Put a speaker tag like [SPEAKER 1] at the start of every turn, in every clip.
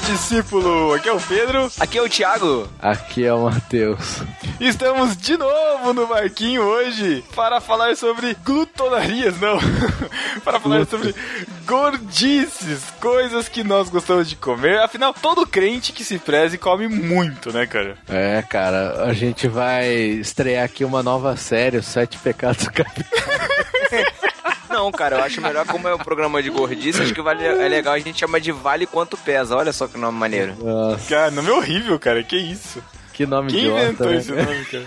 [SPEAKER 1] discípulo. Aqui é o Pedro.
[SPEAKER 2] Aqui é o Thiago.
[SPEAKER 3] Aqui é o Matheus.
[SPEAKER 1] Estamos de novo no barquinho hoje para falar sobre glutonarias, não. para falar sobre gordices, coisas que nós gostamos de comer. Afinal, todo crente que se preze come muito, né, cara?
[SPEAKER 3] É, cara, a gente vai estrear aqui uma nova série, Os Sete Pecados Capitais.
[SPEAKER 2] Não, cara, eu acho melhor como é o programa de gordice, acho que vale, é legal a gente chama de Vale Quanto Pesa. Olha só que nome maneiro.
[SPEAKER 1] Nossa. Cara, nome é horrível, cara. Que isso?
[SPEAKER 3] Que nome
[SPEAKER 1] Quem
[SPEAKER 3] idiota,
[SPEAKER 1] inventou
[SPEAKER 3] né?
[SPEAKER 1] esse nome, cara?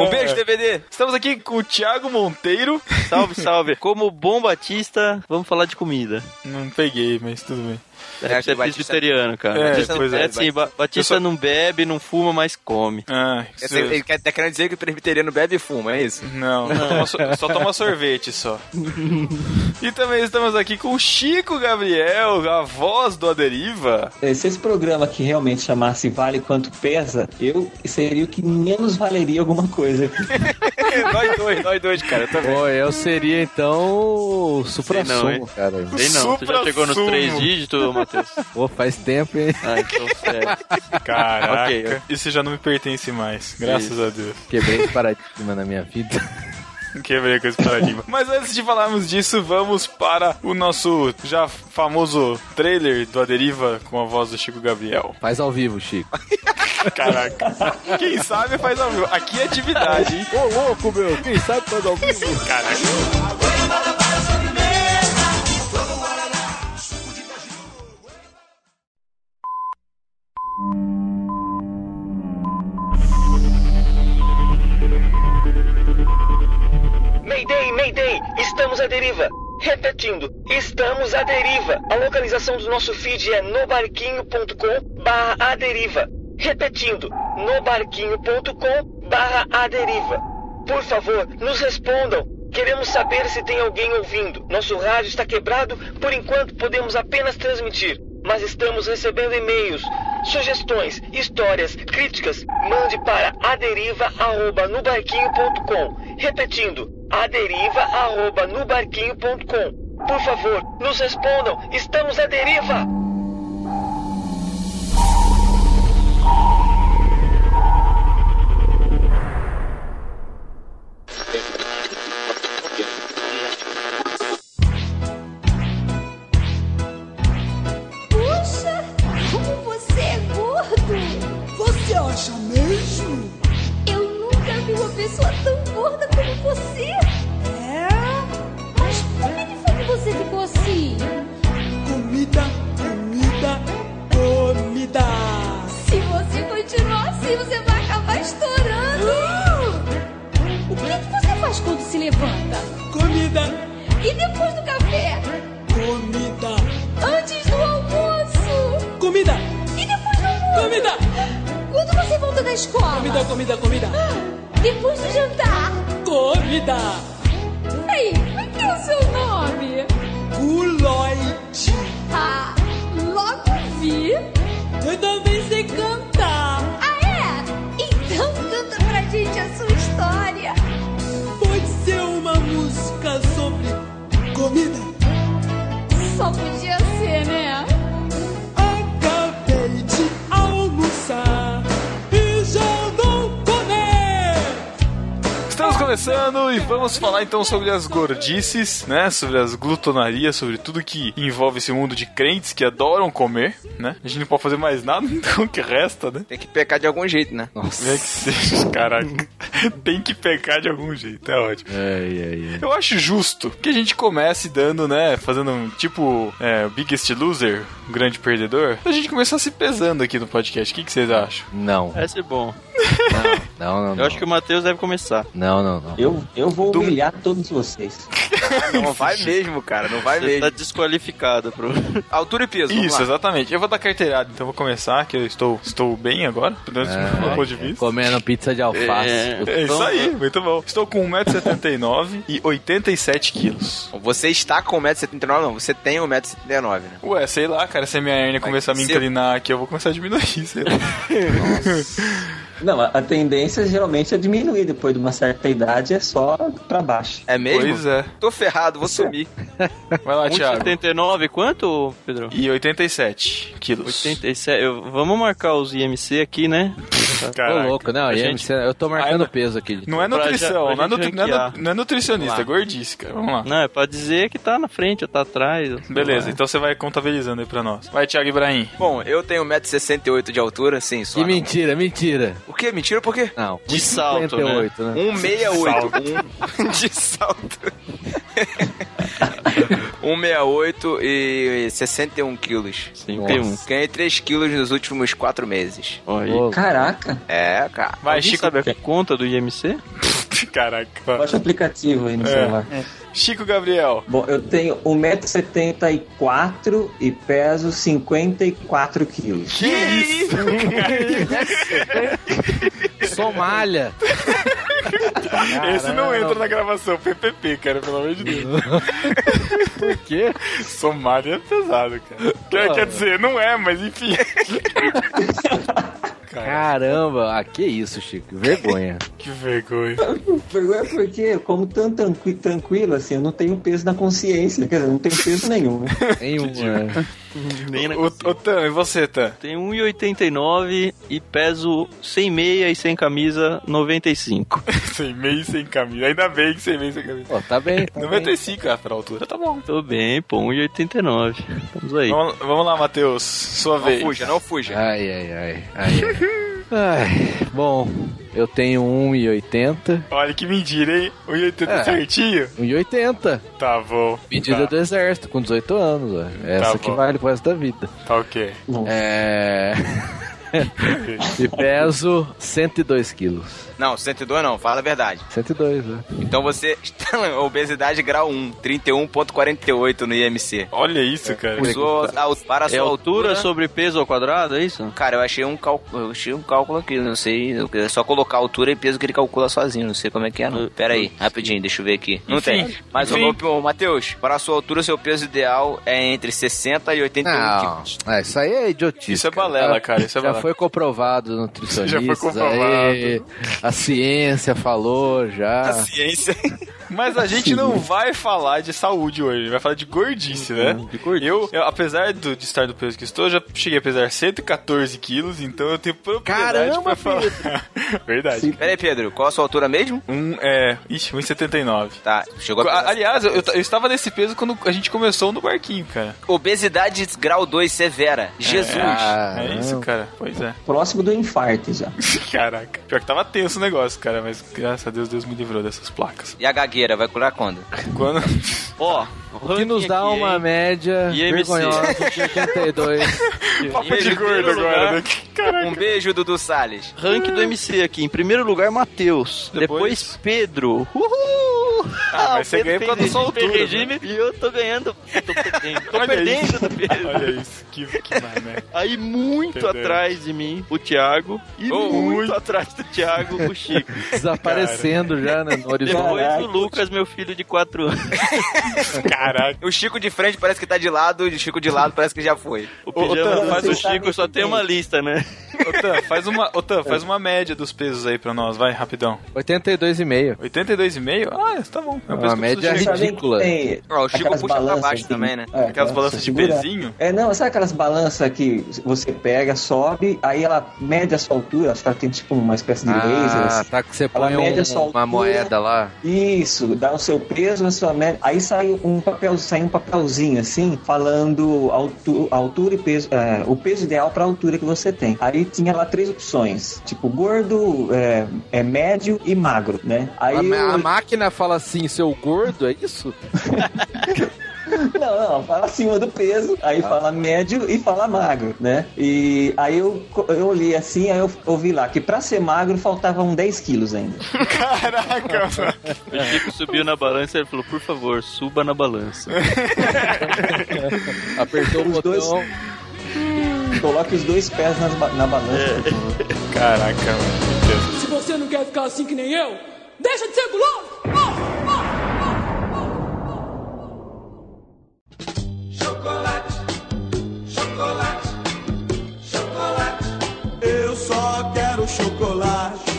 [SPEAKER 2] Um beijo, DVD.
[SPEAKER 1] Estamos aqui com o Thiago Monteiro.
[SPEAKER 4] Salve, salve. Como bom batista, vamos falar de comida.
[SPEAKER 1] Não peguei, mas tudo bem.
[SPEAKER 2] É,
[SPEAKER 4] É,
[SPEAKER 2] que batista-
[SPEAKER 4] é presbiteriano,
[SPEAKER 2] Ah,
[SPEAKER 4] cara.
[SPEAKER 1] É,
[SPEAKER 4] batista
[SPEAKER 1] pois é,
[SPEAKER 4] é assim, ba- batista
[SPEAKER 1] Eu
[SPEAKER 4] não bebe, não fuma, mas come.
[SPEAKER 1] Ah, isso...
[SPEAKER 2] Esse, ele quer, tá querendo dizer que o presbiteriano bebe e fuma, é isso?
[SPEAKER 1] Não, só toma so- só toma sorvete só. e também estamos aqui com o Chico Gabriel, a voz do Aderiva.
[SPEAKER 5] É, Se esse programa aqui realmente chamasse Vale Quanto Pesa, eu seria o que menos valeria alguma coisa.
[SPEAKER 1] É, nós dois, nós dois, cara. Eu também.
[SPEAKER 3] Pô, eu seria então o supra
[SPEAKER 4] Sei não, hein?
[SPEAKER 3] cara.
[SPEAKER 4] Sei não, você já chegou nos
[SPEAKER 1] Supra-sumo.
[SPEAKER 4] três dígitos, Matheus?
[SPEAKER 3] Pô, faz tempo, hein?
[SPEAKER 4] Ah, então sério.
[SPEAKER 1] Caraca,
[SPEAKER 4] Ok.
[SPEAKER 1] isso já não me pertence mais, graças
[SPEAKER 4] Isso.
[SPEAKER 1] a Deus.
[SPEAKER 3] Quebrei esse paradigma na minha vida.
[SPEAKER 1] Quebrei com esse paradigma. Mas antes de falarmos disso, vamos para o nosso já famoso trailer do Aderiva com a voz do Chico Gabriel.
[SPEAKER 3] Faz ao vivo, Chico.
[SPEAKER 1] Caraca. Quem sabe faz ao vivo. Aqui é atividade, hein?
[SPEAKER 3] Ô, louco, meu. Quem sabe faz ao vivo?
[SPEAKER 1] Caraca.
[SPEAKER 6] Mayday, Mayday, estamos à deriva. Repetindo, estamos à deriva. A localização do nosso feed é nobarquinho.com barra a deriva. Repetindo, nobarquinho.com barra a deriva. Por favor, nos respondam. Queremos saber se tem alguém ouvindo. Nosso rádio está quebrado, por enquanto podemos apenas transmitir. Mas estamos recebendo e-mails, sugestões, histórias, críticas. Mande para aderiva.nubarquinho.com. Repetindo, aderiva.nubarquinho.com. Por favor, nos respondam. Estamos à deriva!
[SPEAKER 7] Puxa, como você é gordo! Você acha mesmo? Eu nunca vi uma pessoa tão gorda como você! É? Mas como foi que você ficou assim?
[SPEAKER 8] Comida, comida, comida.
[SPEAKER 7] Se você continuar assim, você vai acabar
[SPEAKER 8] Ah!
[SPEAKER 7] estourando! O que, é que você faz quando se levanta?
[SPEAKER 8] Comida,
[SPEAKER 7] E depois do café?
[SPEAKER 8] comida.
[SPEAKER 7] Antes do almoço?
[SPEAKER 8] Comida,
[SPEAKER 7] E depois do almoço?
[SPEAKER 8] Comida!
[SPEAKER 7] Quando você volta da escola? Ah,
[SPEAKER 8] comida, comida, comida.
[SPEAKER 7] Depois do jantar?
[SPEAKER 8] Comida.
[SPEAKER 7] Ei, como é que é o seu nome?
[SPEAKER 8] Guloide.
[SPEAKER 7] Ah, logo vi.
[SPEAKER 8] Eu também sei cantar.
[SPEAKER 7] Ah, é? Então canta pra gente a sua história.
[SPEAKER 8] Pode ser uma música sobre comida.
[SPEAKER 7] Só podia ser, né?
[SPEAKER 8] Acabei de almoçar e já não comer.
[SPEAKER 1] Estamos começando e vamos falar então sobre as gordices, né? Sobre as glutonarias, sobre tudo que envolve esse mundo de crentes que adoram comer, né? A gente não pode fazer mais nada, então o que resta, né?
[SPEAKER 2] Tem que pecar de algum jeito, né?
[SPEAKER 1] É que seja, caraca. Tem que pecar de algum jeito, é ótimo.
[SPEAKER 3] Ai, ai, ai.
[SPEAKER 1] Eu acho justo que a gente comece dando, né? Fazendo um tipo é, Biggest Loser, o grande perdedor. A gente começar se pesando aqui no podcast. O que, que vocês acham?
[SPEAKER 3] Não,
[SPEAKER 4] Essa é bom.
[SPEAKER 3] não, não. não.
[SPEAKER 4] Eu acho que o Matheus deve começar.
[SPEAKER 3] Não, não, não.
[SPEAKER 5] Eu, eu vou humilhar todos vocês.
[SPEAKER 2] Não vai mesmo, cara, não vai
[SPEAKER 4] Você tá
[SPEAKER 2] mesmo.
[SPEAKER 4] desqualificado pro...
[SPEAKER 2] Altura e peso, vamos
[SPEAKER 1] Isso,
[SPEAKER 2] lá.
[SPEAKER 1] exatamente. Eu vou dar carteirada, então vou começar, que eu estou, estou bem agora, pelo menos do meu
[SPEAKER 3] Ai,
[SPEAKER 1] ponto de
[SPEAKER 3] é,
[SPEAKER 1] vista.
[SPEAKER 3] Comendo pizza de alface.
[SPEAKER 4] É.
[SPEAKER 1] É isso aí, muito bom. Estou com 1,79m e 87kg.
[SPEAKER 2] Você está com 1,79m, não, você tem 1,79m, né?
[SPEAKER 1] Ué, sei lá, cara, se a minha hernia começar a me
[SPEAKER 2] se-
[SPEAKER 1] inclinar aqui, eu vou começar a diminuir, sei lá.
[SPEAKER 6] Não, a- a tendência geralmente é diminuir depois de uma certa idade, é só pra baixo.
[SPEAKER 2] É mesmo?
[SPEAKER 1] Pois é.
[SPEAKER 2] Tô ferrado, vou sumir.
[SPEAKER 1] Vai lá, Thiago.
[SPEAKER 4] 1,79 quanto, Pedro?
[SPEAKER 1] E 87 quilos.
[SPEAKER 4] 87. Eu- vamos marcar os IMC aqui, né?
[SPEAKER 1] Caraca.
[SPEAKER 3] Ô, louco, não,
[SPEAKER 4] A
[SPEAKER 3] IMC, eu tô marcando
[SPEAKER 1] Aí-
[SPEAKER 3] peso aqui.
[SPEAKER 1] Não é nutrição,
[SPEAKER 4] Pra já- pra
[SPEAKER 1] não, é
[SPEAKER 4] gente
[SPEAKER 1] nutri- não é nu-
[SPEAKER 4] ranquear.
[SPEAKER 1] não é nutricionista,
[SPEAKER 4] Vamos
[SPEAKER 1] é gordice, cara. Vamos lá.
[SPEAKER 4] Não, é pra dizer que tá na frente ou tá atrás. ou sei
[SPEAKER 1] Beleza,
[SPEAKER 4] lá.
[SPEAKER 1] então você vai contabilizando aí pra nós. Vai, Thiago Ibrahim.
[SPEAKER 2] Bom, eu tenho 1,68m de altura, sim, só.
[SPEAKER 3] Que
[SPEAKER 2] não.
[SPEAKER 3] mentira, mentira.
[SPEAKER 2] O quê? Mentira por quê?
[SPEAKER 3] Não,
[SPEAKER 4] De salto, né?
[SPEAKER 3] 1,58, né?
[SPEAKER 2] 168. Um- De salto. 168 e 61 quilos.
[SPEAKER 4] 51.
[SPEAKER 2] Ganhei 3 quilos nos últimos 4 meses.
[SPEAKER 4] Olha aí.
[SPEAKER 3] Ô,
[SPEAKER 6] Caraca,
[SPEAKER 2] É, cara.
[SPEAKER 1] Vai,
[SPEAKER 4] Alguém
[SPEAKER 1] Chico.
[SPEAKER 4] sabe a Tá conta do IMC?
[SPEAKER 1] Caraca. vai.
[SPEAKER 6] baixa o aplicativo aí no
[SPEAKER 1] É.
[SPEAKER 6] celular.
[SPEAKER 1] Chico Gabriel.
[SPEAKER 6] Bom, eu tenho 1,74m e peso 54 quilos.
[SPEAKER 1] Que isso?
[SPEAKER 3] Somália.
[SPEAKER 1] Esse não entra na gravação, PPP, cara, pelo amor de Deus.
[SPEAKER 3] Por quê?
[SPEAKER 1] Somália é pesado, cara. Quer, quer dizer, não é, mas enfim. Cara,
[SPEAKER 3] Caramba, ah, que isso, Chico. Vergonha.
[SPEAKER 1] que vergonha.
[SPEAKER 6] Vergonha porque eu como tão tranqui- tranquilo assim, eu não tenho peso na consciência, quer dizer, eu não tenho peso nenhum. né?
[SPEAKER 3] Nenhuma.
[SPEAKER 4] Nem na-
[SPEAKER 1] O, o Tan, e você, Tan?
[SPEAKER 4] Tenho 1,89 e peso sem meia e sem camisa 95.
[SPEAKER 1] Sem meio e sem camisa. Ainda bem que sem meio e sem camisa.
[SPEAKER 3] Pô, tá bem. Tá bem.
[SPEAKER 1] 95 after a altura, tá bom.
[SPEAKER 4] Tô bem, pô, 1,89. Vamos aí.
[SPEAKER 1] Vamos, vamos lá, Matheus. Sua
[SPEAKER 2] Não
[SPEAKER 1] vez.
[SPEAKER 2] fuja, não
[SPEAKER 1] um,
[SPEAKER 2] fuja.
[SPEAKER 3] Ai, ai, ai. ai, ai. Ai, bom, eu tenho 1,80.
[SPEAKER 1] Olha que mentira, hein? 1,80
[SPEAKER 3] É.
[SPEAKER 1] certinho?
[SPEAKER 3] 1,80.
[SPEAKER 1] Tá bom.
[SPEAKER 3] Medida
[SPEAKER 1] tá,
[SPEAKER 3] do exército, com 18 anos. ó. Essa
[SPEAKER 1] Tá
[SPEAKER 3] que
[SPEAKER 1] bom.
[SPEAKER 3] vale pro resto da vida.
[SPEAKER 1] tá ok.
[SPEAKER 3] É. e peso 102 quilos.
[SPEAKER 2] Não, 102 não, fala a verdade.
[SPEAKER 3] 102, né?
[SPEAKER 2] Então você está na obesidade grau 1, 31,48 no IMC.
[SPEAKER 1] Olha isso, cara.
[SPEAKER 2] Usou a, para a sua
[SPEAKER 4] É altura
[SPEAKER 2] altura.
[SPEAKER 4] sobre peso ao quadrado, é isso?
[SPEAKER 2] Cara, eu achei um cálculo. Eu achei um cálculo aqui, não sei. É só colocar a altura e peso que ele calcula sozinho, não sei como é que é,
[SPEAKER 4] Uh,
[SPEAKER 2] não. Pera aí, rapidinho, deixa eu ver aqui. Não tem. Mas
[SPEAKER 1] enfim.
[SPEAKER 2] o meu, Matheus, para a sua altura, seu peso ideal é entre 60 e 81
[SPEAKER 3] Não,
[SPEAKER 2] quilos.
[SPEAKER 3] ah, isso aí é idiotice.
[SPEAKER 1] Então, tipo, Isso é balela, cara, isso é
[SPEAKER 3] já
[SPEAKER 1] balela.
[SPEAKER 3] foi comprovado nutricionista.
[SPEAKER 1] Já foi comprovado.
[SPEAKER 3] a ciência falou já.
[SPEAKER 2] Ciência.
[SPEAKER 1] Mas a gente não vai falar de saúde hoje, vai falar de gordice, né? De gordice. Eu, eu, apesar do, de estar do peso que estou, eu já cheguei a pesar 114 quilos, então eu tenho propriedade
[SPEAKER 3] Caramba,
[SPEAKER 1] pra falar. Verdade.
[SPEAKER 2] Pera aí, Pedro, qual a sua altura mesmo?
[SPEAKER 1] Um, é, ixi, 1,79.
[SPEAKER 2] Tá, chegou a
[SPEAKER 1] A-
[SPEAKER 2] pesar.
[SPEAKER 1] Aliás, eu, eu t- eu estava nesse peso quando a gente começou no barquinho, cara.
[SPEAKER 2] Obesidade grau 2 severa. Jesus.
[SPEAKER 3] Ah,
[SPEAKER 1] é isso, cara. Pois é.
[SPEAKER 6] Próximo do infarto já.
[SPEAKER 1] Caraca. Pior que tava tenso o negócio, cara, mas graças a Deus, Deus me livrou dessas placas.
[SPEAKER 2] E a gagueira, vai curar quando?
[SPEAKER 1] Quando.
[SPEAKER 4] Ó,
[SPEAKER 3] O que nos dá
[SPEAKER 4] ranking aqui,
[SPEAKER 3] uma
[SPEAKER 4] hein?
[SPEAKER 3] média
[SPEAKER 4] IMC.
[SPEAKER 3] vergonhosa é de 82.
[SPEAKER 1] Papo de
[SPEAKER 2] Em
[SPEAKER 1] gordo
[SPEAKER 2] primeiro
[SPEAKER 1] agora,
[SPEAKER 2] lugar,
[SPEAKER 1] né? Caraca.
[SPEAKER 2] Um beijo, Dudu Salles.
[SPEAKER 4] Rank do MC aqui. Em primeiro lugar, Matheus.
[SPEAKER 1] Depois-
[SPEAKER 4] Depois, Pedro. Uhul!
[SPEAKER 1] Ah, mas
[SPEAKER 4] o
[SPEAKER 1] você
[SPEAKER 4] Pedro
[SPEAKER 1] ganha por causa da
[SPEAKER 4] fez
[SPEAKER 1] sua altura,
[SPEAKER 4] regime,
[SPEAKER 1] né?
[SPEAKER 4] fez regime E eu tô ganhando. Tô perdendo. Tô
[SPEAKER 1] Olha
[SPEAKER 4] perdendo
[SPEAKER 1] isso.
[SPEAKER 4] do Pedro.
[SPEAKER 1] Olha isso, que, que mané.
[SPEAKER 4] Aí muito
[SPEAKER 1] Entendeu?
[SPEAKER 4] atrás de mim, o Thiago. E
[SPEAKER 1] Oh,
[SPEAKER 4] muito,
[SPEAKER 1] muito.
[SPEAKER 4] atrás do Thiago, o Chico.
[SPEAKER 3] Desaparecendo já, né? No horizonte.
[SPEAKER 4] Depois
[SPEAKER 6] Caraca.
[SPEAKER 4] o Lucas, meu filho de 4 anos.
[SPEAKER 1] Caraca.
[SPEAKER 2] O Chico de frente parece que tá de lado, e o Chico de lado parece que já foi.
[SPEAKER 4] O
[SPEAKER 1] ô,
[SPEAKER 4] pijama
[SPEAKER 1] Tan,
[SPEAKER 4] faz o
[SPEAKER 6] vocês
[SPEAKER 4] Chico,
[SPEAKER 6] sabem
[SPEAKER 4] só
[SPEAKER 6] que
[SPEAKER 4] tem
[SPEAKER 6] tem.
[SPEAKER 4] uma lista, né?
[SPEAKER 1] Otan, faz uma, Otan, faz uma média dos pesos aí pra nós, vai, rapidão.
[SPEAKER 3] 82,5
[SPEAKER 1] 82,5 Ah, tá bom. É o peso
[SPEAKER 3] Uma
[SPEAKER 1] que eu
[SPEAKER 3] média
[SPEAKER 1] preciso chegar.
[SPEAKER 6] Sabe que
[SPEAKER 3] ridícula.
[SPEAKER 6] tem
[SPEAKER 2] Ó, o Chico
[SPEAKER 6] aquelas
[SPEAKER 2] puxa pra
[SPEAKER 6] balanças
[SPEAKER 2] baixo
[SPEAKER 6] que-
[SPEAKER 2] também, né?
[SPEAKER 6] é,
[SPEAKER 1] Aquelas
[SPEAKER 6] é,
[SPEAKER 1] balanças de
[SPEAKER 6] segura-
[SPEAKER 1] pezinho?
[SPEAKER 6] É, não, sabe aquelas balanças que você pega, sobe, aí ela mede a sua altura, acho que ela tem tipo uma espécie de laser.
[SPEAKER 3] Ah,
[SPEAKER 6] assim.
[SPEAKER 3] tá que você
[SPEAKER 6] Ela
[SPEAKER 3] põe
[SPEAKER 6] mede
[SPEAKER 3] um-
[SPEAKER 6] a sua
[SPEAKER 3] uma
[SPEAKER 6] altura.
[SPEAKER 3] moeda lá.
[SPEAKER 6] Isso, dá o seu peso, a sua média. Aí sai um papel, sai um papelzinho assim, falando altu, altura e peso, é, o peso ideal para a altura que você tem. Aí tinha lá três opções, tipo gordo, é, é médio e magro, né? Aí
[SPEAKER 2] Ah,
[SPEAKER 3] a, ma-
[SPEAKER 6] eu-
[SPEAKER 3] a máquina fala assim, seu gordo, é isso?
[SPEAKER 6] Não, não, fala acima do peso, aí fala médio e fala magro, né? E aí eu, co- eu olhei assim, aí eu ouvi lá que pra ser magro faltavam 10 quilos ainda.
[SPEAKER 1] Caraca, mano.
[SPEAKER 4] O Chico subiu na balança e ele falou: por favor, suba na balança.
[SPEAKER 3] Apertou o
[SPEAKER 6] Os dois-
[SPEAKER 3] botão.
[SPEAKER 6] Coloque os dois pés nas ba- na balança.
[SPEAKER 1] Caraca, mano. Meu Deus.
[SPEAKER 8] Se você não quer ficar assim que nem eu, deixa de ser guloso! Ó, ó, ó, ó.
[SPEAKER 9] Eu só quero chocolate.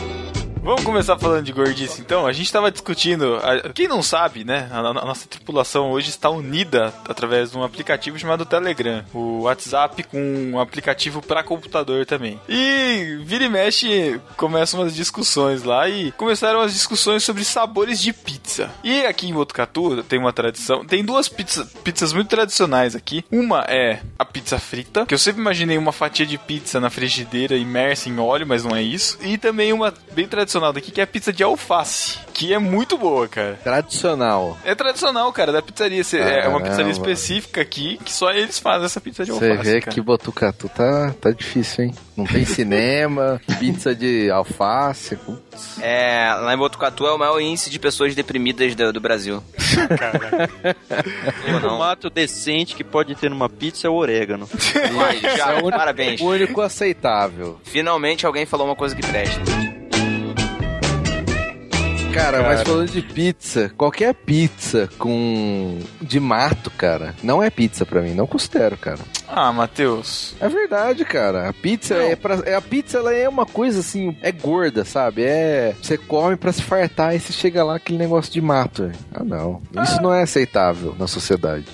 [SPEAKER 1] Vamos começar falando de gordice, então. A gente tava discutindo. a- Quem não sabe, né? A, a nossa tripulação hoje está unida através de um aplicativo chamado Telegram. O WhatsApp com um aplicativo para computador também. E vira e mexe, começam umas discussões lá e começaram as discussões sobre sabores de pizza. E aqui em Botucatu tem uma tradição. Tem duas pizza, pizzas muito tradicionais aqui. Uma é a pizza frita, que eu sempre imaginei uma fatia de pizza na frigideira imersa em óleo, mas não é isso. E também uma bem tradicional daqui, que é a pizza de alface, que é muito boa, cara.
[SPEAKER 3] Tradicional.
[SPEAKER 1] É tradicional, cara, da pizzaria. Cê- é uma
[SPEAKER 3] Caramba.
[SPEAKER 1] pizzaria específica aqui, que só eles fazem essa pizza de
[SPEAKER 3] Você
[SPEAKER 1] alface.
[SPEAKER 3] vê
[SPEAKER 1] cara.
[SPEAKER 3] que Botucatu tá, tá difícil, hein? Não tem cinema, pizza de alface. putz.
[SPEAKER 2] É, lá em Botucatu é o maior índice de pessoas deprimidas do, do Brasil.
[SPEAKER 4] O formato um decente que pode ter numa pizza é o orégano.
[SPEAKER 2] Aí, já,
[SPEAKER 3] é o único-
[SPEAKER 2] parabéns.
[SPEAKER 3] O único aceitável.
[SPEAKER 2] Finalmente alguém falou uma coisa que presta.
[SPEAKER 3] Cara, mas falando de pizza, qualquer pizza com de mato, cara, não é pizza pra mim, não considero, cara.
[SPEAKER 1] Ah, Matheus.
[SPEAKER 3] É verdade, cara. A pizza é para a pizza ela é uma coisa assim, é gorda, sabe? É você come pra se fartar e você chega lá aquele negócio de mato. velho. Ah, não. Isso não é aceitável na sociedade.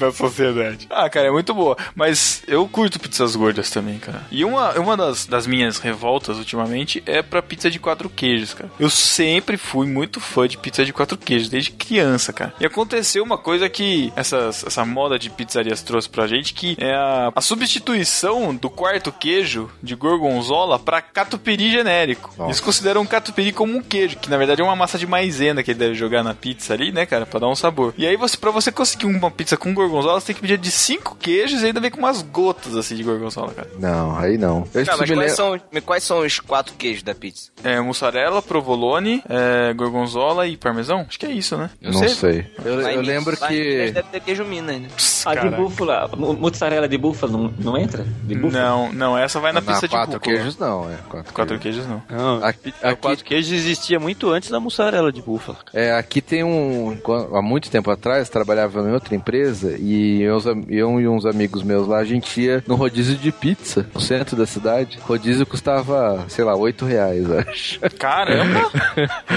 [SPEAKER 1] na sociedade. Ah, cara, é muito boa. Mas eu curto pizzas gordas também, cara. E uma, uma das, das minhas revoltas ultimamente é pra pizza de quatro queijos, cara. Eu sempre fui muito fã de pizza de quatro queijos, desde criança, cara. E aconteceu uma coisa que essas, essa moda de pizzarias trouxe pra gente, que é a, a substituição do quarto queijo de gorgonzola pra catupiry genérico.
[SPEAKER 3] Nossa.
[SPEAKER 1] Eles consideram o catupiry como um queijo, que na verdade é uma massa de maisena que ele deve jogar na pizza ali, né, cara, pra dar um sabor. E aí você, para você conseguir uma pizza com gorgonzola, você tem que pedir de cinco queijos e ainda vem com umas gotas assim de gorgonzola, cara.
[SPEAKER 3] Não, aí não. Eu
[SPEAKER 2] Tá,
[SPEAKER 3] isso
[SPEAKER 2] mas
[SPEAKER 3] me
[SPEAKER 2] quais
[SPEAKER 3] lembra-
[SPEAKER 2] são, mas quais são os quatro queijos da pizza?
[SPEAKER 1] É mussarela, provolone, é, gorgonzola e parmesão. Acho que é isso, né?
[SPEAKER 3] não sei. Eu,
[SPEAKER 2] Lá em
[SPEAKER 3] eu
[SPEAKER 2] Minas-
[SPEAKER 3] lembro
[SPEAKER 2] lá em Minas
[SPEAKER 3] que
[SPEAKER 2] Deve ter queijo Minas, né?
[SPEAKER 1] Pss,
[SPEAKER 6] A de
[SPEAKER 1] É, cara.
[SPEAKER 6] búfala, mu- mussarela de búfala não, não entra? De búfala?
[SPEAKER 1] Não, não, essa vai na,
[SPEAKER 3] na
[SPEAKER 1] pizza
[SPEAKER 3] quatro
[SPEAKER 1] é de búfala.
[SPEAKER 3] queijos não, é quatro,
[SPEAKER 1] Quatro
[SPEAKER 3] queijos.
[SPEAKER 1] queijos não.
[SPEAKER 4] Não,
[SPEAKER 3] Aqui-
[SPEAKER 4] pizza
[SPEAKER 3] aqui-
[SPEAKER 4] quatro queijos existia muito antes da mussarela de búfala.
[SPEAKER 3] É, aqui tem um. quan- Há muito tempo atrás, trabalhava em outra empresa e eu, eu e uns amigos meus lá, a gente ia no rodízio de pizza, no centro da cidade. Rodízio custava, sei lá, 8 reais, acho.
[SPEAKER 1] Caramba!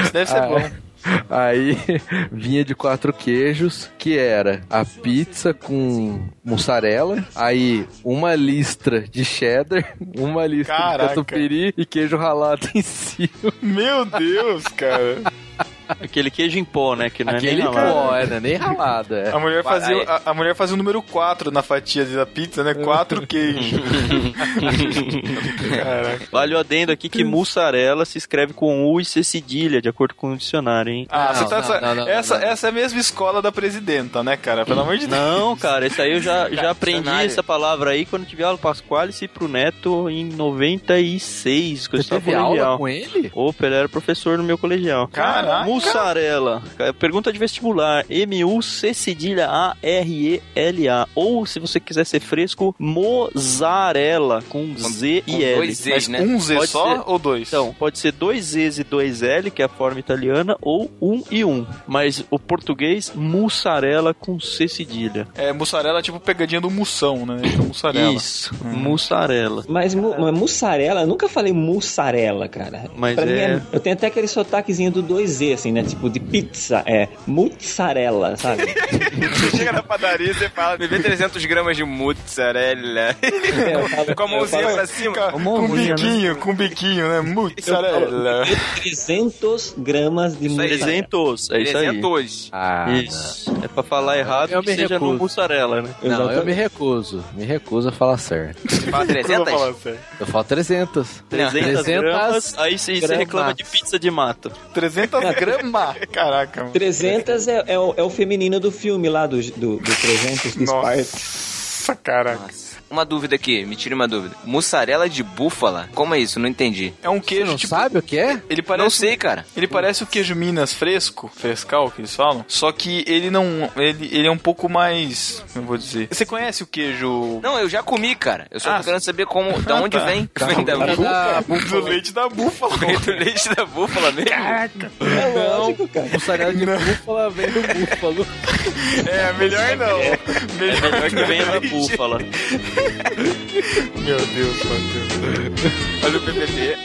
[SPEAKER 1] Isso deve ser
[SPEAKER 3] Ah,
[SPEAKER 6] é.
[SPEAKER 1] bom.
[SPEAKER 3] Aí vinha de quatro queijos, que era a pizza com mussarela, aí uma listra de cheddar, uma listra
[SPEAKER 1] Caraca.
[SPEAKER 3] de catupiry e queijo ralado em cima.
[SPEAKER 1] Meu Deus, cara.
[SPEAKER 4] Aquele queijo em pó, né? Que não
[SPEAKER 3] Aquele
[SPEAKER 4] é nem ralado.
[SPEAKER 3] pó, né? Nem ralado, é.
[SPEAKER 1] A mulher,
[SPEAKER 2] Vai,
[SPEAKER 1] fazia,
[SPEAKER 2] aí.
[SPEAKER 1] a, a mulher fazia o número 4 na fatia da pizza, né? 4 queijos. Caraca.
[SPEAKER 4] Vale o adendo aqui que mussarela se escreve com U e C cedilha, de acordo com o dicionário, hein?
[SPEAKER 1] Ah,
[SPEAKER 3] Não,
[SPEAKER 1] você tá.
[SPEAKER 3] não,
[SPEAKER 1] essa,
[SPEAKER 3] não, não,
[SPEAKER 1] essa,
[SPEAKER 3] não, Hum, não.
[SPEAKER 1] essa é a mesma escola da presidenta, né, cara? Pelo amor de Deus.
[SPEAKER 4] Não, cara, isso aí eu já, já aprendi
[SPEAKER 2] dicionário.
[SPEAKER 4] essa palavra aí quando tive aula Pasquale e pro Neto em 96, quando eu
[SPEAKER 3] Você
[SPEAKER 4] estava
[SPEAKER 3] teve
[SPEAKER 4] colegial.
[SPEAKER 3] aula com ele?
[SPEAKER 4] Opa, ele era professor no meu colegial.
[SPEAKER 1] Caraca.
[SPEAKER 4] Mussarela. Pergunta de vestibular. M-U-C cedilha A-R-E-L-A. Ou, se você quiser ser fresco, mozzarella com Z
[SPEAKER 2] Com
[SPEAKER 4] e L.
[SPEAKER 2] dois Zs,
[SPEAKER 4] Mas
[SPEAKER 2] né?
[SPEAKER 1] Um Z
[SPEAKER 4] Pode
[SPEAKER 1] só
[SPEAKER 4] ser.
[SPEAKER 1] ou dois?
[SPEAKER 4] Então, pode ser dois Zs e dois L, que é a forma italiana, ou um e um. Mas o português, mussarela com C cedilha.
[SPEAKER 1] É mussarela é tipo pegadinha do mussão, né? Então, mussarela.
[SPEAKER 4] Isso, mussarela.
[SPEAKER 6] Mas mu mas mussarela, eu nunca falei mussarela, cara.
[SPEAKER 4] Mas
[SPEAKER 6] pra
[SPEAKER 4] é-
[SPEAKER 6] mim, eu tenho até aquele sotaquezinho do 2Z, assim, né? Tipo, de pizza, é mussarela, sabe?
[SPEAKER 2] Você chega na padaria e você fala, me vê 300 gramas de mussarela.
[SPEAKER 6] Eu falo-
[SPEAKER 2] Com um a mãozinha
[SPEAKER 6] eu falo-
[SPEAKER 2] pra cima.
[SPEAKER 3] É
[SPEAKER 1] Ca- Com
[SPEAKER 3] né?
[SPEAKER 4] mãozinha,
[SPEAKER 1] biquinho, com biquinho, né? Mussarela.
[SPEAKER 6] 300 gramas de
[SPEAKER 2] Isso aí,
[SPEAKER 6] mussarela.
[SPEAKER 4] 300, é isso aí.
[SPEAKER 2] 300.
[SPEAKER 3] Ah,
[SPEAKER 4] Isso. É pra falar errado
[SPEAKER 3] Eu
[SPEAKER 4] que
[SPEAKER 3] me
[SPEAKER 4] seja no
[SPEAKER 3] recuso.
[SPEAKER 4] mussarela, né?
[SPEAKER 3] Não, eu
[SPEAKER 6] Exatamente.
[SPEAKER 3] me recuso. Me recuso a falar certo.
[SPEAKER 2] Fala 300?
[SPEAKER 3] Eu falo 300.
[SPEAKER 4] 300 gramas, aí você você
[SPEAKER 3] gramas.
[SPEAKER 4] reclama de pizza de mato.
[SPEAKER 1] 300 gramas. Caraca, mano.
[SPEAKER 6] 300 é, é o, é o feminino do filme lá, do, do, do 300 de Esparta.
[SPEAKER 1] Nossa, caraca.
[SPEAKER 2] Uma dúvida aqui, me tira uma dúvida. Mussarela de búfala? Como é isso? Não entendi.
[SPEAKER 1] É um
[SPEAKER 3] Você
[SPEAKER 1] queijo,
[SPEAKER 3] não
[SPEAKER 1] tipo.
[SPEAKER 3] sabe o que é?
[SPEAKER 1] Ele
[SPEAKER 2] Não
[SPEAKER 1] parece
[SPEAKER 2] sei, cara.
[SPEAKER 1] Ele parece o queijo Minas fresco, frescal que eles falam, só que ele não. Ele, ele é um pouco mais. Como eu vou dizer? Você conhece o queijo.
[SPEAKER 2] Não, eu já comi, cara. Eu só
[SPEAKER 1] Ah,
[SPEAKER 2] tô querendo saber como, da onde
[SPEAKER 1] tá.
[SPEAKER 2] vem. Vem da
[SPEAKER 3] Cara,
[SPEAKER 2] búfala.
[SPEAKER 3] da
[SPEAKER 1] do leite da búfala.
[SPEAKER 2] Vem do leite da búfala mesmo?
[SPEAKER 6] É lógico, cara.
[SPEAKER 3] mussarela de búfala vem do búfalo.
[SPEAKER 1] É, melhor não.
[SPEAKER 4] É melhor que venha da
[SPEAKER 1] não.
[SPEAKER 4] búfala.
[SPEAKER 1] Meu Deus, meu Deus.
[SPEAKER 2] Olha o PPP.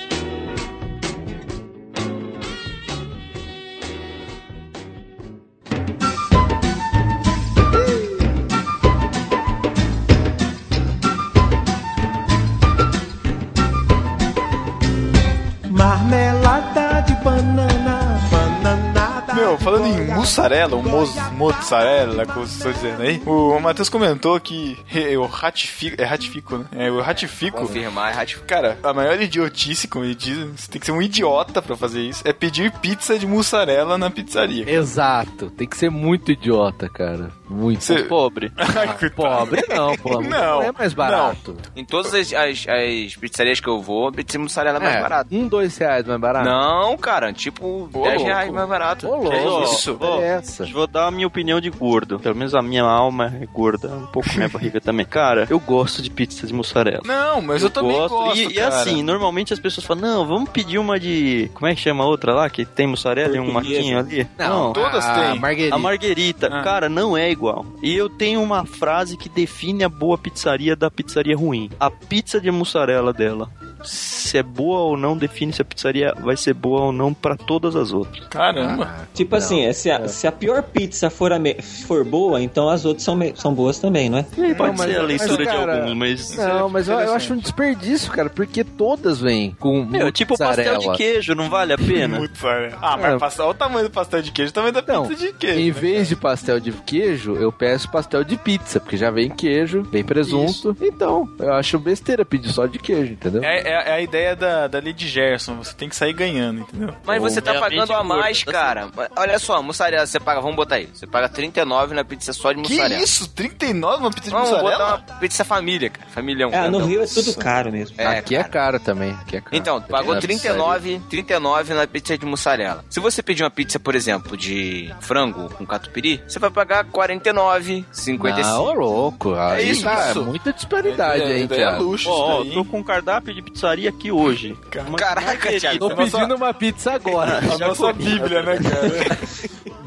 [SPEAKER 9] salada de banana, bananada.
[SPEAKER 1] Meu,
[SPEAKER 9] de
[SPEAKER 1] falando em
[SPEAKER 9] goiaba,
[SPEAKER 1] mussarela, o mo-
[SPEAKER 9] goiabada.
[SPEAKER 1] mozzarella, como vocês estão dizendo aí, o Matheus comentou que eu ratifico, é ratifico, né? É, eu ratifico
[SPEAKER 2] Confirmar, é ratificar.
[SPEAKER 1] Cara, a maior idiotice, como ele diz, você tem que ser um idiota pra fazer isso, é pedir pizza de mussarela na pizzaria.
[SPEAKER 3] Exato. Tem que ser muito idiota, cara. Muito.
[SPEAKER 1] Você-
[SPEAKER 4] Pobre.
[SPEAKER 1] Ai, coitado.
[SPEAKER 3] Pobre não, pô.
[SPEAKER 1] Não,
[SPEAKER 3] é mais barato.
[SPEAKER 2] Em todas as, as, as pizzarias que eu vou, pizza de mussarela é mais
[SPEAKER 3] É,
[SPEAKER 2] barata.
[SPEAKER 3] Um, dois reais mais barato.
[SPEAKER 2] Não, cara, tipo,
[SPEAKER 1] Ô,
[SPEAKER 2] 10
[SPEAKER 1] louco.
[SPEAKER 2] reais mais barato.
[SPEAKER 3] Ô, louco.
[SPEAKER 4] isso?
[SPEAKER 3] Que é essa?
[SPEAKER 4] Vou dar a minha opinião de gordo. Pelo menos a minha alma é gorda. Um pouco minha barriga também. Cara, eu gosto de pizza de mussarela.
[SPEAKER 1] Não, mas eu, também gosto,
[SPEAKER 4] e, e
[SPEAKER 1] cara.
[SPEAKER 4] assim, normalmente as pessoas falam: não, vamos pedir uma de. Como é que chama a outra lá? Que tem mussarela e um
[SPEAKER 6] Portuguesa.
[SPEAKER 4] maquinho ali?
[SPEAKER 1] todas
[SPEAKER 3] a
[SPEAKER 1] têm.
[SPEAKER 3] Marguerita.
[SPEAKER 4] A Marguerita,
[SPEAKER 1] Ah.
[SPEAKER 4] cara, não é igual. E eu tenho uma frase que define a boa pizzaria da pizzaria ruim. A pizza de mussarela dela. Se é boa ou não, define se a pizzaria vai ser boa ou não pra todas as outras.
[SPEAKER 1] Caramba.
[SPEAKER 6] Tipo assim, é, se a, se a pior pizza for, a me- for boa, então as outras são, me- são boas também, não é?
[SPEAKER 4] E aí pode
[SPEAKER 3] mas-
[SPEAKER 4] ser a
[SPEAKER 3] mas,
[SPEAKER 4] leitura de
[SPEAKER 3] cara,
[SPEAKER 4] alguns, mas.
[SPEAKER 3] Não, mas eu, eu acho um desperdício, cara, porque todas vêm com
[SPEAKER 4] Meu, tipo pastel de
[SPEAKER 3] mussarela.
[SPEAKER 4] queijo, não vale a pena?
[SPEAKER 1] Mussarela. Ah, mas
[SPEAKER 3] É.
[SPEAKER 1] passa- olha o tamanho do pastel de queijo, o tamanho da
[SPEAKER 3] Não,
[SPEAKER 1] pizza de
[SPEAKER 3] Em
[SPEAKER 1] queijo. né?
[SPEAKER 3] vez de pastel de queijo, eu peço pastel de pizza, porque já vem queijo, vem presunto. Então, eu acho besteira pedir só de queijo, entendeu?
[SPEAKER 1] É, é- é a ideia da, da Lady Gerson, você tem que sair ganhando, entendeu?
[SPEAKER 2] Mas você tá
[SPEAKER 4] Realmente
[SPEAKER 2] pagando a
[SPEAKER 4] gordo,
[SPEAKER 2] mais,
[SPEAKER 4] tá
[SPEAKER 2] cara. Olha só, mussarela, você paga, vamos botar aí. Você paga 39 na pizza só de
[SPEAKER 1] Que
[SPEAKER 2] mussarela.
[SPEAKER 1] isso? 39 uma pizza de
[SPEAKER 2] Vamos
[SPEAKER 1] mussarela?
[SPEAKER 2] botar uma pizza família, cara. Familhão.
[SPEAKER 6] Ah, no
[SPEAKER 2] grandão.
[SPEAKER 6] Rio é tudo caro mesmo.
[SPEAKER 3] aqui é caro também. Aqui é caro.
[SPEAKER 2] Então, tu pagou
[SPEAKER 3] Na pizzaria.
[SPEAKER 2] 39, 39 na pizza de mussarela. Se você pedir uma pizza, por exemplo, de frango com catupiry, você vai pagar 49, 55.
[SPEAKER 3] Não, ô louco. Aí
[SPEAKER 1] É isso.
[SPEAKER 3] tá muita disparidade
[SPEAKER 1] é,
[SPEAKER 3] aí,
[SPEAKER 1] daí é
[SPEAKER 6] ah.
[SPEAKER 3] cara.
[SPEAKER 1] luxo
[SPEAKER 4] Ó, ó,
[SPEAKER 1] isso daí,
[SPEAKER 4] tô
[SPEAKER 1] hein?
[SPEAKER 4] com um cardápio de pizzaria aqui hoje.
[SPEAKER 1] Cara.
[SPEAKER 4] Uma
[SPEAKER 2] Caraca, Thiago.
[SPEAKER 3] Tô
[SPEAKER 2] Tô
[SPEAKER 3] pedindo uma pizza agora.
[SPEAKER 1] A nossa bíblia, né, cara?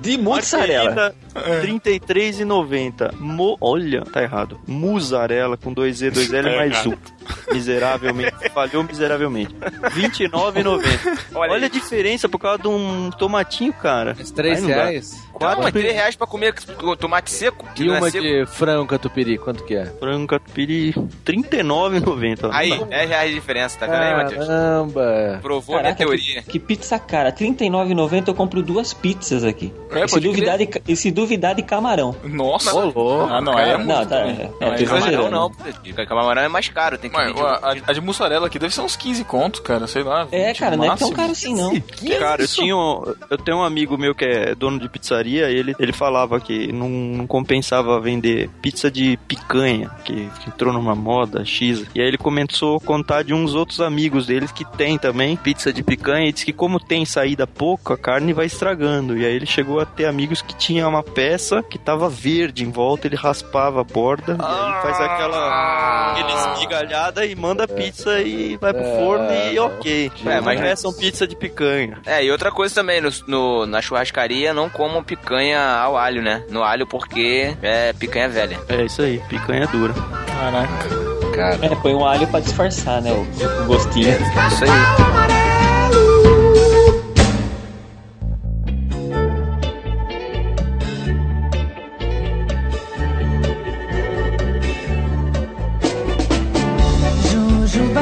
[SPEAKER 6] De mussarela.
[SPEAKER 4] R$ 33,90. Mo... Olha, tá errado. Mussarela com 2Z, 2L
[SPEAKER 1] Tá
[SPEAKER 4] mais
[SPEAKER 1] errado.
[SPEAKER 4] U. Miseravelmente. Falhou miseravelmente. R$ 29,90. Olha,
[SPEAKER 2] Olha
[SPEAKER 4] a diferença por causa de um tomatinho, cara.
[SPEAKER 3] Mas
[SPEAKER 4] Aí
[SPEAKER 3] Três
[SPEAKER 4] não dá.
[SPEAKER 3] reais.
[SPEAKER 2] Não, mas
[SPEAKER 4] Quatro
[SPEAKER 2] 3 reais pra comer tomate seco? que
[SPEAKER 3] E
[SPEAKER 2] não é
[SPEAKER 3] uma
[SPEAKER 2] seco.
[SPEAKER 3] de frango catupiry, quanto que é?
[SPEAKER 4] frango catupiry, R$ 39,90.
[SPEAKER 2] Aí, 10 reais de diferença, tá vendo
[SPEAKER 3] É,
[SPEAKER 2] aí, Matheus?
[SPEAKER 3] Caramba.
[SPEAKER 2] Provou minha
[SPEAKER 6] Caraca,
[SPEAKER 2] teoria.
[SPEAKER 6] que, que pizza cara. R$ 39,90 eu compro duas pizzas aqui.
[SPEAKER 1] É,
[SPEAKER 6] e, se
[SPEAKER 1] pode
[SPEAKER 6] duvidar de, ca- e se duvidar de camarão.
[SPEAKER 1] Nossa.
[SPEAKER 3] Ô, louco.
[SPEAKER 1] Ah, não, aí é muito.
[SPEAKER 6] não, tá.
[SPEAKER 1] também.
[SPEAKER 6] É,
[SPEAKER 1] Não,
[SPEAKER 6] é,
[SPEAKER 1] aí
[SPEAKER 6] tô
[SPEAKER 1] vai-
[SPEAKER 6] exagerando.
[SPEAKER 2] Camarão não, porque camarão é mais caro, tem que
[SPEAKER 1] Mas,
[SPEAKER 2] pedir. tipo
[SPEAKER 1] ó, a, a de mussarela aqui deve ser uns 15 contos, cara, sei lá.
[SPEAKER 6] É,
[SPEAKER 1] 20
[SPEAKER 6] cara, não é tão
[SPEAKER 1] máximo.
[SPEAKER 6] caro assim não.
[SPEAKER 4] Cara, eu, tinha um- eu tenho um amigo meu que é dono de pizzaria e ele, ele falava que não, não compensava vender pizza de picanha, que, que entrou numa moda X. E aí ele começou a contar de uns outros amigos deles que tem também pizza de picanha e disse que como tem saída pouco, a carne vai estragando. E aí ele chegou a ter amigos que tinha uma peça que tava verde em volta, ele raspava a borda e aí faz aquela... Aquele esmigalhada e manda a pizza e vai pro forno e ok.
[SPEAKER 2] É, mas-
[SPEAKER 4] mas é são pizza de picanha.
[SPEAKER 2] É, e outra coisa também, no, no- na churrascaria não comam picanha ao alho, né? No alho porque é picanha velha.
[SPEAKER 4] É isso aí, picanha dura.
[SPEAKER 1] Caraca.
[SPEAKER 3] Cara.
[SPEAKER 6] É, põe um alho pra disfarçar, né? O, o gostinho.
[SPEAKER 2] Isso aí.
[SPEAKER 6] assim.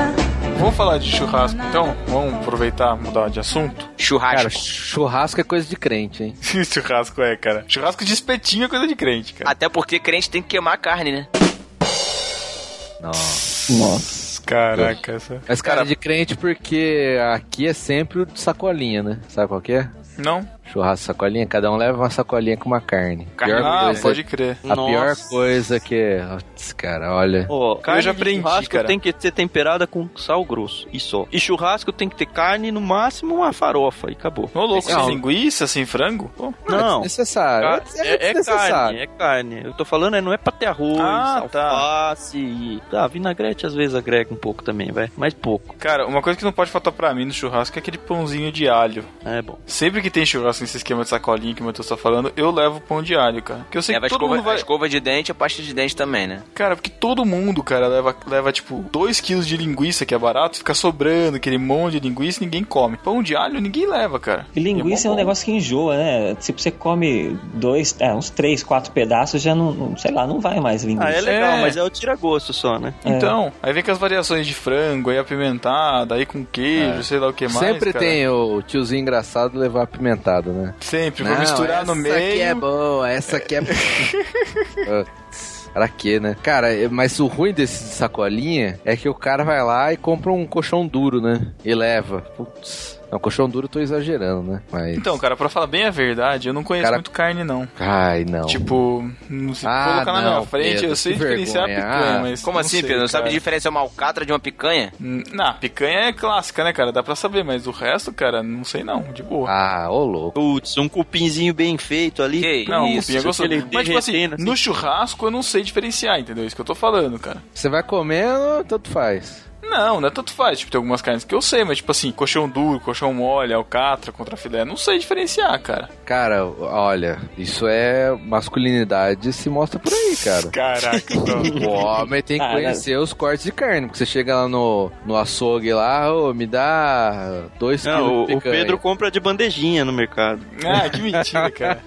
[SPEAKER 1] Vamos falar de churrasco, então? Vamos aproveitar, mudar de assunto?
[SPEAKER 3] Cara,
[SPEAKER 2] Churrasco.
[SPEAKER 3] churrasco é coisa de crente, hein?
[SPEAKER 1] churrasco é, cara. Churrasco de espetinho é coisa de crente, cara.
[SPEAKER 2] Até porque crente tem que queimar a carne, né?
[SPEAKER 3] Nossa.
[SPEAKER 6] Nossa.
[SPEAKER 1] Caraca, essa...
[SPEAKER 3] Mas cara, de crente porque aqui é sempre o de sacolinha, né? Sabe qual que é?
[SPEAKER 1] Não?
[SPEAKER 3] Churrasco, sacolinha, cada um leva uma sacolinha com uma carne.
[SPEAKER 2] Carne
[SPEAKER 3] Pior
[SPEAKER 1] Ah,
[SPEAKER 3] coisa- é
[SPEAKER 1] pode crer.
[SPEAKER 3] A pior
[SPEAKER 4] Nossa.
[SPEAKER 3] coisa que é. Putz, cara, olha.
[SPEAKER 4] Ó, carne
[SPEAKER 1] já
[SPEAKER 4] de
[SPEAKER 1] aprendi,
[SPEAKER 4] churrasco
[SPEAKER 1] cara.
[SPEAKER 4] tem que ser temperada com sal grosso e só. E churrasco tem que ter carne, no máximo uma farofa e acabou.
[SPEAKER 1] Ô, louco,
[SPEAKER 3] Não.
[SPEAKER 1] sem linguiça, sem frango? Pô.
[SPEAKER 4] Não,
[SPEAKER 3] É desnecessário.
[SPEAKER 4] ca- é, é carne,
[SPEAKER 3] desnecessário.
[SPEAKER 4] é carne. Eu tô falando, é, não é pra ter arroz,
[SPEAKER 1] Ah, tá.
[SPEAKER 4] alface e... Tá, vinagrete às vezes agrega um pouco também, vai. Mas pouco,
[SPEAKER 1] Cara, uma coisa que não pode faltar pra mim no churrasco é aquele pãozinho de alho.
[SPEAKER 4] é bom.
[SPEAKER 1] Sempre que tem churrasco negócio, nesse esquema de sacolinha que o Matheus tá falando, eu levo pão diário, cara. Porque eu sei
[SPEAKER 2] Leva a
[SPEAKER 1] que todo
[SPEAKER 2] escova,
[SPEAKER 1] mundo vai.
[SPEAKER 2] a escova de dente e a pasta de dente também, né?
[SPEAKER 1] Cara, porque todo mundo, cara, leva, leva tipo 2 kg de linguiça, que é barato, fica sobrando aquele monte de linguiça e ninguém come. Pão de alho ninguém leva, cara.
[SPEAKER 6] E linguiça é,
[SPEAKER 1] mó
[SPEAKER 6] um
[SPEAKER 1] bom.
[SPEAKER 6] negócio que enjoa, né? Tipo, você come dois, é, uns três, quatro pedaços, já não, não- sei lá, não vai mais linguiça.
[SPEAKER 4] Ah, é legal,
[SPEAKER 1] É.
[SPEAKER 4] mas é o tira-gosto só, né?
[SPEAKER 6] É.
[SPEAKER 1] Então, aí vem com as variações de frango, aí apimentada, aí com queijo, sei lá o que mais.
[SPEAKER 3] Sempre
[SPEAKER 1] cara.
[SPEAKER 3] tem o tiozinho engraçado levar apimentado, né?
[SPEAKER 1] Sempre,
[SPEAKER 3] Não,
[SPEAKER 1] Tipo, vou misturar no meio.
[SPEAKER 3] Essa aqui é boa, essa aqui é boa. Putz, Pra quê, né? Cara, é- mas o ruim desse de sacolinha é que o cara vai lá e compra um colchão duro, né? E leva. Putz. Não, colchão duro eu tô exagerando, né? Mas.
[SPEAKER 1] Então, cara, pra falar bem a verdade, eu não conheço
[SPEAKER 3] Cara-
[SPEAKER 1] muito carne, não.
[SPEAKER 3] Ai, não.
[SPEAKER 1] Tipo, não se
[SPEAKER 3] Ah,
[SPEAKER 1] colocar na
[SPEAKER 3] não,
[SPEAKER 1] minha frente,
[SPEAKER 3] Pedro,
[SPEAKER 1] eu sei
[SPEAKER 3] que
[SPEAKER 1] diferenciar a
[SPEAKER 3] vergonha.
[SPEAKER 1] picanha,
[SPEAKER 3] Ah,
[SPEAKER 1] mas.
[SPEAKER 2] Como
[SPEAKER 1] não
[SPEAKER 2] assim,
[SPEAKER 1] sei,
[SPEAKER 2] Pedro? Não sabe
[SPEAKER 1] cara.
[SPEAKER 2] diferenciar uma alcatra de uma picanha?
[SPEAKER 1] Hum, Não, picanha é clássica, né, cara? Dá pra saber, mas o resto, cara, não sei não, de boa.
[SPEAKER 3] Ah, ô louco.
[SPEAKER 4] Putz, um cupinzinho bem feito ali.
[SPEAKER 2] Que
[SPEAKER 1] Não,
[SPEAKER 2] isso,
[SPEAKER 1] cupim é gostoso.
[SPEAKER 4] aquele
[SPEAKER 1] Mas, tipo assim,
[SPEAKER 4] derretendo, assim.
[SPEAKER 1] no churrasco eu não sei diferenciar, entendeu? É Isso que eu tô falando, cara.
[SPEAKER 3] Você vai comendo, tanto faz.
[SPEAKER 1] Não, não é tanto faz. Tipo, tem algumas carnes que eu sei, mas, tipo assim, colchão duro, colchão mole, alcatra, contrafilé, não sei diferenciar, cara.
[SPEAKER 3] Cara, olha, isso é masculinidade se mostra por aí, cara.
[SPEAKER 1] Caraca, então.
[SPEAKER 3] O homem tem que
[SPEAKER 6] Cara.
[SPEAKER 3] conhecer os cortes de carne, porque você chega lá no, no açougue lá, ô, me dá dois
[SPEAKER 4] Não,
[SPEAKER 3] quilos de
[SPEAKER 4] o, o
[SPEAKER 3] picanha.
[SPEAKER 4] Pedro compra de bandejinha no mercado.
[SPEAKER 1] ah, que mentira, cara.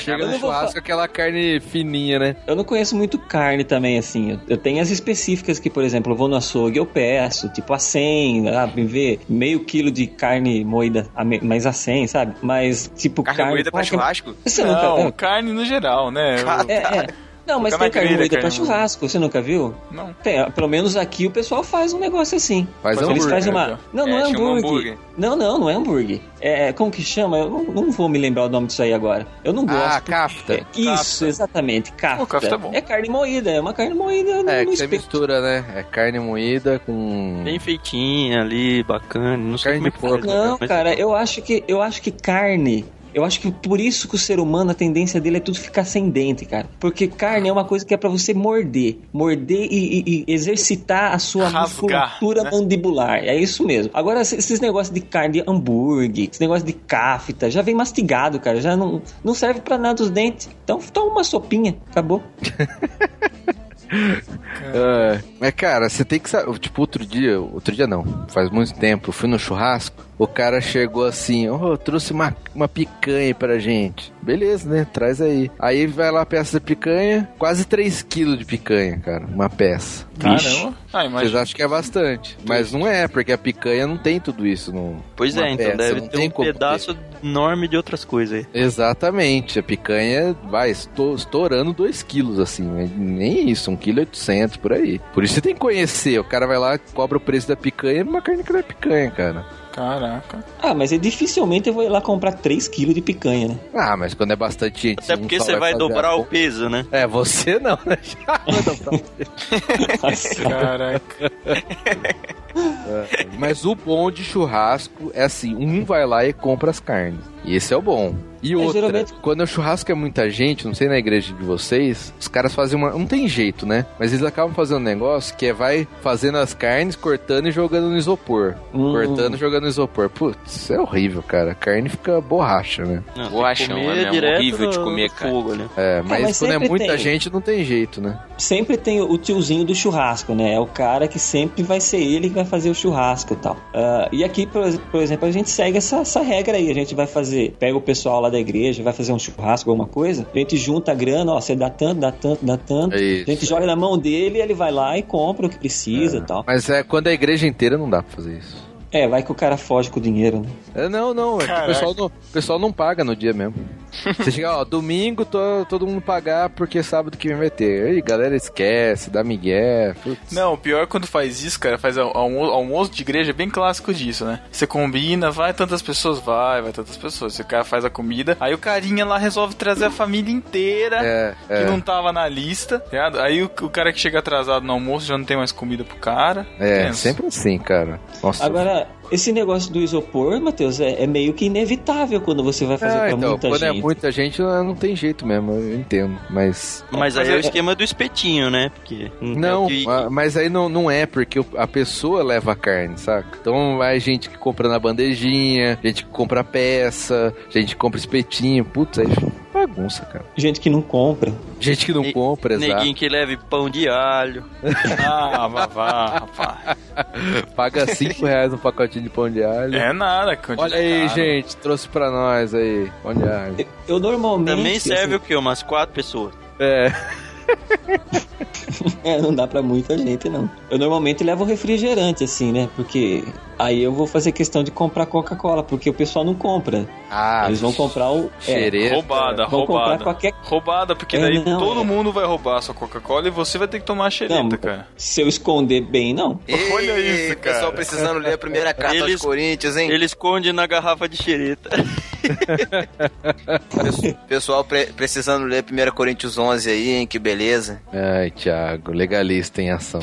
[SPEAKER 3] chega
[SPEAKER 6] Eu
[SPEAKER 3] no
[SPEAKER 6] não vou
[SPEAKER 3] churrasco aquela carne fininha, né?
[SPEAKER 6] Eu não conheço muito carne também, assim. Eu, eu tenho as específicas que, por exemplo, eu vou no açougue, eu peço, tipo a 100, ah, me vê meio quilo de carne moída, a me- mas a 100, sabe? Mas, tipo,
[SPEAKER 2] Carne,
[SPEAKER 6] carne...
[SPEAKER 2] moída pra
[SPEAKER 6] Ah, que-
[SPEAKER 2] churrasco?
[SPEAKER 6] Você
[SPEAKER 1] Não,
[SPEAKER 6] nunca...
[SPEAKER 1] carne no geral, né? Eu-
[SPEAKER 6] É, é. Não, mas
[SPEAKER 1] Fica na
[SPEAKER 6] tem carne
[SPEAKER 1] grelha,
[SPEAKER 6] moída pra
[SPEAKER 1] carne moída.
[SPEAKER 6] churrasco, você nunca viu?
[SPEAKER 1] Não.
[SPEAKER 6] Tem, pelo menos aqui o pessoal faz um negócio assim.
[SPEAKER 3] Faz
[SPEAKER 1] Mas
[SPEAKER 3] é
[SPEAKER 6] Eles
[SPEAKER 3] Então, hambúrguer.
[SPEAKER 6] fazem
[SPEAKER 1] né?
[SPEAKER 6] uma. Não, não é,
[SPEAKER 2] É, chama
[SPEAKER 6] hambúrguer.
[SPEAKER 2] hambúrguer.
[SPEAKER 6] Não, não, não é hambúrguer. É, como que chama? Eu não, não vou me lembrar o nome disso aí agora. Eu não gosto.
[SPEAKER 3] Ah,
[SPEAKER 6] É,
[SPEAKER 3] capta.
[SPEAKER 6] isso, exatamente. Capta.
[SPEAKER 1] Pô, capta é bom.
[SPEAKER 6] carne moída, é uma carne moída no,
[SPEAKER 3] É,
[SPEAKER 6] no
[SPEAKER 3] que você
[SPEAKER 6] espeto.
[SPEAKER 3] mistura, né? É carne moída com...
[SPEAKER 4] Bem feitinha ali, bacana. Não sei
[SPEAKER 3] Carne
[SPEAKER 4] como é que
[SPEAKER 3] de porco. né?
[SPEAKER 4] faz,
[SPEAKER 6] Não,
[SPEAKER 1] então,
[SPEAKER 4] mas-
[SPEAKER 6] cara, eu acho que eu acho que carne. Eu acho que por isso que o ser humano, a tendência dele é tudo ficar sem dente, cara. Porque carne é uma coisa que é pra você morder. Morder e, e- e exercitar a sua
[SPEAKER 1] Rasgar,
[SPEAKER 6] musculatura
[SPEAKER 1] né?
[SPEAKER 6] mandibular. É isso mesmo. Agora, esses- esses negócios de carne, de hambúrguer, esse negócio de cafta, já vem mastigado, cara. Já não, não serve pra nada os dentes. Então, toma uma sopinha. Acabou.
[SPEAKER 3] É, mas cara, você tem que saber. Tipo, outro dia, outro dia não, faz muito tempo, eu fui no churrasco, o cara chegou assim, ô, eu trouxe uma, uma picanha pra gente. Beleza, né? Traz aí. Aí vai lá a peça de picanha, quase 3 quilos de picanha, cara, uma peça.
[SPEAKER 1] Caramba. Ah,
[SPEAKER 3] Vocês
[SPEAKER 1] imagina.
[SPEAKER 3] acham que é bastante, mas não é, porque a picanha não tem tudo isso. Não...
[SPEAKER 4] Pois
[SPEAKER 3] uma
[SPEAKER 4] é, então
[SPEAKER 3] peça,
[SPEAKER 4] deve
[SPEAKER 3] não
[SPEAKER 4] ter
[SPEAKER 3] tem
[SPEAKER 4] um
[SPEAKER 3] como ter.
[SPEAKER 4] pedaço enorme de outras coisas aí.
[SPEAKER 3] Exatamente, a picanha vai esto- estourando 2 quilos, assim, né? nem isso, 1,8 kg por aí. Por isso você tem que conhecer, o cara vai lá, cobra o preço da picanha, uma carne que não é picanha, cara.
[SPEAKER 1] Caraca.
[SPEAKER 6] Ah, mas eu, dificilmente eu vou ir lá comprar 3 kg de picanha, né?
[SPEAKER 3] Ah, mas quando é bastante gente...
[SPEAKER 4] Até
[SPEAKER 3] um
[SPEAKER 4] porque
[SPEAKER 3] só
[SPEAKER 4] você vai
[SPEAKER 3] fazer a
[SPEAKER 4] dobrar o
[SPEAKER 3] conta.
[SPEAKER 4] peso, né?
[SPEAKER 3] É, você não, né? Já vai dobrar o peso.
[SPEAKER 1] Caraca.
[SPEAKER 3] Mas o bom de churrasco é assim, um vai lá e compra as carnes, e esse é o bom. E
[SPEAKER 6] Mas
[SPEAKER 3] outra,
[SPEAKER 6] geralmente-
[SPEAKER 3] quando o churrasco é muita gente, não sei na igreja de vocês, os caras fazem uma. Não tem jeito, né? Mas eles acabam fazendo um negócio que é vai fazendo as carnes, cortando e jogando no isopor.
[SPEAKER 6] Hum.
[SPEAKER 3] Cortando e jogando no isopor. Putz, isso é horrível, cara. A carne fica borracha, né?
[SPEAKER 4] Não, tem que
[SPEAKER 2] Borrachão,
[SPEAKER 4] comer
[SPEAKER 2] é mesmo,
[SPEAKER 4] direto
[SPEAKER 2] horrível de
[SPEAKER 4] no-
[SPEAKER 2] comer,
[SPEAKER 4] no
[SPEAKER 2] cara.
[SPEAKER 4] Fogo, né?
[SPEAKER 3] É, mas,
[SPEAKER 6] Ah, mas
[SPEAKER 3] quando é
[SPEAKER 6] sempre
[SPEAKER 3] muita
[SPEAKER 6] tem.
[SPEAKER 3] gente, não tem jeito, né?
[SPEAKER 6] Sempre tem o tiozinho do churrasco, né? É o cara que sempre vai ser ele que vai fazer o churrasco e tal. Ah, e aqui, por, ex- por exemplo, a gente segue essa, essa regra aí. A gente vai fazer, pega o pessoal lá da igreja, vai fazer um churrasco, alguma coisa. A gente junta a grana, ó, você dá tanto, dá tanto, dá tanto.
[SPEAKER 3] É
[SPEAKER 6] A gente
[SPEAKER 3] isso.
[SPEAKER 6] joga na mão dele, ele vai lá e compra o que precisa e tal.
[SPEAKER 3] Mas é quando é a igreja inteira, não dá pra fazer isso.
[SPEAKER 6] É, vai que o cara foge com o dinheiro, né?
[SPEAKER 3] É, não, não. É que o,
[SPEAKER 1] Caraca.
[SPEAKER 3] pessoal não o pessoal não paga no dia mesmo. Você chega, ó, domingo to- todo mundo pagar porque sábado que vem vai ter. Aí, galera, esquece, dá migué. Putz.
[SPEAKER 1] Não, o pior é quando faz isso, cara, faz al- almo- almoço de igreja, é bem clássico disso, né? Você combina, vai tantas pessoas, vai, vai tantas pessoas. Se o cara faz a comida, aí o carinha lá resolve trazer a família inteira.
[SPEAKER 3] É,
[SPEAKER 1] Que
[SPEAKER 3] é,
[SPEAKER 1] não tava na lista, tá ligado? Aí o, o cara que chega atrasado no almoço já não tem mais comida pro cara.
[SPEAKER 3] é
[SPEAKER 1] Pensa.
[SPEAKER 3] sempre assim, cara. Nossa,
[SPEAKER 6] Agora, Esse negócio do isopor, Matheus, é, é meio que inevitável quando você vai fazer
[SPEAKER 3] Ah,
[SPEAKER 6] pra
[SPEAKER 3] então,
[SPEAKER 6] muita
[SPEAKER 3] quando
[SPEAKER 6] gente.
[SPEAKER 3] é muita gente, não não tem jeito mesmo, eu entendo. Mas.
[SPEAKER 4] Mas aí
[SPEAKER 6] Mas
[SPEAKER 4] é o
[SPEAKER 6] é-
[SPEAKER 4] esquema do espetinho, né? Porque
[SPEAKER 3] Não,
[SPEAKER 4] é o que-
[SPEAKER 3] ah, mas aí não, não é porque o- a pessoa leva a carne, saca? Então vai gente que compra na bandejinha, gente que compra peça, gente que compra espetinho, putz, aí fica bagunça, cara.
[SPEAKER 6] Gente que não compra.
[SPEAKER 3] Gente que não
[SPEAKER 4] Ne-
[SPEAKER 3] compra, é exato.
[SPEAKER 4] Neguinho que leve pão de alho.
[SPEAKER 3] é.
[SPEAKER 1] Ah, vá, vá, rapaz.
[SPEAKER 3] Paga 5 reais um pacotinho de pão de alho.
[SPEAKER 1] É nada, continua
[SPEAKER 3] Olha aí,
[SPEAKER 1] caro.
[SPEAKER 3] gente, trouxe pra nós aí, pão de alho.
[SPEAKER 6] Eu, eu normalmente.
[SPEAKER 4] Também serve o quê? Umas quatro pessoas.
[SPEAKER 3] É,
[SPEAKER 6] assim, é, não dá pra muita gente, não. Eu normalmente levo refrigerante, assim, né? Porque aí eu vou fazer questão de comprar Coca-Cola, porque o pessoal não compra.
[SPEAKER 3] ah,
[SPEAKER 6] Eles vão comprar o. É,
[SPEAKER 3] Xerê.
[SPEAKER 1] Roubada,
[SPEAKER 6] vão comprar
[SPEAKER 1] roubada.
[SPEAKER 6] qualquer
[SPEAKER 1] Roubada, porque
[SPEAKER 6] É,
[SPEAKER 1] daí
[SPEAKER 6] não,
[SPEAKER 1] todo
[SPEAKER 6] é.
[SPEAKER 1] mundo vai roubar a sua Coca-Cola e você vai ter que tomar a xereta,
[SPEAKER 6] Não,
[SPEAKER 1] cara.
[SPEAKER 6] Se eu esconder bem, não.
[SPEAKER 1] Olha isso, cara.
[SPEAKER 2] Pessoal precisando ler a primeira carta
[SPEAKER 4] Eles-
[SPEAKER 2] aos Corinthians, hein?
[SPEAKER 4] Ele esconde na garrafa de xereta.
[SPEAKER 2] Pessoal pre- precisando ler a primeira Coríntios 11 aí, hein? Que beleza.
[SPEAKER 3] Ai, Thiago, legalista em ação.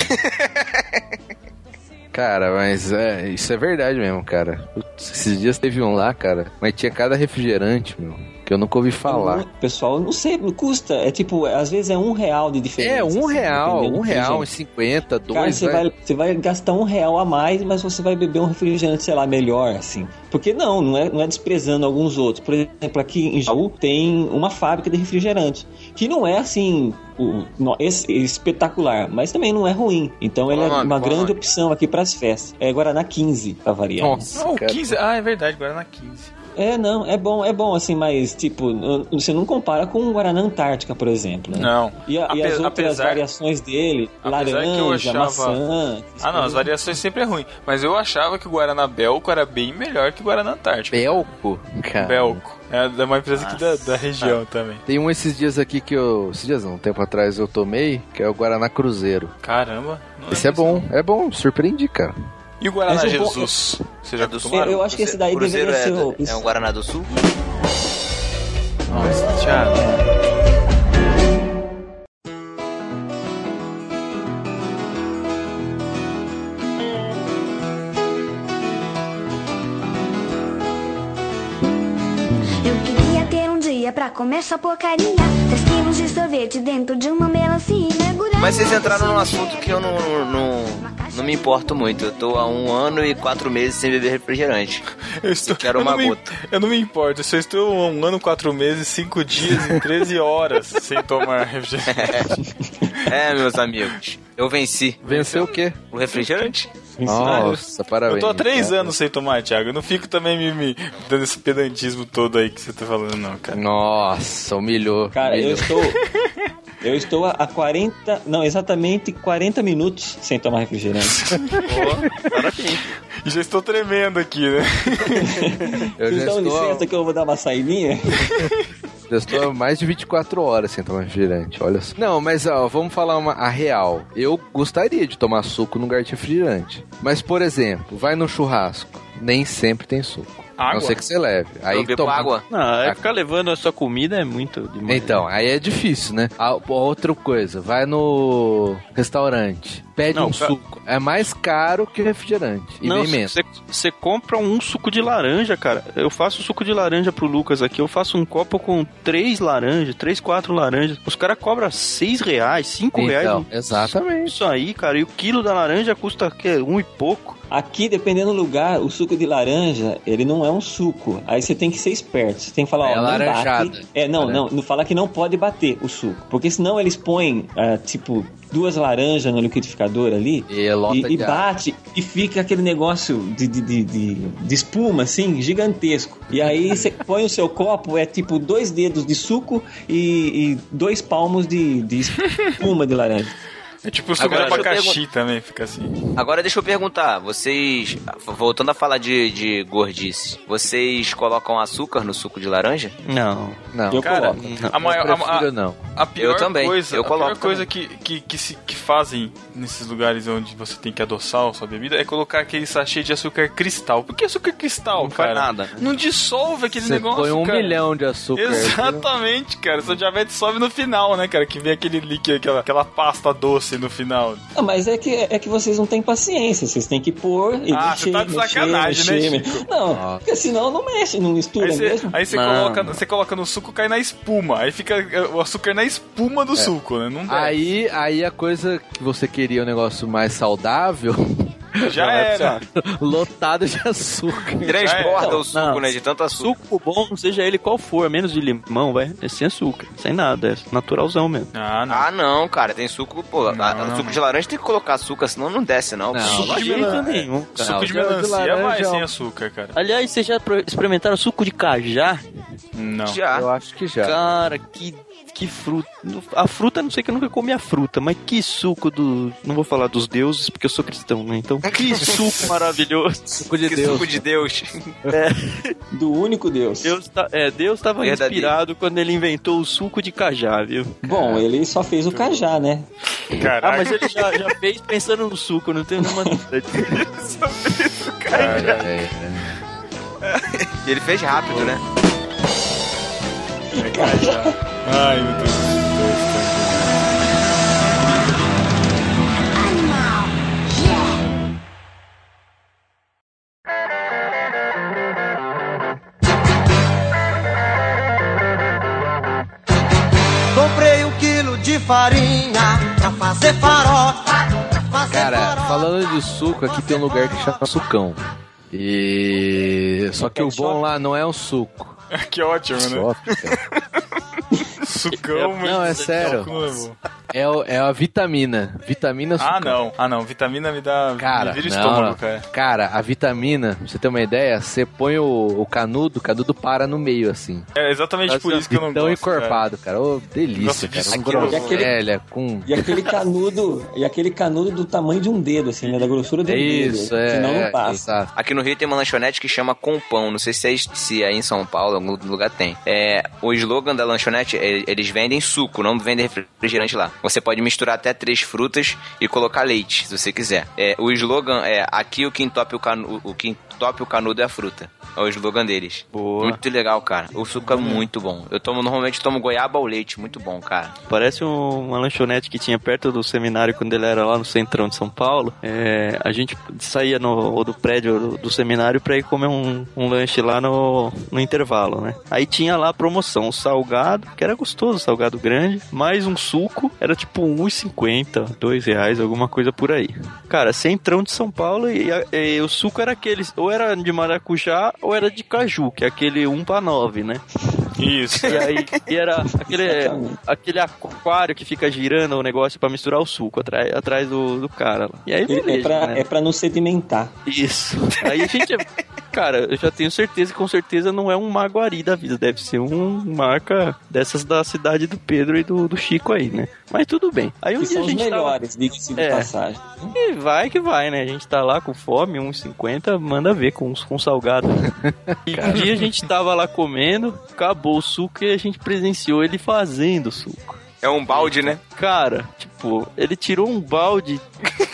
[SPEAKER 3] Cara, mas é, isso é verdade mesmo, cara. Putz, esses dias teve um lá, cara, mas tinha cada refrigerante, meu, que eu nunca ouvi falar.
[SPEAKER 6] Não, Pessoal, não sei, não custa. É tipo, às vezes é um real de diferença.
[SPEAKER 3] É, um
[SPEAKER 6] assim,
[SPEAKER 3] real,
[SPEAKER 6] dependendo
[SPEAKER 3] um
[SPEAKER 6] do que a
[SPEAKER 3] real, e
[SPEAKER 6] gente-
[SPEAKER 3] cinquenta,
[SPEAKER 6] Cara,
[SPEAKER 3] dois,
[SPEAKER 6] você
[SPEAKER 1] né?
[SPEAKER 3] vai...
[SPEAKER 6] vai, você vai gastar um real a mais, mas você vai beber um refrigerante, sei lá, melhor, assim. Porque não, não é, não é desprezando alguns outros. Por exemplo, aqui em Jaú tem uma fábrica de refrigerante, que não é, assim, o- no- es- espetacular, mas também não é ruim. Então, ele é
[SPEAKER 2] Qual o nome? Qual
[SPEAKER 6] uma
[SPEAKER 2] o
[SPEAKER 6] grande
[SPEAKER 2] nome?
[SPEAKER 6] opção aqui para as festas. É Guaraná 15, pra variar.
[SPEAKER 3] Nossa,
[SPEAKER 1] Não, o
[SPEAKER 3] cara.
[SPEAKER 1] 15. Ah, é verdade, Guaraná 15.
[SPEAKER 6] É, não, é bom, é bom, assim, mas, tipo, n- você não compara com o Guaraná Antártica, por exemplo, né?
[SPEAKER 1] Não.
[SPEAKER 6] E, a-
[SPEAKER 1] Ape-
[SPEAKER 6] e as outras
[SPEAKER 1] apesar-
[SPEAKER 6] variações dele,
[SPEAKER 1] apesar que eu
[SPEAKER 6] laranja,
[SPEAKER 1] achava-
[SPEAKER 6] maçã...
[SPEAKER 1] Ah, não, as
[SPEAKER 6] variações.
[SPEAKER 1] variações sempre é ruim. Mas eu achava que o Guaraná Belco era bem melhor que o Guaraná Antártico.
[SPEAKER 3] Belco, cara.
[SPEAKER 1] Belco. É uma empresa aqui da, da região também.
[SPEAKER 3] Tem um esses dias aqui que eu... Esses dias não, um tempo atrás eu tomei, que é o Guaraná Cruzeiro.
[SPEAKER 1] Caramba. não é
[SPEAKER 3] Esse é
[SPEAKER 1] lembro
[SPEAKER 3] bom, é bom, surpreendi, cara.
[SPEAKER 1] disso. E o Guaraná
[SPEAKER 6] Mas o bom-
[SPEAKER 1] Jesus? Você já
[SPEAKER 2] É do
[SPEAKER 6] Eu,
[SPEAKER 1] tomaram?
[SPEAKER 6] eu acho que esse daí
[SPEAKER 2] Cruzeiro
[SPEAKER 6] deveria
[SPEAKER 2] é,
[SPEAKER 6] ser o...
[SPEAKER 2] é um Guaraná do Sul?
[SPEAKER 1] Nossa, Thiago.
[SPEAKER 7] Eu queria ter um dia pra comer essa porcaria. 3 quilos de sorvete dentro de uma melancia. mergulhada
[SPEAKER 2] Mas é- vocês entraram num
[SPEAKER 7] na
[SPEAKER 2] assunto que eu não, não, não me importo muito. Eu tô há um ano e quatro meses sem beber refrigerante.
[SPEAKER 1] Eu estou,
[SPEAKER 2] quero
[SPEAKER 1] eu
[SPEAKER 2] uma
[SPEAKER 1] não me,
[SPEAKER 2] gota.
[SPEAKER 1] Eu não me importo, eu só estou há um ano, quatro meses, cinco dias e 13 horas sem tomar refrigerante.
[SPEAKER 2] É, meus amigos. Eu venci.
[SPEAKER 3] Venceu o quê?
[SPEAKER 2] O refrigerante?
[SPEAKER 3] Nossa, parabéns.
[SPEAKER 1] Eu tô há três
[SPEAKER 3] cara.
[SPEAKER 1] anos sem tomar, Thiago. Eu não fico também me, me dando esse pedantismo todo aí que você tá falando, não, cara.
[SPEAKER 3] Nossa, humilhou.
[SPEAKER 6] Cara, eu
[SPEAKER 3] humilhou.
[SPEAKER 6] estou... Eu estou há 40, não, exatamente 40 minutos sem tomar refrigerante.
[SPEAKER 1] E já estou tremendo aqui, né?
[SPEAKER 3] Eu
[SPEAKER 6] Vocês
[SPEAKER 3] já
[SPEAKER 6] dão
[SPEAKER 3] estou,
[SPEAKER 6] Então, licença que eu vou dar uma saidinha?
[SPEAKER 3] já estou há mais de 24 horas sem tomar refrigerante, olha só. Não, mas ó, vamos falar uma, a real. Eu gostaria de tomar suco no lugar de refrigerante. Mas, por exemplo, vai no churrasco. Nem sempre tem suco. A não
[SPEAKER 1] Água.
[SPEAKER 3] ser que você leve.
[SPEAKER 2] Aí
[SPEAKER 3] Aí
[SPEAKER 2] eu bebo
[SPEAKER 3] toma-
[SPEAKER 2] água.
[SPEAKER 4] Não, é ficar levando a sua comida é muito demais.
[SPEAKER 3] Ah. Então, aí é difícil, né? A, a outra coisa, vai no restaurante, pede
[SPEAKER 4] Não,
[SPEAKER 3] um
[SPEAKER 4] ca-
[SPEAKER 3] suco. É mais caro que refrigerante. E
[SPEAKER 4] Não,
[SPEAKER 3] bem menos.
[SPEAKER 4] você você compra um suco de laranja, cara. Eu faço suco de laranja pro Lucas aqui. Eu faço um copo com três laranjas, três, quatro laranjas. Os caras cobram seis reais, cinco
[SPEAKER 3] Então,
[SPEAKER 4] reais.
[SPEAKER 3] exatamente.
[SPEAKER 4] Isso aí, cara. E o quilo da laranja custa que, um e pouco.
[SPEAKER 6] Aqui, dependendo do lugar, o suco de laranja, ele não é um suco. Aí você tem que ser esperto. Você tem que falar,
[SPEAKER 3] É Né?
[SPEAKER 6] ó, não
[SPEAKER 3] laranjada.
[SPEAKER 6] bate. É, não, não, não fala que não pode bater o suco. Porque senão eles põem, ah, tipo, duas laranjas no liquidificador ali.
[SPEAKER 3] E é lota
[SPEAKER 6] E, e
[SPEAKER 3] de água.
[SPEAKER 6] bate e fica aquele negócio de, de, de, de- de espuma, assim, gigantesco. E aí você põe o seu copo, é tipo dois dedos de suco e, e dois palmos de, de espuma de laranja.
[SPEAKER 1] É tipo o suco de
[SPEAKER 2] Agora deixa eu
[SPEAKER 1] abacaxi também, fica assim.
[SPEAKER 2] Agora deixa eu perguntar, vocês. Voltando a falar de, de gordice, vocês colocam açúcar no suco de laranja?
[SPEAKER 4] Não.
[SPEAKER 3] Não.
[SPEAKER 6] Eu
[SPEAKER 1] Cara,
[SPEAKER 6] coloco.
[SPEAKER 1] a maior.
[SPEAKER 3] Eu
[SPEAKER 1] a- a-
[SPEAKER 3] prefiro não.
[SPEAKER 1] A pior
[SPEAKER 2] Eu também,
[SPEAKER 1] coisa,
[SPEAKER 2] eu
[SPEAKER 1] a
[SPEAKER 2] coloco
[SPEAKER 1] pior coisa que, que, que, se, que fazem nesses lugares onde você tem que adoçar a sua bebida é colocar aquele sachê de açúcar cristal. Por que é açúcar cristal,
[SPEAKER 4] Não faz
[SPEAKER 1] cara?
[SPEAKER 4] nada.
[SPEAKER 1] Não dissolve aquele
[SPEAKER 3] Você
[SPEAKER 1] negócio,
[SPEAKER 3] põe um
[SPEAKER 1] cara.
[SPEAKER 3] milhão de açúcar.
[SPEAKER 1] Exatamente, cara. Seu diabetes sobe no final, né, cara? Que vem aquele líquido, aquela, aquela pasta doce doce no final.
[SPEAKER 6] Ah, mas é que, é que vocês não têm paciência, vocês têm que pôr e
[SPEAKER 1] Ah, você tá de sacanagem, né,
[SPEAKER 3] Ah.
[SPEAKER 6] Não, porque senão não mexe, não mistura
[SPEAKER 1] Aí
[SPEAKER 4] é-
[SPEAKER 1] você,
[SPEAKER 6] mesmo.
[SPEAKER 1] aí você
[SPEAKER 2] Não.
[SPEAKER 1] coloca, você coloca no suco, cai na espuma. Aí fica eh, o açúcar na espuma
[SPEAKER 3] É.
[SPEAKER 1] do suco, né? Não dá.
[SPEAKER 3] Aí, aí a coisa que você queria um negócio mais saudável, Ah,
[SPEAKER 1] Já
[SPEAKER 3] é
[SPEAKER 1] era.
[SPEAKER 3] lotado de açúcar.
[SPEAKER 2] Transborda
[SPEAKER 6] Não,
[SPEAKER 2] o suco,
[SPEAKER 4] não.
[SPEAKER 2] né? De tanto açúcar.
[SPEAKER 4] Suco bom, seja ele qual for, menos de limão, vai. É sem açúcar, sem nada, é naturalzão mesmo.
[SPEAKER 1] Ah, não.
[SPEAKER 2] Ah, não, cara, tem suco, pô, a- a- suco de laranja tem que colocar açúcar, senão não desce, não.
[SPEAKER 3] Não,
[SPEAKER 2] Suco
[SPEAKER 4] De
[SPEAKER 1] lógico.
[SPEAKER 2] de
[SPEAKER 4] jeito
[SPEAKER 1] melão.
[SPEAKER 4] nenhum.
[SPEAKER 3] Não,
[SPEAKER 1] Suco de
[SPEAKER 3] de- de
[SPEAKER 1] melancia
[SPEAKER 3] laranja,
[SPEAKER 1] vai
[SPEAKER 3] ó.
[SPEAKER 1] sem açúcar, cara.
[SPEAKER 4] Aliás, vocês já pro- experimentaram suco de cajá?
[SPEAKER 1] Não.
[SPEAKER 2] já.
[SPEAKER 3] Eu acho que já.
[SPEAKER 4] Cara, que, que fruta. A fruta, não sei que eu nunca comi a fruta, mas que suco do. Não vou falar dos deuses, porque eu sou cristão, né? Então, que suco maravilhoso.
[SPEAKER 3] Suco de
[SPEAKER 2] Que
[SPEAKER 3] Deus.
[SPEAKER 2] suco de Deus.
[SPEAKER 6] Do único Deus.
[SPEAKER 4] Deus, tá, é, Deus tava
[SPEAKER 2] Verdadeiro.
[SPEAKER 4] inspirado quando ele inventou o suco de cajá, viu?
[SPEAKER 6] Bom, ele só fez o cajá, né?
[SPEAKER 1] Caraca,
[SPEAKER 4] Ah, mas ele já, já fez pensando no suco, não tenho nenhuma dúvida.
[SPEAKER 1] cara.
[SPEAKER 3] É.
[SPEAKER 2] ah. E ele fez rápido, né?
[SPEAKER 1] Ai, meu Deus.
[SPEAKER 9] Comprei um quilo de farinha pra fazer farofa. Fazer
[SPEAKER 3] Cara,
[SPEAKER 9] farofa.
[SPEAKER 3] falando de suco, aqui tem um lugar que chama Sucão. E. Só que o bom lá não é um suco.
[SPEAKER 1] Que ótimo, né? Sucão, mas.
[SPEAKER 3] Não, é sério.
[SPEAKER 1] calculo.
[SPEAKER 3] É, o- é a vitamina. Vitamina sucão.
[SPEAKER 1] Ah, não. Ah, não. Vitamina me dá.
[SPEAKER 3] Cara,
[SPEAKER 1] me vira o
[SPEAKER 3] não,
[SPEAKER 1] estômago,
[SPEAKER 3] não.
[SPEAKER 1] cara.
[SPEAKER 3] Cara, a vitamina, pra você ter uma ideia, você põe o, o canudo, o canudo para no meio, assim.
[SPEAKER 1] É exatamente por isso que eu não
[SPEAKER 3] Tão
[SPEAKER 1] gosto. cara.
[SPEAKER 3] encorpado, cara. Ô,
[SPEAKER 1] Gosto
[SPEAKER 3] delícia,
[SPEAKER 1] de
[SPEAKER 3] cara.
[SPEAKER 1] suco.
[SPEAKER 3] Um
[SPEAKER 6] E aquele-
[SPEAKER 3] groselha com...
[SPEAKER 6] E aquele canudo, e aquele canudo do tamanho de um dedo, assim, né? Da grossura de um
[SPEAKER 3] É isso,
[SPEAKER 6] dedo.
[SPEAKER 3] é.
[SPEAKER 6] senão
[SPEAKER 3] é,
[SPEAKER 6] não passa.
[SPEAKER 3] exato.
[SPEAKER 2] Aqui no Rio tem uma lanchonete que chama Compão. Não sei se, é, se aí em São Paulo, em algum outro lugar tem. É, o slogan da lanchonete, é, eles vendem suco, não vendem refrigerante lá. Você pode misturar até três frutas e colocar leite, se você quiser. É, o slogan é: aqui o que entope o, canu, o, que entope o canudo é a fruta. É o slogan deles.
[SPEAKER 4] Boa.
[SPEAKER 2] Muito legal, cara. O suco é muito bom. Eu tomo, normalmente tomo goiaba ou leite. Muito bom, cara.
[SPEAKER 4] Parece um- uma lanchonete que tinha perto do seminário quando ele era lá no centrão de São Paulo. É, a gente saía no, do prédio do, do seminário pra ir comer um, um lanche lá no, no intervalo, né? Aí tinha lá a promoção, um salgado, que era gostoso, salgado grande, mais um suco, era tipo 1,50, 2 reais, alguma coisa por aí. Cara, centrão de São Paulo e, a- e o suco era aquele, ou era de maracujá ou era de caju, que é aquele 1 para 9, né?
[SPEAKER 1] Isso.
[SPEAKER 4] E aí e era aquele,
[SPEAKER 6] Exatamente.
[SPEAKER 4] aquele aquário que fica girando o negócio pra misturar o suco atrás, atrás do, do cara lá. E aí,
[SPEAKER 6] Ele-
[SPEAKER 4] beleza,
[SPEAKER 6] é, pra,
[SPEAKER 4] né?
[SPEAKER 6] é pra não sedimentar.
[SPEAKER 4] Isso. Aí a gente... Cara, eu já tenho certeza que com certeza não é um maguari da vida. Deve ser um marca dessas da cidade do Pedro e do, do Chico aí, né? Mas tudo bem. Aí um
[SPEAKER 6] Que
[SPEAKER 4] dia
[SPEAKER 6] são
[SPEAKER 4] a
[SPEAKER 6] os
[SPEAKER 4] gente tava...
[SPEAKER 6] melhores, diga-se de
[SPEAKER 4] É.
[SPEAKER 6] passagem.
[SPEAKER 4] E vai que vai, né? A gente tá lá com fome, 1,50, manda ver com, com salgado. E um dia a gente tava lá comendo, acabou o suco e a gente presenciou ele fazendo o suco.
[SPEAKER 2] É um balde, né?
[SPEAKER 4] Cara, tipo, ele tirou um balde,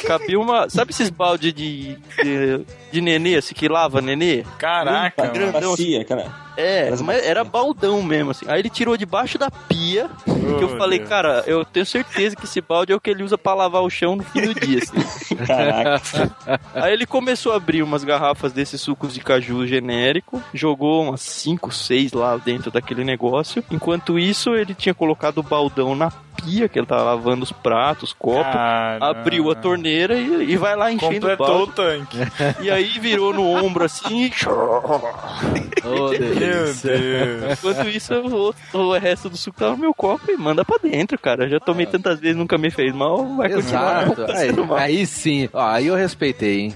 [SPEAKER 4] cabia uma. Sabe esses balde de, de, de nenê, assim, que lava nenê?
[SPEAKER 1] Caraca,
[SPEAKER 6] Tá,
[SPEAKER 1] mano.
[SPEAKER 4] grandão,
[SPEAKER 6] Bacia, cara.
[SPEAKER 4] É,
[SPEAKER 6] Parece
[SPEAKER 4] mas era baldão mesmo, assim. Aí ele tirou debaixo da pia, que eu
[SPEAKER 1] Oh,
[SPEAKER 4] falei,
[SPEAKER 1] Deus.
[SPEAKER 4] cara, eu tenho certeza que esse balde é o que ele usa pra lavar o chão no fim do dia, assim.
[SPEAKER 6] Caraca.
[SPEAKER 4] Aí ele começou a abrir umas garrafas desses sucos de caju genérico, jogou umas 5, 6 lá dentro daquele negócio. Enquanto isso, ele tinha colocado o baldão na pia, que ele tava lavando os pratos, copos.
[SPEAKER 1] Cara.
[SPEAKER 4] Abriu a torneira e, e vai lá enchendo o
[SPEAKER 1] Completou
[SPEAKER 4] balde.
[SPEAKER 1] o tanque.
[SPEAKER 4] E aí virou no ombro assim. e é.
[SPEAKER 3] Ô,
[SPEAKER 1] Meu
[SPEAKER 3] delícia.
[SPEAKER 1] Deus.
[SPEAKER 4] Enquanto isso, o, outro- o resto do suco tava no meu copo e manda pra dentro, cara. Já tomei tantas vezes, nunca me fez mal, vai continuar.
[SPEAKER 3] Exato. É Aí,
[SPEAKER 4] sendo mal.
[SPEAKER 3] aí sim. Ó, aí eu respeitei, hein?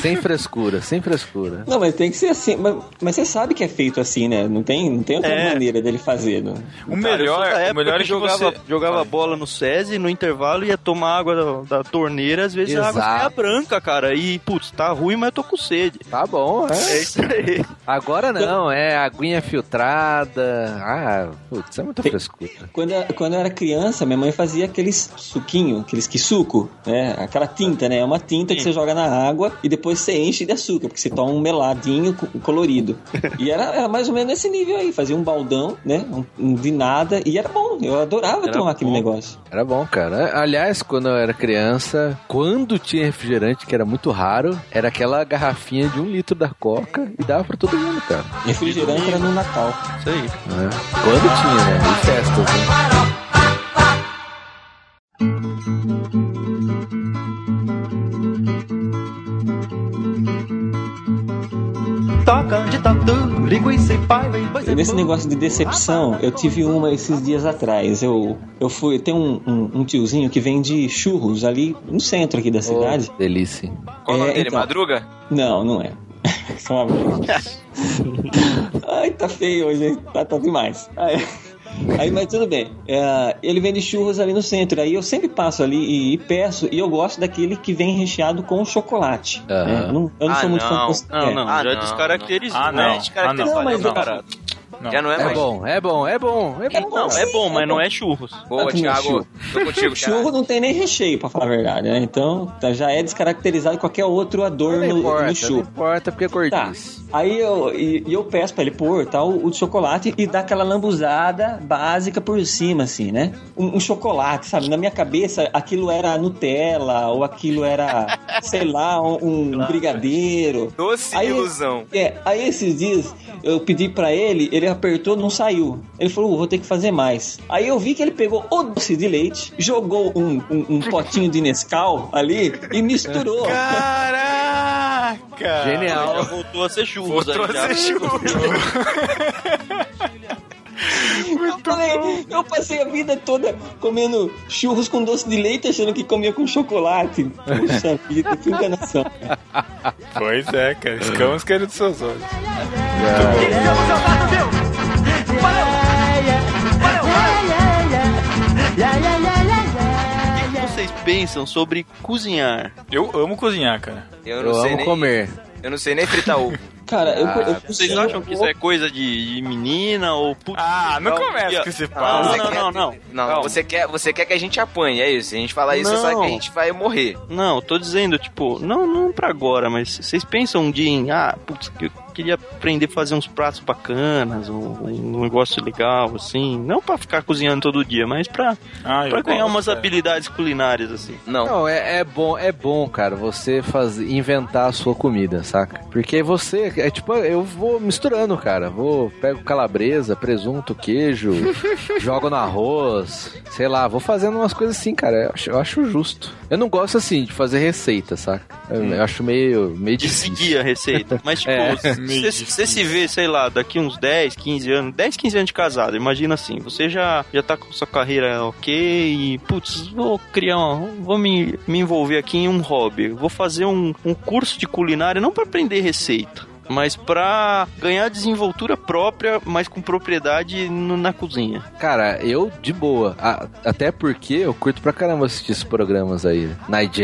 [SPEAKER 3] Sem frescura, sem frescura.
[SPEAKER 6] Não, mas tem que ser assim. Mas, mas você sabe que é feito assim, né? Não tem, não tem outra
[SPEAKER 4] É.
[SPEAKER 6] maneira dele fazer. Não.
[SPEAKER 1] O
[SPEAKER 4] Cara, eu sou
[SPEAKER 1] melhor,
[SPEAKER 4] da
[SPEAKER 1] o
[SPEAKER 4] época
[SPEAKER 1] melhor é
[SPEAKER 4] que
[SPEAKER 1] que
[SPEAKER 4] jogava,
[SPEAKER 1] você...
[SPEAKER 4] jogava
[SPEAKER 1] Fala.
[SPEAKER 4] bola no SESI, no intervalo ia tomar água da, da torneira, às vezes a água
[SPEAKER 3] Exato.
[SPEAKER 4] saia branca, cara. E, putz, tá ruim, mas eu tô com sede.
[SPEAKER 3] Tá bom, é.
[SPEAKER 4] É isso aí.
[SPEAKER 3] Agora não, é aguinha filtrada. Ah, putz, é muita frescura.
[SPEAKER 6] Quando, eu- quando eu era criança, minha mãe fazia aqueles suquinho, aqueles que suco, né? Aquela tinta, né? É uma tinta que você joga na água e depois você enche de açúcar, porque você toma um meladinho co- colorido. E era, era mais ou menos nesse nível aí, fazia um baldão, né? Um, um de nada, e era bom, bom, eu adorava
[SPEAKER 4] Era
[SPEAKER 6] tomar aquele
[SPEAKER 4] bom.
[SPEAKER 6] negócio.
[SPEAKER 3] Era bom, cara. né? Aliás, quando eu era criança, quando tinha refrigerante, que era muito raro, era aquela garrafinha de um litro da Coca e dava pra todo mundo, cara.
[SPEAKER 6] Refrigerante era no Natal.
[SPEAKER 4] Isso aí.
[SPEAKER 3] né? Quando tinha, né? E festas, né?
[SPEAKER 9] Toca de tatu, linguiça e pai, vem você.
[SPEAKER 6] Nesse negócio de decepção, eu tive uma esses dias atrás. Eu, eu fui. Tem um, um, um tiozinho que vende churros ali no centro aqui da cidade.
[SPEAKER 3] Oh, delícia.
[SPEAKER 2] Qual o nome
[SPEAKER 6] É,
[SPEAKER 2] dele?
[SPEAKER 6] então.
[SPEAKER 2] Madruga?
[SPEAKER 6] Não, não é. Só uma vez. Ai, tá feio hoje, hein? Tá, tá demais. Aí, aí, mas tudo bem. É, ele vende churros ali no centro. Aí eu sempre passo ali e, e peço. E eu gosto daquele que vem recheado com chocolate.
[SPEAKER 3] Aham.
[SPEAKER 6] né? Não- eu não
[SPEAKER 2] Ah,
[SPEAKER 6] sou muito
[SPEAKER 2] não.
[SPEAKER 6] fã é.
[SPEAKER 4] Não, não,
[SPEAKER 2] Ah,
[SPEAKER 4] já
[SPEAKER 2] não,
[SPEAKER 4] descaracterizou.
[SPEAKER 1] não. Ah,
[SPEAKER 4] né?
[SPEAKER 1] não.
[SPEAKER 4] Descaracterizou.
[SPEAKER 6] Ah, não.
[SPEAKER 4] Olha,
[SPEAKER 6] Não, mas-
[SPEAKER 4] cara,
[SPEAKER 2] Já não é,
[SPEAKER 3] É
[SPEAKER 2] mais.
[SPEAKER 3] bom, é bom, é bom, é bom.
[SPEAKER 4] Não, é bom, mas não é tipo, churros.
[SPEAKER 2] Boa,
[SPEAKER 6] Tanto meu
[SPEAKER 2] Thiago.
[SPEAKER 6] churro.
[SPEAKER 2] Tô contigo, Thiago.
[SPEAKER 6] Churro não tem nem recheio, pra falar a verdade, né? Então tá- já é descaracterizado qualquer outro
[SPEAKER 3] Não
[SPEAKER 6] adorno
[SPEAKER 3] importa,
[SPEAKER 6] no
[SPEAKER 3] não
[SPEAKER 6] churro.
[SPEAKER 3] importa, porque é
[SPEAKER 6] Tá.
[SPEAKER 3] gordice.
[SPEAKER 6] Aí eu, e, e eu peço pra ele pôr tal o de chocolate e dar aquela lambuzada básica por cima, assim, né? Um, um chocolate, sabe? Na minha cabeça, aquilo era Nutella, ou aquilo era, sei lá, um, um brigadeiro.
[SPEAKER 2] Doce
[SPEAKER 6] Aí-
[SPEAKER 2] ilusão.
[SPEAKER 6] É, aí esses dias eu pedi pra ele, ele apertou, não saiu. Ele falou, "Uh, vou ter que fazer mais. Aí eu vi que ele pegou o doce de leite, jogou um, um- um potinho de Nescau ali e misturou.
[SPEAKER 1] Caraca!
[SPEAKER 4] Já
[SPEAKER 3] Genial.
[SPEAKER 4] voltou a ser É churros.
[SPEAKER 2] Voltou
[SPEAKER 4] aí,
[SPEAKER 2] a
[SPEAKER 4] já.
[SPEAKER 2] ser churro.
[SPEAKER 6] eu, falei, eu passei a vida toda comendo churros com doce de leite, achando que comia com chocolate. Puxa vida, que enganação.
[SPEAKER 1] Pois é, cara. Escamas querendo seus olhos.
[SPEAKER 4] O que vocês pensam sobre cozinhar?
[SPEAKER 1] Eu amo cozinhar, cara.
[SPEAKER 2] Eu não
[SPEAKER 3] Eu
[SPEAKER 2] sei
[SPEAKER 3] amo
[SPEAKER 2] nem.
[SPEAKER 3] comer.
[SPEAKER 2] Eu não sei nem fritar ovo.
[SPEAKER 6] Cara, eu, eu,
[SPEAKER 4] Ah, Vocês acham que isso é coisa de, de menina ou putz,
[SPEAKER 1] Ah, não
[SPEAKER 4] tal,
[SPEAKER 1] começa
[SPEAKER 4] dia-
[SPEAKER 1] com esse
[SPEAKER 4] Ah,
[SPEAKER 1] papo.
[SPEAKER 2] você
[SPEAKER 4] não,
[SPEAKER 2] quer-
[SPEAKER 4] não, não.
[SPEAKER 2] Não,
[SPEAKER 4] Calma.
[SPEAKER 2] você quer, você quer que a gente apanhe, é isso. Se a gente falar isso,
[SPEAKER 4] Não.
[SPEAKER 2] você sabe que a gente vai morrer.
[SPEAKER 4] Não, eu tô dizendo, tipo, não, não pra agora, mas vocês pensam um dia em, ah, putz, que eu queria aprender a fazer uns pratos bacanas, um, um negócio legal, assim. Não pra ficar cozinhando todo dia, mas pra,
[SPEAKER 1] Ah, eu
[SPEAKER 4] pra ganhar
[SPEAKER 1] gosto,
[SPEAKER 4] umas
[SPEAKER 1] cara.
[SPEAKER 4] habilidades culinárias, assim.
[SPEAKER 2] Não.
[SPEAKER 3] Não, é, é bom, é bom, cara, você faz, inventar a sua comida, saca? Porque você, é tipo, eu vou misturando, cara. Vou, pego calabresa, presunto, queijo, jogo no arroz, sei lá, vou fazendo umas coisas assim, cara. Eu acho, eu acho justo. Eu não gosto, assim, de fazer receita, saca? Eu, eu acho meio, meio
[SPEAKER 4] Hum. De
[SPEAKER 3] difícil.
[SPEAKER 4] seguir a receita. Mas, tipo,
[SPEAKER 3] É.
[SPEAKER 1] Meio
[SPEAKER 4] você
[SPEAKER 1] difícil.
[SPEAKER 4] se vê, sei lá, daqui uns 10, 15 anos, 10, 15 anos de casado, imagina assim, você já, já tá com sua carreira ok e, putz, vou criar, um, vou me, me envolver aqui em um hobby, vou fazer um, um curso de culinária, não pra aprender receita. Mas pra ganhar desenvoltura própria, mas com propriedade no- na cozinha.
[SPEAKER 3] Cara, eu de boa. A- até porque eu curto pra caramba assistir esses programas aí.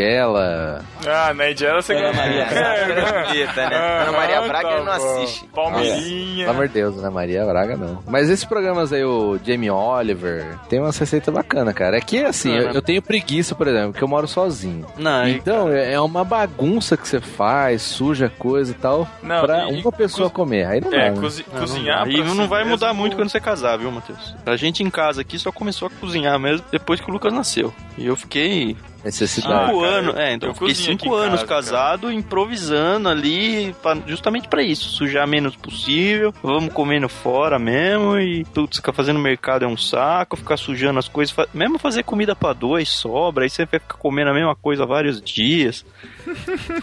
[SPEAKER 3] Nigella.
[SPEAKER 1] Ah, na Indiana você
[SPEAKER 6] Ana
[SPEAKER 1] gosta.
[SPEAKER 6] Maria
[SPEAKER 4] É.
[SPEAKER 2] Braga. Bonita, né? Ana Maria
[SPEAKER 1] Ah,
[SPEAKER 2] Braga,
[SPEAKER 1] tá
[SPEAKER 2] ele não
[SPEAKER 1] bom.
[SPEAKER 2] assiste.
[SPEAKER 1] Palmeirinha.
[SPEAKER 3] Pelo amor de Deus, né? Maria Braga não. Mas esses programas aí, o Jamie Oliver, tem umas receitas bacanas, cara. É que assim, eu, eu tenho preguiça, por exemplo, porque eu moro sozinho.
[SPEAKER 4] Não, e-
[SPEAKER 3] então, é é uma bagunça que você faz, suja coisa e tal,
[SPEAKER 1] Não,
[SPEAKER 3] pra
[SPEAKER 1] e-
[SPEAKER 3] uma pessoa comer. Aí não
[SPEAKER 1] É,
[SPEAKER 3] dá, né?
[SPEAKER 1] cozi-
[SPEAKER 4] Ah, não
[SPEAKER 1] cozinhar.
[SPEAKER 4] dá.
[SPEAKER 1] pra
[SPEAKER 4] E
[SPEAKER 1] si
[SPEAKER 4] não vai mudar
[SPEAKER 1] mesmo-
[SPEAKER 4] muito quando você casar, viu, Matheus? A gente em casa aqui só começou a cozinhar mesmo depois que o Lucas nasceu. E eu fiquei cinco
[SPEAKER 1] Ah,
[SPEAKER 3] Necessidade.
[SPEAKER 1] cara,
[SPEAKER 4] anos, é, então
[SPEAKER 1] eu
[SPEAKER 4] eu fiquei
[SPEAKER 1] cozinho aqui
[SPEAKER 4] cinco
[SPEAKER 1] em
[SPEAKER 4] anos
[SPEAKER 1] casa,
[SPEAKER 4] casado, improvisando ali, pra- justamente pra isso, sujar menos possível, vamos comendo fora mesmo e tudo, ficar fazendo mercado é um saco, ficar sujando as coisas, fa- mesmo fazer comida pra dois sobra, aí você vai ficar comendo a mesma coisa vários dias.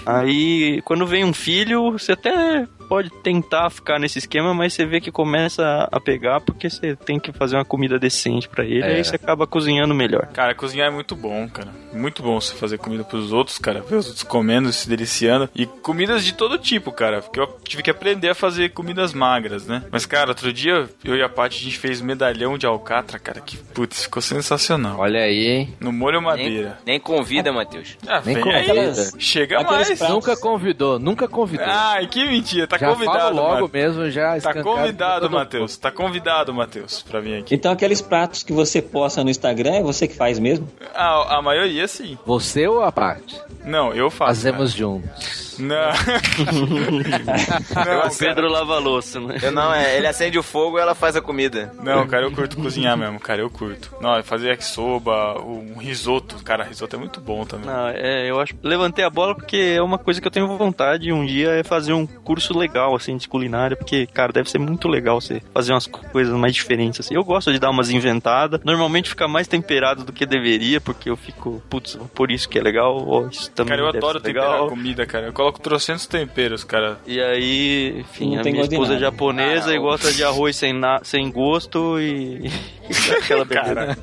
[SPEAKER 4] aí, quando vem um filho, você até pode tentar ficar nesse esquema, mas você vê que começa a pegar porque você tem que fazer uma comida decente pra ele,
[SPEAKER 3] É.
[SPEAKER 4] aí você acaba cozinhando melhor.
[SPEAKER 1] Cara, cozinhar é muito bom, cara. Muito bom você fazer comida pros outros, cara. Ver os outros comendo, se deliciando. E comidas de todo tipo, cara. Porque eu tive que aprender a fazer comidas magras, né? Mas, cara, outro dia eu e a Paty a gente fez medalhão de alcatra, cara. Que putz, ficou sensacional.
[SPEAKER 3] Olha aí, hein?
[SPEAKER 1] No molho
[SPEAKER 2] Nem,
[SPEAKER 1] madeira.
[SPEAKER 2] nem convida, Matheus.
[SPEAKER 1] Ah,
[SPEAKER 3] Nem
[SPEAKER 1] vem aí.
[SPEAKER 3] convida.
[SPEAKER 6] aquelas-
[SPEAKER 1] Chega
[SPEAKER 6] aqueles
[SPEAKER 1] mais.
[SPEAKER 6] pratos-
[SPEAKER 3] Nunca convidou, nunca convidou.
[SPEAKER 1] Ai, que mentira. Tá tá
[SPEAKER 3] já fala
[SPEAKER 1] convidado,
[SPEAKER 3] logo
[SPEAKER 1] Mar-
[SPEAKER 3] mesmo, já
[SPEAKER 1] Tá
[SPEAKER 3] escancarado pra
[SPEAKER 1] convidado,
[SPEAKER 3] todo mundo.
[SPEAKER 1] Matheus. Tá convidado, Matheus, pra vir aqui.
[SPEAKER 6] Então aqueles pratos que você posta no Instagram é você que faz mesmo?
[SPEAKER 1] Ah, a maioria sim.
[SPEAKER 3] Você ou a parte?
[SPEAKER 1] Não, eu faço.
[SPEAKER 3] Fazemos juntos.
[SPEAKER 1] Cara. Não. não,
[SPEAKER 4] O Pedro lava a louça, né?
[SPEAKER 2] Eu não, é, ele acende o fogo e ela faz a comida.
[SPEAKER 1] Não, cara, eu curto cozinhar mesmo, cara, eu curto. Não, é fazer yakisoba, um risoto, cara, risoto é muito bom também.
[SPEAKER 4] Não, é, eu acho. Levantei a bola porque é uma coisa que eu tenho vontade um dia é fazer um curso legal, assim, de culinária, porque, cara, deve ser muito legal você fazer umas co- coisas mais diferentes, assim. Eu gosto de dar umas inventadas, normalmente fica mais temperado do que deveria, porque eu fico, putz, por isso que é legal, ó, isso também
[SPEAKER 1] Cara, eu
[SPEAKER 4] deve
[SPEAKER 1] adoro
[SPEAKER 4] ser
[SPEAKER 1] temperar
[SPEAKER 4] legal.
[SPEAKER 1] comida, cara. Eu coloco trocentos temperos, cara.
[SPEAKER 4] E aí, enfim,
[SPEAKER 6] Não
[SPEAKER 4] a
[SPEAKER 6] tem
[SPEAKER 4] minha
[SPEAKER 6] gosto de
[SPEAKER 4] esposa é
[SPEAKER 6] nada.
[SPEAKER 4] japonesa
[SPEAKER 2] Ah,
[SPEAKER 4] e
[SPEAKER 2] o-
[SPEAKER 4] gosta de arroz sem, na- sem gosto e. e aquela bebida.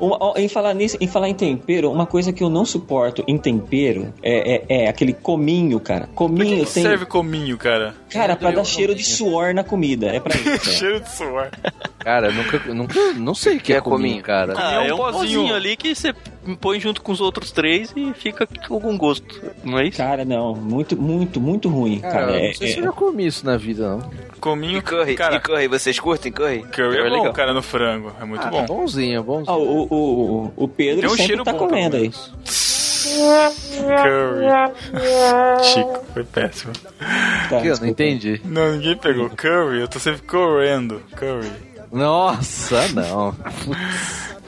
[SPEAKER 6] O- o- em, falar nisso, em falar em tempero, uma coisa que eu não suporto em tempero é, é- é aquele cominho, cara.
[SPEAKER 1] Pra que
[SPEAKER 6] Cominho
[SPEAKER 1] que
[SPEAKER 6] tem.
[SPEAKER 1] serve cominho, cara?
[SPEAKER 6] Cara, pra
[SPEAKER 3] Eu
[SPEAKER 6] dar
[SPEAKER 3] não
[SPEAKER 6] cheiro de
[SPEAKER 3] tinha.
[SPEAKER 6] suor na comida. É pra isso.
[SPEAKER 1] Cheiro de suor.
[SPEAKER 3] Cara, nunca, nunca. Não sei o que é cominho, cara.
[SPEAKER 4] Ah,
[SPEAKER 1] é um
[SPEAKER 4] é um
[SPEAKER 1] pozinho.
[SPEAKER 4] pozinho ali que você põe junto com os outros três e fica com algum gosto, não é isso?
[SPEAKER 6] Cara, não. Muito, muito, muito ruim, cara.
[SPEAKER 3] Cara, eu
[SPEAKER 6] É-
[SPEAKER 3] não sei se
[SPEAKER 6] é-
[SPEAKER 3] eu já comi isso na vida, não.
[SPEAKER 1] Cominho,
[SPEAKER 2] E curry,
[SPEAKER 1] cara.
[SPEAKER 2] e curry, vocês curtem curry?
[SPEAKER 1] Curry é
[SPEAKER 4] é
[SPEAKER 1] bom,
[SPEAKER 4] legal.
[SPEAKER 1] cara, no frango. É muito
[SPEAKER 3] Ah,
[SPEAKER 1] bom.
[SPEAKER 3] Bonzinho, bonzinho.
[SPEAKER 6] Ah, o, o, o Pedro
[SPEAKER 1] Tem um
[SPEAKER 6] sempre
[SPEAKER 1] cheiro
[SPEAKER 6] tá
[SPEAKER 1] bom,
[SPEAKER 6] comendo
[SPEAKER 1] pelo
[SPEAKER 6] aí.
[SPEAKER 1] Curry. Chico, foi péssimo.
[SPEAKER 6] Tá,
[SPEAKER 3] Que eu não
[SPEAKER 6] desculpa.
[SPEAKER 3] entendi.
[SPEAKER 1] Não, ninguém pegou. Curry, eu tô sempre correndo. Curry.
[SPEAKER 3] Nossa, não.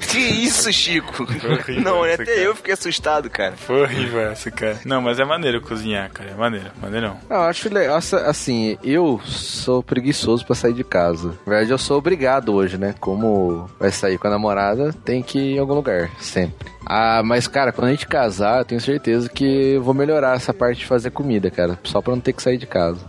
[SPEAKER 2] Que isso, Chico?
[SPEAKER 1] horrível
[SPEAKER 2] Não, né?
[SPEAKER 1] essa, cara.
[SPEAKER 2] até eu fiquei assustado, cara.
[SPEAKER 1] Foi horrível essa, cara. Não, mas é maneiro cozinhar, cara. É maneiro, maneirão.
[SPEAKER 3] Não, eu acho legal. essa- Assim, eu sou preguiçoso pra sair de casa. Na verdade, eu sou obrigado hoje, né? Como vai sair com a namorada, tem que ir em algum lugar, sempre. Ah, mas, cara, quando a gente casar, eu tenho certeza que eu vou melhorar essa parte de fazer comida, cara. Só pra não ter que sair de casa.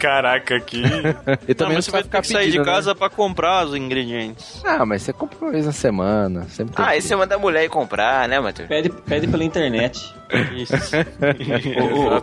[SPEAKER 1] Caraca, que.
[SPEAKER 3] E
[SPEAKER 4] Não,
[SPEAKER 3] também
[SPEAKER 4] mas você
[SPEAKER 3] precisa
[SPEAKER 4] vai ter
[SPEAKER 3] ficar
[SPEAKER 4] que sair de
[SPEAKER 3] pedindo, né?
[SPEAKER 4] casa pra comprar os ingredientes.
[SPEAKER 3] Ah, mas você compra uma vez na semana. Sempre tem
[SPEAKER 2] Ah,
[SPEAKER 3] que-
[SPEAKER 2] esse é mandar a mulher ir comprar, né, Matheus?
[SPEAKER 6] Pede, pede pela internet.
[SPEAKER 4] Isso. é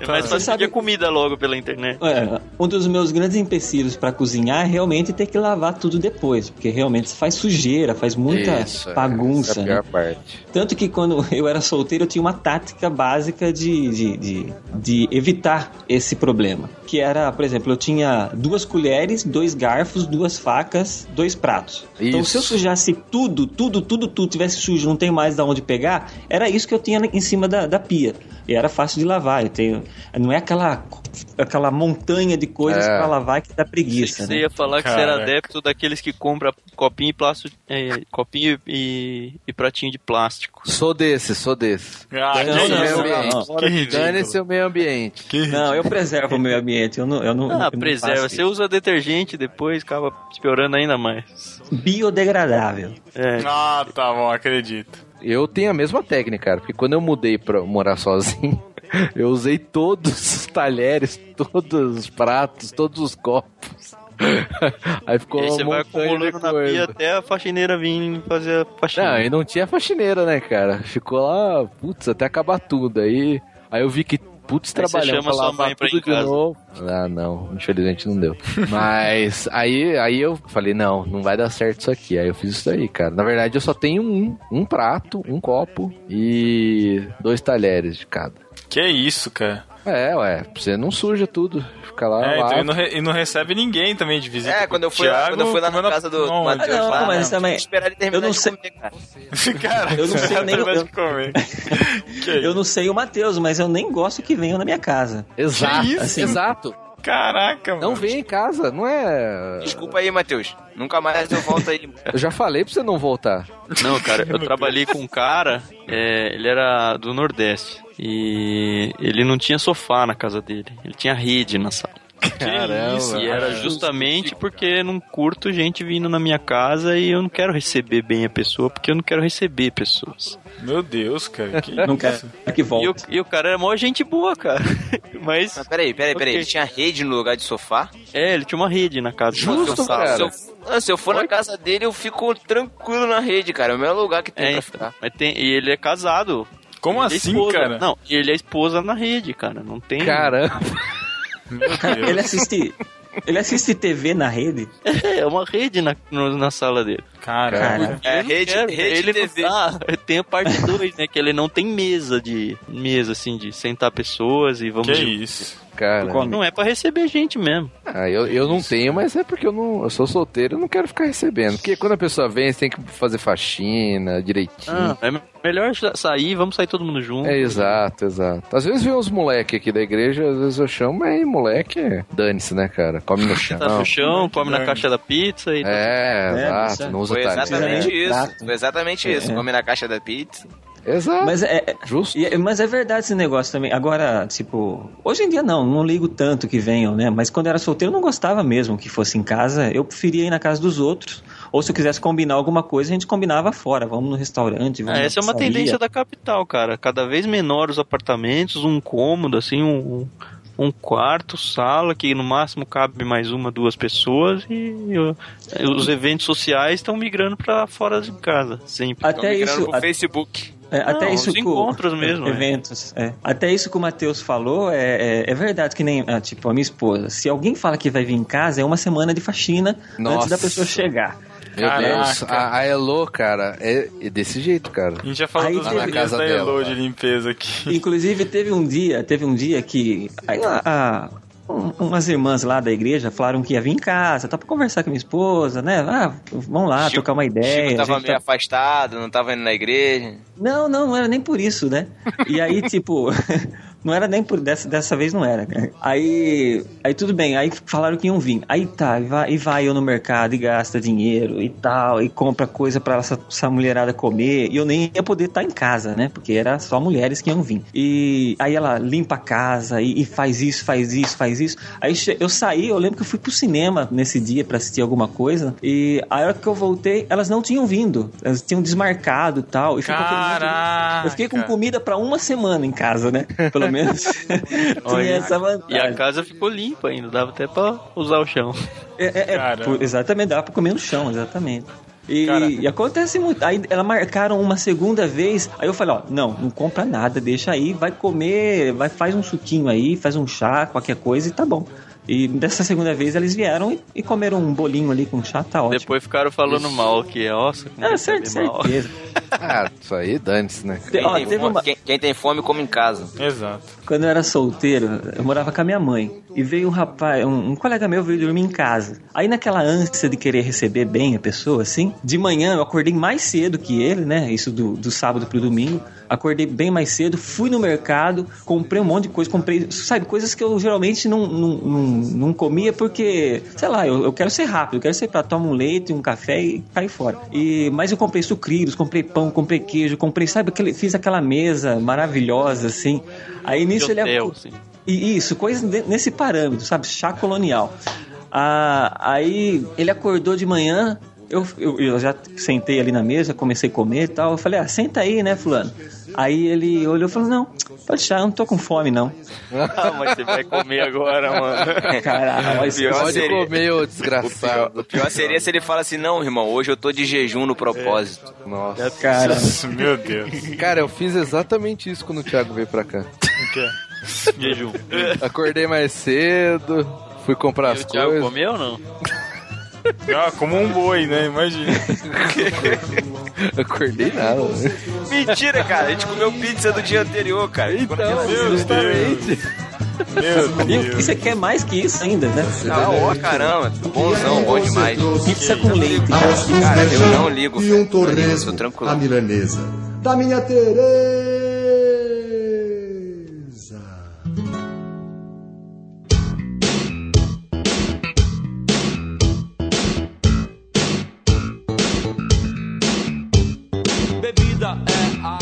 [SPEAKER 4] mais
[SPEAKER 6] Você
[SPEAKER 4] fácil
[SPEAKER 6] sabe-
[SPEAKER 4] pedir comida logo pela internet.
[SPEAKER 6] É, um dos meus grandes empecilhos pra cozinhar é realmente ter que lavar tudo depois, porque realmente faz sujeira, faz muita
[SPEAKER 3] Isso, é. Essa
[SPEAKER 6] bagunça.
[SPEAKER 3] é a
[SPEAKER 6] né?
[SPEAKER 3] pior parte.
[SPEAKER 6] Tanto que quando eu era solteiro, eu tinha uma tática básica de, de, de, de evitar esse problema. Que era, por exemplo, eu tinha duas colheres, dois garfos, duas facas, dois pratos. Então,
[SPEAKER 3] Isso.
[SPEAKER 6] se eu sujasse tudo, tudo, tudo, tudo, tivesse sujo, não tem mais da onde pegar, era isso que eu tinha em cima da, da pia. E era fácil de lavar. Eu tenho, não é aquela, aquela montanha de coisas
[SPEAKER 3] É.
[SPEAKER 6] pra lavar que dá preguiça.
[SPEAKER 4] Você
[SPEAKER 6] né?
[SPEAKER 4] ia falar que você era
[SPEAKER 1] Caraca.
[SPEAKER 4] adepto daqueles que compra copinho e plástico, é, copinho e, e pratinho de plástico.
[SPEAKER 3] Sou desse, sou desse.
[SPEAKER 1] Ah,
[SPEAKER 6] Não,
[SPEAKER 1] que
[SPEAKER 6] não,
[SPEAKER 1] isso,
[SPEAKER 6] não,
[SPEAKER 1] cara.
[SPEAKER 6] não.
[SPEAKER 1] Que
[SPEAKER 3] Dane-se
[SPEAKER 1] ridículo.
[SPEAKER 3] o meio ambiente.
[SPEAKER 1] Que ridículo.
[SPEAKER 6] Não, eu preservo o meio ambiente. Eu não, eu não,
[SPEAKER 4] Ah,
[SPEAKER 6] eu não
[SPEAKER 4] preserva.
[SPEAKER 6] faço
[SPEAKER 4] Você
[SPEAKER 6] isso.
[SPEAKER 4] usa detergente depois, acaba piorando ainda mais.
[SPEAKER 6] Biodegradável.
[SPEAKER 4] É,
[SPEAKER 1] Ah, tá bom, acredito.
[SPEAKER 3] Eu tenho a mesma técnica, cara, porque quando eu mudei pra morar sozinho, eu usei todos os talheres, todos os pratos, todos os copos. Aí
[SPEAKER 4] e
[SPEAKER 3] ficou
[SPEAKER 4] aí
[SPEAKER 3] uma
[SPEAKER 4] você vai
[SPEAKER 3] montanha de
[SPEAKER 4] acumulando na pia
[SPEAKER 3] coisa.
[SPEAKER 4] até a faxineira vir fazer a
[SPEAKER 3] Não,
[SPEAKER 4] faxina.
[SPEAKER 3] e não tinha faxineira, né, cara? Ficou lá, putz, até acabar tudo. Aí, aí eu vi que, putz,
[SPEAKER 4] Aí você
[SPEAKER 3] trabalhando
[SPEAKER 4] chama
[SPEAKER 3] pra
[SPEAKER 4] sua
[SPEAKER 3] lavar
[SPEAKER 4] mãe pra ir
[SPEAKER 3] tudo
[SPEAKER 4] em
[SPEAKER 3] de
[SPEAKER 4] casa.
[SPEAKER 3] novo. Ah, não, infelizmente não deu. Mas aí, aí eu falei, não, não vai dar certo isso aqui. Aí eu fiz isso daí, cara. Na verdade, eu só tenho um, um prato, um copo e dois talheres de cada.
[SPEAKER 1] Que isso, cara.
[SPEAKER 3] É, ué, você não suja tudo. Fica lá,
[SPEAKER 1] é,
[SPEAKER 3] lá.
[SPEAKER 1] então, e, não re- e não recebe ninguém também de visita.
[SPEAKER 2] É, quando eu fui lá,
[SPEAKER 1] Thiago
[SPEAKER 2] quando eu fui lá na
[SPEAKER 1] comendo
[SPEAKER 2] casa do, do
[SPEAKER 1] pão,
[SPEAKER 2] Matheus
[SPEAKER 6] Não,
[SPEAKER 2] lá,
[SPEAKER 6] mas
[SPEAKER 2] tinha que
[SPEAKER 6] também-
[SPEAKER 2] esperar ele terminar
[SPEAKER 6] eu não
[SPEAKER 2] de
[SPEAKER 6] sei-
[SPEAKER 2] comer, cara.
[SPEAKER 1] Cara,
[SPEAKER 6] Eu
[SPEAKER 1] você
[SPEAKER 6] não sei
[SPEAKER 1] vai
[SPEAKER 6] nem-
[SPEAKER 1] terminar
[SPEAKER 6] eu-
[SPEAKER 1] de comer. Que
[SPEAKER 6] Eu
[SPEAKER 4] é
[SPEAKER 1] isso?
[SPEAKER 6] não sei o Matheus, mas eu nem gosto que venham na minha casa.
[SPEAKER 3] Exato,
[SPEAKER 1] Que isso?
[SPEAKER 3] exato.
[SPEAKER 1] Caraca, mano.
[SPEAKER 3] Não vem em casa, não é.
[SPEAKER 2] Desculpa aí, Matheus. Nunca mais eu volto aí.
[SPEAKER 3] Eu já falei pra você não voltar.
[SPEAKER 4] Não, cara, eu trabalhei com um cara, é, ele era do Nordeste. E ele não tinha sofá na casa dele, ele tinha rede na sala.
[SPEAKER 3] Caramba.
[SPEAKER 4] E era justamente porque eu não curto gente vindo na minha casa e eu não quero receber bem a pessoa, porque eu não quero receber pessoas.
[SPEAKER 1] Meu Deus, cara. Que
[SPEAKER 6] Não quero
[SPEAKER 1] isso?
[SPEAKER 6] É que
[SPEAKER 4] E o,
[SPEAKER 6] volte.
[SPEAKER 4] e o cara era maior gente boa, cara. Mas,
[SPEAKER 2] Mas peraí, peraí, peraí.
[SPEAKER 4] Ok.
[SPEAKER 2] Ele tinha rede no lugar de sofá?
[SPEAKER 4] é, ele tinha uma rede na casa.
[SPEAKER 2] um
[SPEAKER 3] Justo,
[SPEAKER 4] na sala.
[SPEAKER 3] cara.
[SPEAKER 2] Se eu, ah, se eu for na casa dele, eu fico tranquilo na rede, cara. É o melhor lugar que tem
[SPEAKER 4] É,
[SPEAKER 2] pra
[SPEAKER 4] então.
[SPEAKER 2] ficar.
[SPEAKER 4] Mas tem, e ele é casado.
[SPEAKER 1] Como
[SPEAKER 4] Ele é
[SPEAKER 1] assim,
[SPEAKER 4] esposa.
[SPEAKER 1] cara?
[SPEAKER 4] Não, ele é esposa na rede, cara. Não tem.
[SPEAKER 3] Caramba.
[SPEAKER 1] Meu Deus.
[SPEAKER 6] Ele assiste. Ele assiste TV na rede?
[SPEAKER 4] É uma rede na, no- na sala dele.
[SPEAKER 1] Caraca.
[SPEAKER 2] É
[SPEAKER 4] Eu não
[SPEAKER 2] rede,
[SPEAKER 4] quero,
[SPEAKER 2] rede
[SPEAKER 4] ele
[SPEAKER 2] TV.
[SPEAKER 4] Não, ah, tem a parte 2, né? Que ele não tem mesa de. Mesa, assim, de sentar pessoas e vamos.
[SPEAKER 1] Que isso.
[SPEAKER 3] Cara,
[SPEAKER 4] Não é pra receber gente mesmo.
[SPEAKER 3] ah, eu, eu não tenho, mas é porque eu não eu sou solteiro, eu não quero ficar recebendo. Porque quando a pessoa vem, você tem que fazer faxina direitinho.
[SPEAKER 4] Ah, é melhor sa- sair, vamos sair todo mundo junto.
[SPEAKER 3] É, exato, exato. Às vezes vem uns moleque aqui da igreja, às vezes eu chamo, mas aí moleque, dane-se, né, cara? Come no chão.
[SPEAKER 4] Tá no chão, come na
[SPEAKER 1] grande.
[SPEAKER 4] caixa da pizza
[SPEAKER 3] É,
[SPEAKER 4] e
[SPEAKER 6] É,
[SPEAKER 3] exato,
[SPEAKER 6] isso é-
[SPEAKER 3] não usa
[SPEAKER 2] Foi
[SPEAKER 3] tarefa.
[SPEAKER 2] exatamente
[SPEAKER 6] né?
[SPEAKER 2] isso.
[SPEAKER 6] Exato.
[SPEAKER 2] Foi exatamente isso. Come na caixa da pizza.
[SPEAKER 3] Exato,
[SPEAKER 6] Mas é,
[SPEAKER 3] justo.
[SPEAKER 6] E- mas é verdade esse negócio também. Agora, tipo, hoje em dia não, não ligo tanto que venham, né? Mas quando eu era solteiro, eu não gostava mesmo que fosse em casa. Eu preferia ir na casa dos outros. Ou se eu quisesse combinar alguma coisa, a gente combinava fora. Vamos no restaurante, vamos
[SPEAKER 4] Ah,
[SPEAKER 6] na
[SPEAKER 4] essa é uma
[SPEAKER 6] pizzaria.
[SPEAKER 4] tendência da capital, cara. Cada vez menor os apartamentos, um cômodo, assim, um, um quarto, sala, que no máximo cabe mais uma, duas pessoas, e ó, os eventos sociais estão migrando pra fora de casa, sempre.
[SPEAKER 2] Estão
[SPEAKER 6] Até
[SPEAKER 2] migrando
[SPEAKER 6] isso,
[SPEAKER 2] pro Facebook.
[SPEAKER 6] É, até
[SPEAKER 4] Não,
[SPEAKER 6] isso
[SPEAKER 4] os
[SPEAKER 6] que o-
[SPEAKER 4] encontros mesmo, é.
[SPEAKER 6] Eventos. é. Até isso que o Matheus falou é, é, é verdade, que nem ah, tipo, a minha esposa. Se alguém fala que vai vir em casa, é uma semana de faxina antes
[SPEAKER 3] Nossa.
[SPEAKER 6] da pessoa chegar.
[SPEAKER 3] Meu
[SPEAKER 1] Caraca.
[SPEAKER 3] Deus, ah, a, a Elo, cara, é, é desse jeito, cara.
[SPEAKER 1] A gente já falou
[SPEAKER 6] Aí
[SPEAKER 1] dos
[SPEAKER 6] teve-
[SPEAKER 1] meninos
[SPEAKER 3] Na
[SPEAKER 1] da
[SPEAKER 3] casa
[SPEAKER 1] Elo
[SPEAKER 3] dela,
[SPEAKER 1] de
[SPEAKER 3] lá.
[SPEAKER 1] limpeza aqui.
[SPEAKER 6] Inclusive, teve um dia, teve um dia que aí, a- a- um- umas irmãs lá da igreja falaram que ia vir em casa, tá pra conversar com a minha esposa, né? Ah, vamos lá,
[SPEAKER 2] Chico-
[SPEAKER 6] trocar uma ideia.
[SPEAKER 2] Chico
[SPEAKER 6] a
[SPEAKER 2] tava
[SPEAKER 6] gente
[SPEAKER 2] meio
[SPEAKER 6] tá-
[SPEAKER 2] afastado, não tava indo na igreja.
[SPEAKER 6] Não, não, não era nem por isso, né? E aí, tipo, não era nem por dessa, dessa vez não era. cara. Aí, aí tudo bem, aí falaram que iam vir. Aí tá, e vai, e vai eu no mercado e gasta dinheiro e tal, e compra coisa pra essa, essa mulherada comer. E eu nem ia poder estar em casa, né? Porque era só mulheres que iam vir. E aí ela limpa a casa e, e faz isso, faz isso, faz isso. Aí che- eu saí, eu lembro que eu fui pro cinema nesse dia pra assistir alguma coisa. E a hora que eu voltei, elas não tinham vindo. Elas tinham desmarcado e tal. E ficou aquele monte de-
[SPEAKER 1] Caraca.
[SPEAKER 6] eu fiquei com comida pra uma semana em casa, né? Pelo menos.
[SPEAKER 4] Olha,
[SPEAKER 6] Tinha essa
[SPEAKER 4] E a
[SPEAKER 6] vantagem.
[SPEAKER 4] casa ficou limpa ainda, dava até pra usar o chão.
[SPEAKER 6] É, é, é,
[SPEAKER 1] Cara.
[SPEAKER 6] por- exatamente, dava pra comer no chão, exatamente. E,
[SPEAKER 1] Cara.
[SPEAKER 6] e acontece muito. Aí elas marcaram uma segunda vez. Aí eu falei, ó, não, não compra nada, deixa aí, vai comer, vai, faz um suquinho aí, faz um chá, qualquer coisa e tá bom. E dessa segunda vez eles vieram e, e comeram um bolinho ali com chá, tá ótimo.
[SPEAKER 4] Depois ficaram falando mal, que é, nossa, como
[SPEAKER 6] é,
[SPEAKER 4] que
[SPEAKER 6] certo,
[SPEAKER 4] sabe mal.
[SPEAKER 6] certeza.
[SPEAKER 3] Ah, isso aí, dane-se, né?
[SPEAKER 6] Te-
[SPEAKER 2] Quem,
[SPEAKER 6] ó,
[SPEAKER 2] tem,
[SPEAKER 6] teve
[SPEAKER 2] fome,
[SPEAKER 6] uma-
[SPEAKER 2] quem- quem tem fome, come em casa.
[SPEAKER 1] Exato.
[SPEAKER 6] Quando eu era solteiro, eu morava com a minha mãe. E veio um rapaz, um, um colega meu veio dormir em casa. Aí naquela ânsia de querer receber bem a pessoa, assim, de manhã eu acordei mais cedo que ele, né? Isso do, do sábado pro domingo. Acordei bem mais cedo, fui no mercado, comprei um monte de coisa, comprei, sabe, coisas que eu geralmente não, não, não, não comia porque, sei lá, eu, eu quero ser rápido, eu quero ser pra tomar um leite, um café e cair fora. E, mas eu comprei sucrilhos, comprei pão, comprei queijo, comprei, sabe, aquele, fiz aquela mesa maravilhosa, assim. Aí
[SPEAKER 4] De
[SPEAKER 6] nisso ele é um
[SPEAKER 4] hotel, assim.
[SPEAKER 6] e isso, coisa de- nesse parâmetro, sabe? Chá colonial. Ah, aí ele acordou de manhã, eu, eu, eu já sentei ali na mesa, comecei a comer e tal. Eu falei, ah, senta aí, né, fulano? Aí ele olhou e falou, não, pode deixar, eu não tô com fome, não.
[SPEAKER 4] Ah, mas você vai comer agora, mano.
[SPEAKER 6] Caralho, olha isso.
[SPEAKER 2] Pior
[SPEAKER 3] Pode
[SPEAKER 2] seria-
[SPEAKER 3] comer, ô
[SPEAKER 2] O pior, o
[SPEAKER 3] desgraçado.
[SPEAKER 2] pior seria se ele fala assim, não, irmão, hoje eu tô de jejum no propósito.
[SPEAKER 3] Nossa.
[SPEAKER 6] Cara,
[SPEAKER 1] Meu Deus.
[SPEAKER 3] Cara, eu fiz exatamente isso quando o Thiago veio pra cá.
[SPEAKER 4] Jejum.
[SPEAKER 3] Acordei mais cedo, fui comprar
[SPEAKER 4] E
[SPEAKER 3] as
[SPEAKER 4] o Thiago
[SPEAKER 3] coisas.
[SPEAKER 4] comeu ou não?
[SPEAKER 1] Ah, como um boi, né? Imagina.
[SPEAKER 3] Acordei nada. né?
[SPEAKER 2] Mentira, cara, a gente comeu pizza do dia anterior, cara. Então,
[SPEAKER 1] Meu
[SPEAKER 2] né?
[SPEAKER 1] Deus. Meu
[SPEAKER 6] e o que
[SPEAKER 1] Deus.
[SPEAKER 6] você quer mais que isso ainda, né?
[SPEAKER 2] Tá ó, caramba, bonzão, bom demais.
[SPEAKER 6] Pizza com leite.
[SPEAKER 2] Cara, eu não ligo.
[SPEAKER 10] e
[SPEAKER 2] velho.
[SPEAKER 10] um
[SPEAKER 2] Eu
[SPEAKER 10] torresmo
[SPEAKER 2] sou tranquilo.
[SPEAKER 10] à milanesa. Da minha Tereza.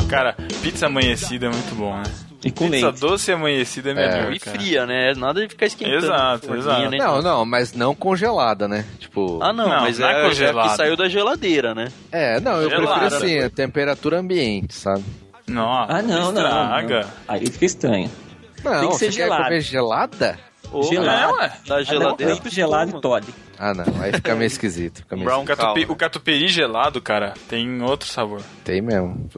[SPEAKER 1] Cara, pizza amanhecida é muito bom, né?
[SPEAKER 6] E com
[SPEAKER 1] Pizza
[SPEAKER 6] leite.
[SPEAKER 1] doce amanhecida é melhor,
[SPEAKER 4] E
[SPEAKER 1] cara.
[SPEAKER 4] fria, né? Nada de ficar esquentando.
[SPEAKER 1] Exato,
[SPEAKER 4] forninho,
[SPEAKER 1] exato.
[SPEAKER 4] nem
[SPEAKER 3] Não, não, mas não congelada, né? Tipo.
[SPEAKER 4] Ah, não,
[SPEAKER 1] Não,
[SPEAKER 4] mas
[SPEAKER 1] não é
[SPEAKER 4] é, a- é a
[SPEAKER 1] congelado.
[SPEAKER 4] que saiu da geladeira, né?
[SPEAKER 3] É, não, eu
[SPEAKER 1] Gelada,
[SPEAKER 3] prefiro assim, a temperatura ambiente, sabe?
[SPEAKER 1] Nossa,
[SPEAKER 6] Ah, não, não,
[SPEAKER 1] estraga.
[SPEAKER 6] não. Aí fica estranho.
[SPEAKER 3] Não,
[SPEAKER 6] que ser
[SPEAKER 3] você
[SPEAKER 6] gelada.
[SPEAKER 3] quer comer gelada?
[SPEAKER 4] Ou-
[SPEAKER 6] Gelado.
[SPEAKER 1] É, ué.
[SPEAKER 4] Da geladeira.
[SPEAKER 6] Leite gelado e Todd.
[SPEAKER 3] Ah, não, aí fica meio esquisito. Fica meio
[SPEAKER 2] Brown
[SPEAKER 1] O, Um catupi-
[SPEAKER 2] cow.
[SPEAKER 1] o catupiry gelado, cara, tem outro sabor.
[SPEAKER 3] esquisito. Tem mesmo.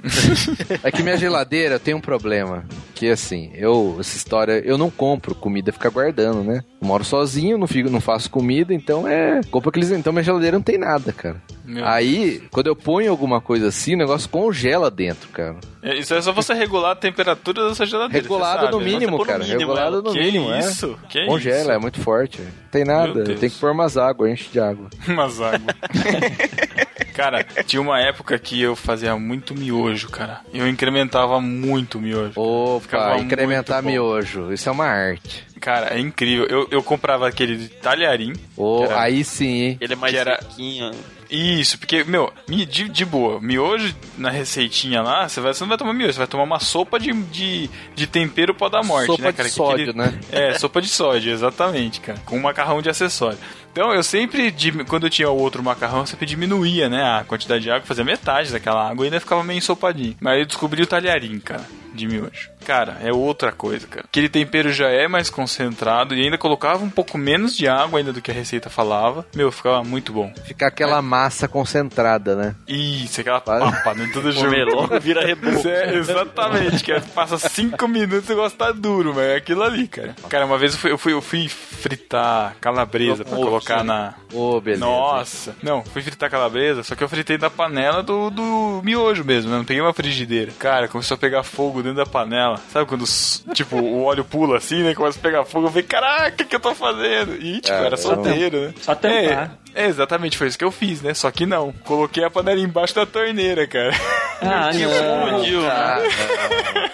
[SPEAKER 3] É que minha geladeira tem um problema. Que assim, eu, essa história, eu não compro comida, fica guardando, né? Eu moro sozinho, não, fico, não faço comida, então é. Compro aqueles. Então minha geladeira não tem nada, cara.
[SPEAKER 1] Meu
[SPEAKER 3] Aí, quando eu ponho alguma coisa assim, o negócio congela dentro, cara.
[SPEAKER 1] É, Isso é só você regular a temperatura da sua geladeira.
[SPEAKER 3] Regulado
[SPEAKER 1] você sabe,
[SPEAKER 3] no
[SPEAKER 1] né?
[SPEAKER 3] mínimo,
[SPEAKER 1] Você põe
[SPEAKER 3] cara, regulado
[SPEAKER 1] ela.
[SPEAKER 3] no
[SPEAKER 1] né? que
[SPEAKER 3] mínimo, é.
[SPEAKER 1] Isso? Que
[SPEAKER 3] congela, é muito forte. Não tem nada,
[SPEAKER 1] Deus.
[SPEAKER 3] tem que pôr umas águas, enche de água.
[SPEAKER 1] isso? Umas águas. Cara, tinha uma época que eu fazia muito miojo, cara. Eu incrementava muito o miojo. Ficava
[SPEAKER 3] Opa,
[SPEAKER 1] muito
[SPEAKER 3] incrementar
[SPEAKER 1] bom.
[SPEAKER 3] miojo, isso é uma arte.
[SPEAKER 1] Cara, é incrível. Eu, eu comprava aquele de talharim.
[SPEAKER 3] Ô,
[SPEAKER 1] Cara.
[SPEAKER 3] aí sim, hein?
[SPEAKER 4] Ele é mais
[SPEAKER 1] Que era-
[SPEAKER 4] sequinho.
[SPEAKER 1] Isso, porque, meu, mi- de, de boa, miojo na receitinha lá, você, vai, você não vai tomar miojo, você vai tomar uma sopa de, de, de tempero pra dar morte,
[SPEAKER 3] Sopa
[SPEAKER 1] né,
[SPEAKER 3] de
[SPEAKER 1] cara? Que
[SPEAKER 3] sódio, né?
[SPEAKER 1] É, sopa de sódio, exatamente, cara. Com macarrão de acessório. Então eu sempre, dim- quando eu tinha o outro macarrão, eu sempre diminuía, né? A quantidade de água, fazia metade daquela água e ainda ficava meio ensopadinho. Mas aí eu descobri o talharim, cara, de miojo. Cara, é outra coisa, cara. Aquele tempero já é mais concentrado e ainda colocava um pouco menos de água ainda do que a receita falava. Meu, ficava muito bom.
[SPEAKER 3] Ficar
[SPEAKER 2] É.
[SPEAKER 3] aquela massa concentrada, né?
[SPEAKER 1] Isso, aquela
[SPEAKER 3] Para.
[SPEAKER 1] papa, né? Tudo junto.
[SPEAKER 4] Comer logo vira reboco.
[SPEAKER 1] Isso é, exatamente, cara. Passa cinco minutos e o negócio tá duro, mas é aquilo ali, cara. Cara, uma vez eu fui, eu fui, eu fui fritar calabresa pra
[SPEAKER 3] Ovo,
[SPEAKER 1] colocar
[SPEAKER 3] sim.
[SPEAKER 1] na.
[SPEAKER 3] Ô, beleza.
[SPEAKER 1] Nossa! Não, fui fritar calabresa, só que eu fritei da panela do, do miojo mesmo, né? Não peguei uma frigideira. Cara, começou a pegar fogo dentro da panela. Sabe quando, s- tipo, o óleo pula assim, né? Começa a pegar fogo. Eu falei, caraca, o que, que eu tô fazendo? E, tipo,
[SPEAKER 3] É,
[SPEAKER 1] era
[SPEAKER 3] eu-
[SPEAKER 1] solteiro, né?
[SPEAKER 6] Só tampar.
[SPEAKER 1] É, é, exatamente, foi isso que eu fiz, né? Só que não. Coloquei a panela embaixo da torneira, cara.
[SPEAKER 6] Ah,
[SPEAKER 1] um
[SPEAKER 6] não. É
[SPEAKER 4] Explodiu, né?
[SPEAKER 3] Ah,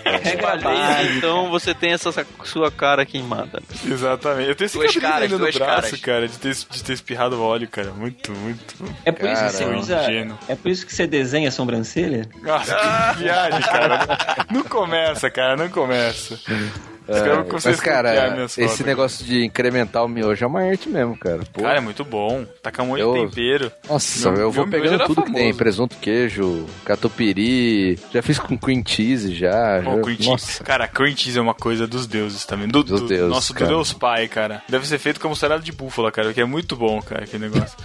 [SPEAKER 6] Pega a
[SPEAKER 4] Mas,
[SPEAKER 6] base.
[SPEAKER 4] então você tem essa sa- sua cara queimada.
[SPEAKER 1] Exatamente. Eu tenho
[SPEAKER 2] Duas
[SPEAKER 1] cicatriz
[SPEAKER 2] caras,
[SPEAKER 1] ainda no
[SPEAKER 2] duas
[SPEAKER 1] braço,
[SPEAKER 2] caras.
[SPEAKER 1] cara, de ter, de ter espirrado óleo, cara. Muito, muito.
[SPEAKER 6] É por isso que você
[SPEAKER 3] Caramba.
[SPEAKER 6] usa.
[SPEAKER 1] Ingênuo.
[SPEAKER 6] É por isso que você desenha a sobrancelha?
[SPEAKER 4] Ah.
[SPEAKER 1] Nossa, que viagem, cara. Não começa, cara, não começa. Espero que
[SPEAKER 3] É, mas,
[SPEAKER 1] vocês copiarem
[SPEAKER 3] cara,
[SPEAKER 1] minhas
[SPEAKER 3] esse
[SPEAKER 1] fotos.
[SPEAKER 3] negócio de incrementar o miojo é uma arte mesmo, cara. Pô,
[SPEAKER 1] Cara, é muito bom. Taca muito
[SPEAKER 3] Eu-
[SPEAKER 1] tempero.
[SPEAKER 3] nossa,
[SPEAKER 1] meu-
[SPEAKER 3] eu vou
[SPEAKER 1] meu miojo
[SPEAKER 3] pegando
[SPEAKER 1] era
[SPEAKER 3] tudo que tem.
[SPEAKER 1] famoso.
[SPEAKER 3] Presunto, queijo, catupiry. Já fiz com cream cheese, já.
[SPEAKER 1] Pô,
[SPEAKER 3] já-
[SPEAKER 1] cream cheese.
[SPEAKER 3] É Nossa.
[SPEAKER 1] Cara, cream cheese é uma coisa dos deuses também. Do,
[SPEAKER 3] Dos
[SPEAKER 1] do-
[SPEAKER 3] deuses,
[SPEAKER 1] nosso do
[SPEAKER 3] cara.
[SPEAKER 1] Deus Pai, cara. Deve ser feito como salada de búfala, cara, que é muito bom, cara, aquele negócio.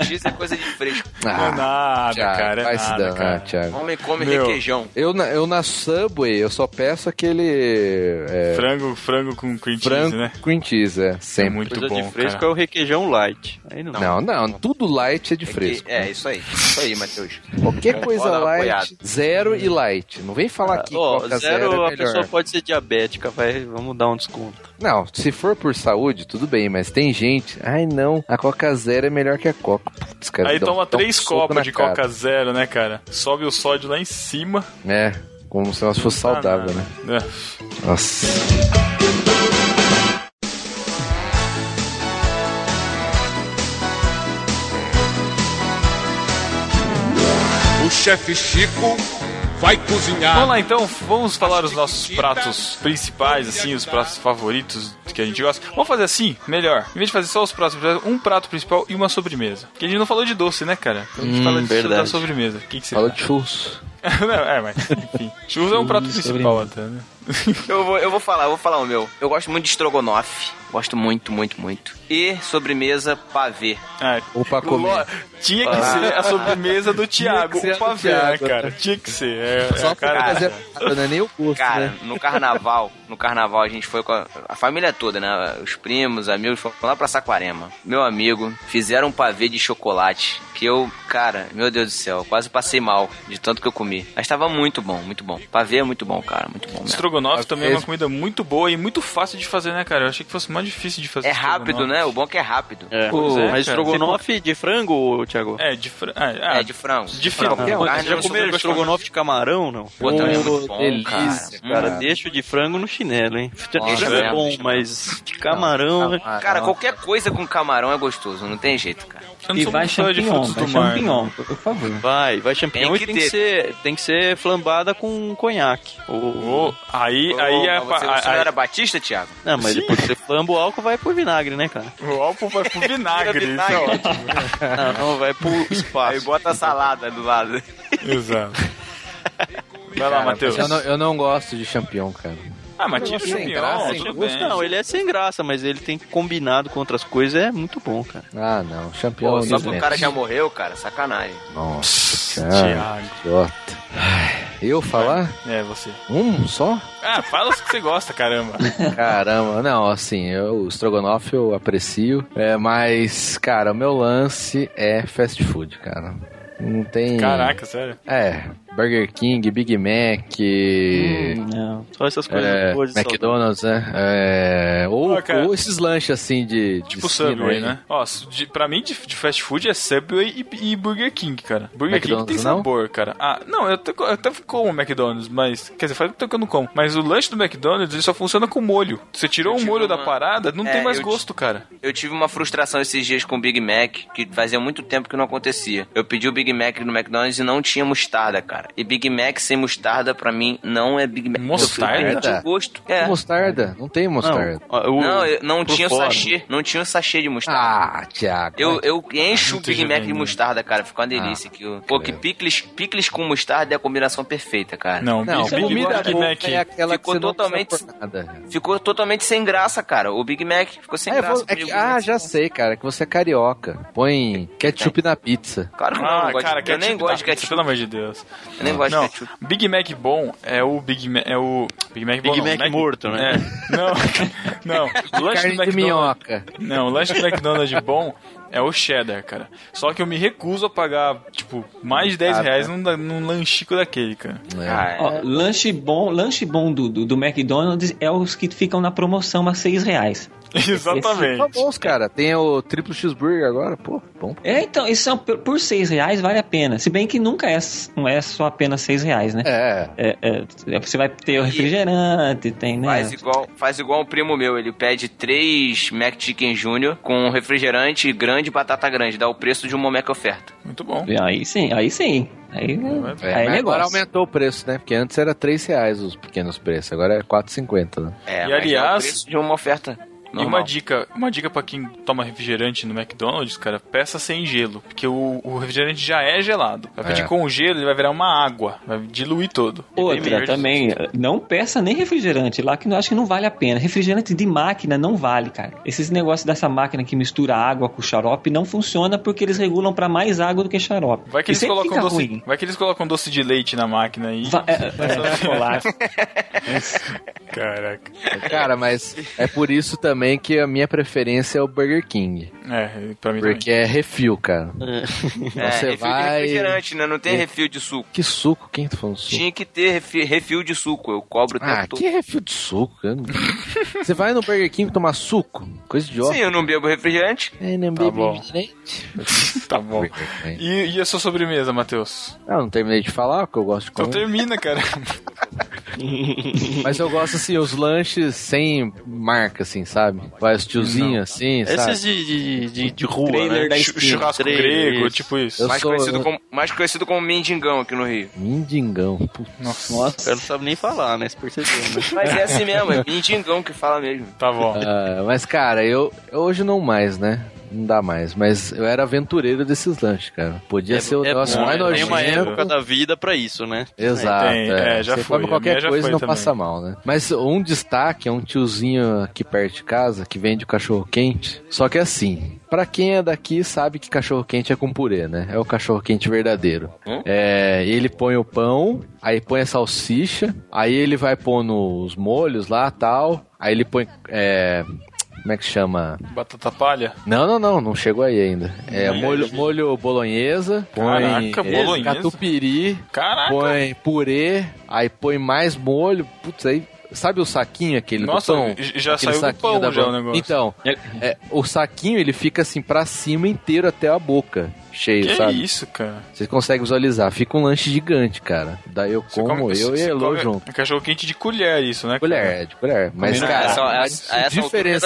[SPEAKER 2] Diz é coisa de fresco.
[SPEAKER 1] não é nada,
[SPEAKER 3] Ah, Thiago,
[SPEAKER 1] cara. É
[SPEAKER 3] vai se ah,
[SPEAKER 1] nada,
[SPEAKER 3] danar,
[SPEAKER 1] cara.
[SPEAKER 3] Thiago.
[SPEAKER 2] Homem come
[SPEAKER 1] Meu.
[SPEAKER 2] requeijão.
[SPEAKER 3] Eu na, eu na Subway, eu só peço aquele... é,
[SPEAKER 1] Frango, frango com cream
[SPEAKER 3] frango
[SPEAKER 1] cheese, né?
[SPEAKER 3] cream cheese, é.
[SPEAKER 1] É
[SPEAKER 3] Sempre.
[SPEAKER 1] muito
[SPEAKER 4] Coisa
[SPEAKER 1] bom,
[SPEAKER 4] de fresco
[SPEAKER 1] cara.
[SPEAKER 4] é o requeijão light. Aí não.
[SPEAKER 3] Não, não, tudo light é de
[SPEAKER 2] É que-
[SPEAKER 3] fresco.
[SPEAKER 2] É, isso aí. Isso aí, Matheus.
[SPEAKER 3] Qualquer
[SPEAKER 2] Concordo,
[SPEAKER 3] coisa light,
[SPEAKER 2] apoiado.
[SPEAKER 3] zero e light. Não vem falar aqui
[SPEAKER 4] Ó,
[SPEAKER 3] que Coca
[SPEAKER 4] zero,
[SPEAKER 3] zero é
[SPEAKER 4] a
[SPEAKER 3] melhor.
[SPEAKER 4] pessoa pode ser diabética, vai, vamos dar um desconto.
[SPEAKER 3] Não, se for por saúde, tudo bem, mas tem gente. Ai não, a Coca Zero é melhor que a Coca. Putz, cara,
[SPEAKER 1] Aí
[SPEAKER 3] dá um-
[SPEAKER 1] toma
[SPEAKER 3] dá um
[SPEAKER 1] três
[SPEAKER 3] soco na
[SPEAKER 1] copos de
[SPEAKER 3] cara.
[SPEAKER 1] Coca Zero, né, cara? Sobe o sódio lá em cima.
[SPEAKER 3] É, como se elas fosse saudável, né?
[SPEAKER 1] né?
[SPEAKER 3] Nossa.
[SPEAKER 11] O chefe Chico vai
[SPEAKER 1] Vamos
[SPEAKER 2] Ah,
[SPEAKER 11] cozinhar.
[SPEAKER 1] lá então, vamos falar os nossos
[SPEAKER 2] tá
[SPEAKER 1] pratos principais, assim, os pratos favoritos que a gente gosta. Vamos fazer assim, melhor. Em vez de fazer só os pratos principais, um prato principal e uma sobremesa. Porque a gente não falou de doce, né, cara? Então a gente
[SPEAKER 4] Hum,
[SPEAKER 1] fala de
[SPEAKER 4] verdade.
[SPEAKER 1] da sobremesa. O que, que você tá-
[SPEAKER 3] Fala de churros.
[SPEAKER 1] Não, é, mas enfim. Churros é um prato principal até, né?
[SPEAKER 2] Eu vou, eu vou falar, eu vou falar o meu. Eu gosto muito de estrogonofe. Gosto muito, muito, muito. E sobremesa pavê.
[SPEAKER 1] Ah,
[SPEAKER 3] Ou Um pra
[SPEAKER 1] o Ló-
[SPEAKER 3] comer.
[SPEAKER 1] Tinha que ser a sobremesa do Thiago,
[SPEAKER 3] ser a
[SPEAKER 1] o
[SPEAKER 3] do
[SPEAKER 1] pavê, né,
[SPEAKER 3] Thiago.
[SPEAKER 1] cara? Tinha que ser. É, é
[SPEAKER 3] Só
[SPEAKER 1] a
[SPEAKER 3] pra
[SPEAKER 1] cara.
[SPEAKER 3] fazer nada, né? Nem o gosto,
[SPEAKER 2] Cara,
[SPEAKER 3] né?
[SPEAKER 2] no carnaval, no carnaval a gente foi com a, a família toda, né? Os primos, amigos, foram lá pra Saquarema. Meu amigo, fizeram um pavê de chocolate que eu, cara, meu Deus do céu, eu quase passei mal de tanto que eu comi. Mas tava muito bom, muito bom. Pavê é muito bom, cara, muito bom mesmo.
[SPEAKER 1] Estrogonofe
[SPEAKER 3] Às
[SPEAKER 1] também é
[SPEAKER 3] vezes-
[SPEAKER 1] uma comida muito boa e muito fácil de fazer, né, cara? Eu achei que fosse mais difícil de fazer.
[SPEAKER 2] É rápido,
[SPEAKER 1] estrogonofe.
[SPEAKER 2] né? O bom é que é rápido.
[SPEAKER 4] É.
[SPEAKER 1] Pois é,
[SPEAKER 4] mas
[SPEAKER 1] cara.
[SPEAKER 4] estrogonofe de frango, Thiago?
[SPEAKER 1] É, de frango. Ah,
[SPEAKER 2] É, de frango.
[SPEAKER 1] de frango.
[SPEAKER 2] Não,
[SPEAKER 4] Vocês
[SPEAKER 2] carne
[SPEAKER 4] já
[SPEAKER 2] não
[SPEAKER 4] comeram
[SPEAKER 2] sofreu
[SPEAKER 4] estrogonofe de camarão, não?
[SPEAKER 2] Pô, também é muito bom,
[SPEAKER 3] delícia,
[SPEAKER 2] cara.
[SPEAKER 4] Cara,
[SPEAKER 3] Ah.
[SPEAKER 4] deixa o de frango no chinelo, hein?
[SPEAKER 2] Nossa,
[SPEAKER 4] frango é
[SPEAKER 2] né?
[SPEAKER 4] bom, mas de camarão... né?
[SPEAKER 3] Ah,
[SPEAKER 2] Cara,
[SPEAKER 3] não.
[SPEAKER 2] qualquer coisa com camarão é gostoso, não tem jeito, cara.
[SPEAKER 1] Eu não
[SPEAKER 6] E
[SPEAKER 1] sou
[SPEAKER 6] vai
[SPEAKER 1] muito fã de
[SPEAKER 6] champignon,
[SPEAKER 1] frutos
[SPEAKER 6] vai
[SPEAKER 1] do mar.
[SPEAKER 6] champignon, por favor.
[SPEAKER 4] Vai, vai champignon
[SPEAKER 2] Tem que
[SPEAKER 4] e tem que,
[SPEAKER 2] ter.
[SPEAKER 4] ser, tem que ser flambada com conhaque. Ou...
[SPEAKER 1] Ô, aí, aí é.
[SPEAKER 2] Ô, mas você, você não era batista, Thiago?
[SPEAKER 4] Não, mas
[SPEAKER 1] Sim.
[SPEAKER 4] depois que você flamba o álcool, vai pro vinagre, né, cara?
[SPEAKER 1] O álcool vai pro vinagre.
[SPEAKER 2] Vira
[SPEAKER 1] isso é
[SPEAKER 2] vinagre.
[SPEAKER 1] ótimo.
[SPEAKER 4] Não, não, vai pro
[SPEAKER 2] Aí
[SPEAKER 4] espaço.
[SPEAKER 2] bota a salada do lado.
[SPEAKER 1] Exato. Vai lá,
[SPEAKER 3] Cara,
[SPEAKER 1] Matheus.
[SPEAKER 3] Eu não, eu não gosto de champignon, cara.
[SPEAKER 1] Ah, mas tira o
[SPEAKER 4] Sem
[SPEAKER 1] champignon,
[SPEAKER 4] graça,
[SPEAKER 1] tudo
[SPEAKER 4] sem
[SPEAKER 1] bem.
[SPEAKER 4] gosto. Não, ele é sem graça, mas ele tem combinado com outras coisas, é muito bom, cara.
[SPEAKER 3] Ah, não. Champion.
[SPEAKER 2] Pô, só porque o cara é já morreu, cara, sacanagem.
[SPEAKER 3] Nossa, cara, idiota. Ai, Eu falar?
[SPEAKER 1] É, você.
[SPEAKER 3] Um só?
[SPEAKER 1] Ah, fala os que você gosta, caramba.
[SPEAKER 3] Hum. Caramba, não, assim, eu, o estrogonofe eu aprecio, é, mas, cara, o meu lance é fast food, cara. Não tem.
[SPEAKER 1] Caraca, sério.
[SPEAKER 3] É, Burger King, Big Mac.
[SPEAKER 1] É. Hum,
[SPEAKER 6] Hum,
[SPEAKER 4] Não, só essas coisas
[SPEAKER 3] é,
[SPEAKER 4] boas de saudade.
[SPEAKER 3] McDonald's, né? É, ou,
[SPEAKER 1] Ó, Ah, cara.
[SPEAKER 3] ou esses lanches assim de.
[SPEAKER 1] Tipo
[SPEAKER 3] de esquina
[SPEAKER 1] Subway,
[SPEAKER 3] aí.
[SPEAKER 1] né? Ó, su- de, pra mim, de, de fast food é Subway e, e Burger King, cara. Burger King tem
[SPEAKER 3] McDonald's não?
[SPEAKER 1] sabor, cara. Ah, não, eu até, eu até como McDonald's, mas... Quer dizer, faz tempo que eu não como. Mas o lanche do McDonald's, ele só funciona com molho. Você tirou
[SPEAKER 2] Eu
[SPEAKER 1] o
[SPEAKER 2] tive
[SPEAKER 1] molho da
[SPEAKER 2] uma-
[SPEAKER 1] parada, não
[SPEAKER 2] É,
[SPEAKER 1] tem mais
[SPEAKER 2] eu
[SPEAKER 1] gosto, cara.
[SPEAKER 2] Eu tive uma frustração esses dias com o Big Mac, que fazia muito tempo que não acontecia. Eu pedi o Big Mac no McDonald's e não tinha mostarda, cara. E Big Mac sem mostarda, pra mim, não é Big Mac.
[SPEAKER 1] Mostarda?
[SPEAKER 2] Eu perdi o gosto. É.
[SPEAKER 3] Mostarda? Não tem mostarda.
[SPEAKER 4] Não, o-
[SPEAKER 2] Não, eu- não
[SPEAKER 4] por
[SPEAKER 2] tinha o
[SPEAKER 4] fora.
[SPEAKER 2] sachê. Não tinha o sachê de mostarda.
[SPEAKER 3] Ah, Thiago.
[SPEAKER 2] Eu, eu encho o
[SPEAKER 1] Muito
[SPEAKER 2] Big Mac de
[SPEAKER 1] juvenil.
[SPEAKER 2] mostarda, cara. Fica uma delícia. que eu- pô, que
[SPEAKER 3] Ah, credo.
[SPEAKER 2] picles, picles com mostarda é a combinação perfeita, cara.
[SPEAKER 1] Não,
[SPEAKER 3] Não,
[SPEAKER 1] Big, Big,
[SPEAKER 3] comida
[SPEAKER 1] Big
[SPEAKER 3] boa
[SPEAKER 1] Mac...
[SPEAKER 3] é aquela
[SPEAKER 2] Ficou
[SPEAKER 3] que você não
[SPEAKER 2] totalmente-
[SPEAKER 3] precisa por nada.
[SPEAKER 2] Ficou totalmente sem graça, cara. O Big Mac ficou sem
[SPEAKER 3] Ah, eu
[SPEAKER 2] graça.
[SPEAKER 3] vou- é que-
[SPEAKER 2] comigo,
[SPEAKER 3] ah,
[SPEAKER 2] né? É.
[SPEAKER 3] já sei, cara. É que você é carioca. Põe ketchup na pizza.
[SPEAKER 2] Claro que não, eu não
[SPEAKER 1] Ah,
[SPEAKER 2] gosto de-
[SPEAKER 1] cara,
[SPEAKER 2] eu nem
[SPEAKER 1] ketchup
[SPEAKER 2] gosto
[SPEAKER 1] da
[SPEAKER 2] de
[SPEAKER 1] pizza,
[SPEAKER 2] ketchup.
[SPEAKER 1] Pelo amor de Deus.
[SPEAKER 2] Eu nem gosto de
[SPEAKER 1] Não,
[SPEAKER 2] ketchup.
[SPEAKER 1] Big Mac bom é o Big Mac. É o. Big Mac bom.
[SPEAKER 4] Big
[SPEAKER 1] não,
[SPEAKER 4] Mac morto, né?
[SPEAKER 1] É. Não, não. O lanche do
[SPEAKER 3] Carne de
[SPEAKER 1] McDonald's.
[SPEAKER 3] minhoca.
[SPEAKER 1] Não, o lanche do McDonald's bom é o cheddar, cara. Só que eu me recuso a pagar, tipo, mais de 10
[SPEAKER 3] Ah,
[SPEAKER 1] reais num, da- num lanchico daquele, cara.
[SPEAKER 2] Ah, é.
[SPEAKER 6] Ó, lanche bom, lanche bom do, do, do McDonald's é os que ficam na promoção a seis reais.
[SPEAKER 3] Tá
[SPEAKER 1] Exatamente.
[SPEAKER 3] bons, cara. Tem o triplo cheeseburger agora. Pô, bom.
[SPEAKER 6] É, então, isso é, por por seis reais vale a pena. Se bem que nunca é, não é só apenas seis reais, né?
[SPEAKER 3] É.
[SPEAKER 6] É, é, você vai ter o refrigerante, tem, né?
[SPEAKER 3] é.
[SPEAKER 2] Faz igual, faz igual um primo meu, ele pede três Mac Chicken Júnior com um refrigerante grande e batata grande, dá o preço de uma Mac oferta.
[SPEAKER 1] Muito bom.
[SPEAKER 6] Aí sim, aí sim.
[SPEAKER 3] É,
[SPEAKER 6] Aí é, aí é
[SPEAKER 3] mas agora
[SPEAKER 6] negócio.
[SPEAKER 3] aumentou o preço, né? Porque antes era 3 reais os pequenos preços, agora é 4,50, né?
[SPEAKER 1] E,
[SPEAKER 2] É, mas dá o
[SPEAKER 1] aliás,
[SPEAKER 2] preço de uma oferta.
[SPEAKER 1] E uma dica, uma dica para quem toma refrigerante no McDonald's, cara, peça sem gelo, porque o, o refrigerante já é gelado. Vai pedir
[SPEAKER 3] É.
[SPEAKER 1] com gelo, ele vai virar uma água, vai diluir todo. É bem
[SPEAKER 6] Outra
[SPEAKER 1] melhor.
[SPEAKER 6] também, não peça nem refrigerante lá, que eu acho que não vale a pena. Refrigerante de máquina não vale, cara. Esses negócios dessa máquina que mistura água com xarope não funciona porque eles regulam pra mais água do que xarope.
[SPEAKER 1] Vai que,
[SPEAKER 6] E
[SPEAKER 1] eles
[SPEAKER 6] sempre
[SPEAKER 1] colocam
[SPEAKER 6] fica
[SPEAKER 1] doce,
[SPEAKER 6] ruim.
[SPEAKER 1] vai que eles colocam doce de leite na máquina aí.
[SPEAKER 6] Va- é, é, chocolate.
[SPEAKER 1] Caraca.
[SPEAKER 3] Cara, mas é por isso também que a minha preferência é o Burger King.
[SPEAKER 1] É, pra mim
[SPEAKER 3] Porque é refil, cara.
[SPEAKER 2] é,
[SPEAKER 3] você
[SPEAKER 2] refil de
[SPEAKER 3] vai-
[SPEAKER 2] refrigerante, né? Não tem refil de suco.
[SPEAKER 3] Que suco, quem tá falando de suco?
[SPEAKER 2] Tinha que ter refi- refil de suco, eu cobro o tempo
[SPEAKER 3] Ah,
[SPEAKER 2] todo.
[SPEAKER 3] que refil de suco? cara? Você vai no Burger King tomar suco? Coisa
[SPEAKER 2] Sim,
[SPEAKER 3] idiota.
[SPEAKER 2] eu não bebo refrigerante.
[SPEAKER 3] É, não,
[SPEAKER 1] Tá
[SPEAKER 3] baby,
[SPEAKER 1] bom.
[SPEAKER 3] gente.
[SPEAKER 1] Tá bom. E, e a sua sobremesa, Matheus?
[SPEAKER 3] Não, não terminei de falar o que eu gosto de
[SPEAKER 1] Então
[SPEAKER 3] comer.
[SPEAKER 1] termina, cara.
[SPEAKER 3] Mas eu gosto, assim, os lanches sem marca, assim, sabe? Vai os tiozinhos, assim, sabe?
[SPEAKER 4] Esses de, de, de, de rua,
[SPEAKER 6] Trailer
[SPEAKER 4] né?
[SPEAKER 6] da
[SPEAKER 1] Chu- Churrasco
[SPEAKER 4] Três.
[SPEAKER 1] grego, tipo isso.
[SPEAKER 3] Eu
[SPEAKER 2] Mais,
[SPEAKER 3] sou-
[SPEAKER 2] conhecido
[SPEAKER 3] eu-
[SPEAKER 2] como, mais conhecido como mendigão aqui no Rio.
[SPEAKER 3] Mindingão. Puta.
[SPEAKER 6] Nossa.
[SPEAKER 4] Eu não sabe nem falar, né? Você percebeu, né?
[SPEAKER 2] Mas é assim mesmo, é mendigão que fala mesmo.
[SPEAKER 1] Tá bom.
[SPEAKER 3] Ah, mas, cara, eu, eu hoje não mais, né? Não dá mais. Mas eu era aventureiro desses lanches, cara. Podia ser o negócio
[SPEAKER 1] bom,
[SPEAKER 3] mais
[SPEAKER 1] é bom.
[SPEAKER 4] Tem uma época
[SPEAKER 3] nojento.
[SPEAKER 4] da vida pra isso, né?
[SPEAKER 3] Exato.
[SPEAKER 1] Tem, é, já
[SPEAKER 3] Você
[SPEAKER 1] foi,
[SPEAKER 3] come
[SPEAKER 1] a
[SPEAKER 3] qualquer
[SPEAKER 1] minha já
[SPEAKER 3] coisa e
[SPEAKER 1] foi
[SPEAKER 3] não
[SPEAKER 1] também.
[SPEAKER 3] passa mal, né? Mas um destaque é um tiozinho aqui perto de casa que vende o cachorro quente. Só que assim, pra quem é daqui sabe que cachorro quente é com purê, né? É o cachorro quente verdadeiro.
[SPEAKER 2] Hum?
[SPEAKER 3] É, ele põe o pão, aí põe a salsicha, aí ele vai pondo os molhos lá, tal. Aí ele põe é, como é que chama?
[SPEAKER 1] Batata palha?
[SPEAKER 3] Não, não, não, não chegou aí ainda. É
[SPEAKER 1] Não,
[SPEAKER 3] molho,
[SPEAKER 1] entendi.
[SPEAKER 3] molho bolonhesa, põe
[SPEAKER 1] Caraca,
[SPEAKER 3] é,
[SPEAKER 1] bolonhesa?
[SPEAKER 3] catupiry,
[SPEAKER 1] Caraca!
[SPEAKER 3] põe purê, aí põe mais molho, putz, aí sabe o saquinho aquele
[SPEAKER 1] Nossa,
[SPEAKER 3] do pão?
[SPEAKER 1] j- já
[SPEAKER 3] Aquele
[SPEAKER 1] saiu do
[SPEAKER 3] saquinho
[SPEAKER 1] pão
[SPEAKER 3] da
[SPEAKER 1] já
[SPEAKER 3] ban-
[SPEAKER 1] o negócio.
[SPEAKER 3] Então, é, o saquinho ele fica assim pra cima inteiro até a boca, cheio,
[SPEAKER 1] que
[SPEAKER 3] sabe?
[SPEAKER 1] isso, cara?
[SPEAKER 3] Vocês conseguem visualizar, fica um lanche gigante, cara. Daí eu
[SPEAKER 1] Você
[SPEAKER 3] como, eu e
[SPEAKER 1] você
[SPEAKER 3] Elô
[SPEAKER 1] come um
[SPEAKER 3] junto.
[SPEAKER 1] Cachorro quente de colher, isso, né? cara?
[SPEAKER 3] Colher, é de colher. Mas,
[SPEAKER 1] Combinado.
[SPEAKER 3] cara,
[SPEAKER 2] essa, a,
[SPEAKER 3] mas
[SPEAKER 2] a essa
[SPEAKER 3] o
[SPEAKER 2] altura já tá no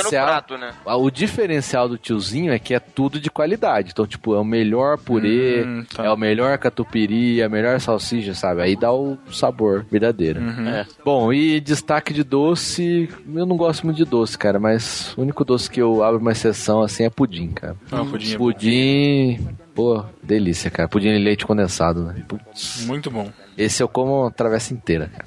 [SPEAKER 3] diferencial
[SPEAKER 2] prato, né?
[SPEAKER 3] ah, O diferencial do tiozinho é que é tudo de qualidade. Então, tipo, é o melhor purê,
[SPEAKER 1] Hum, tá.
[SPEAKER 3] é o melhor catupiry, é a melhor salsicha, sabe? Aí dá o sabor verdadeiro.
[SPEAKER 1] Uhum.
[SPEAKER 3] Bom, e destaque de doce, eu não gosto muito de doce, cara, mas o único doce que eu abro uma exceção assim é pudim, cara.
[SPEAKER 1] Ah, pudim é bom.
[SPEAKER 3] Pudim, pô, Delícia, cara. Pudim de leite condensado, né? Putz.
[SPEAKER 1] Muito bom.
[SPEAKER 3] Esse eu como a travessa inteira, cara.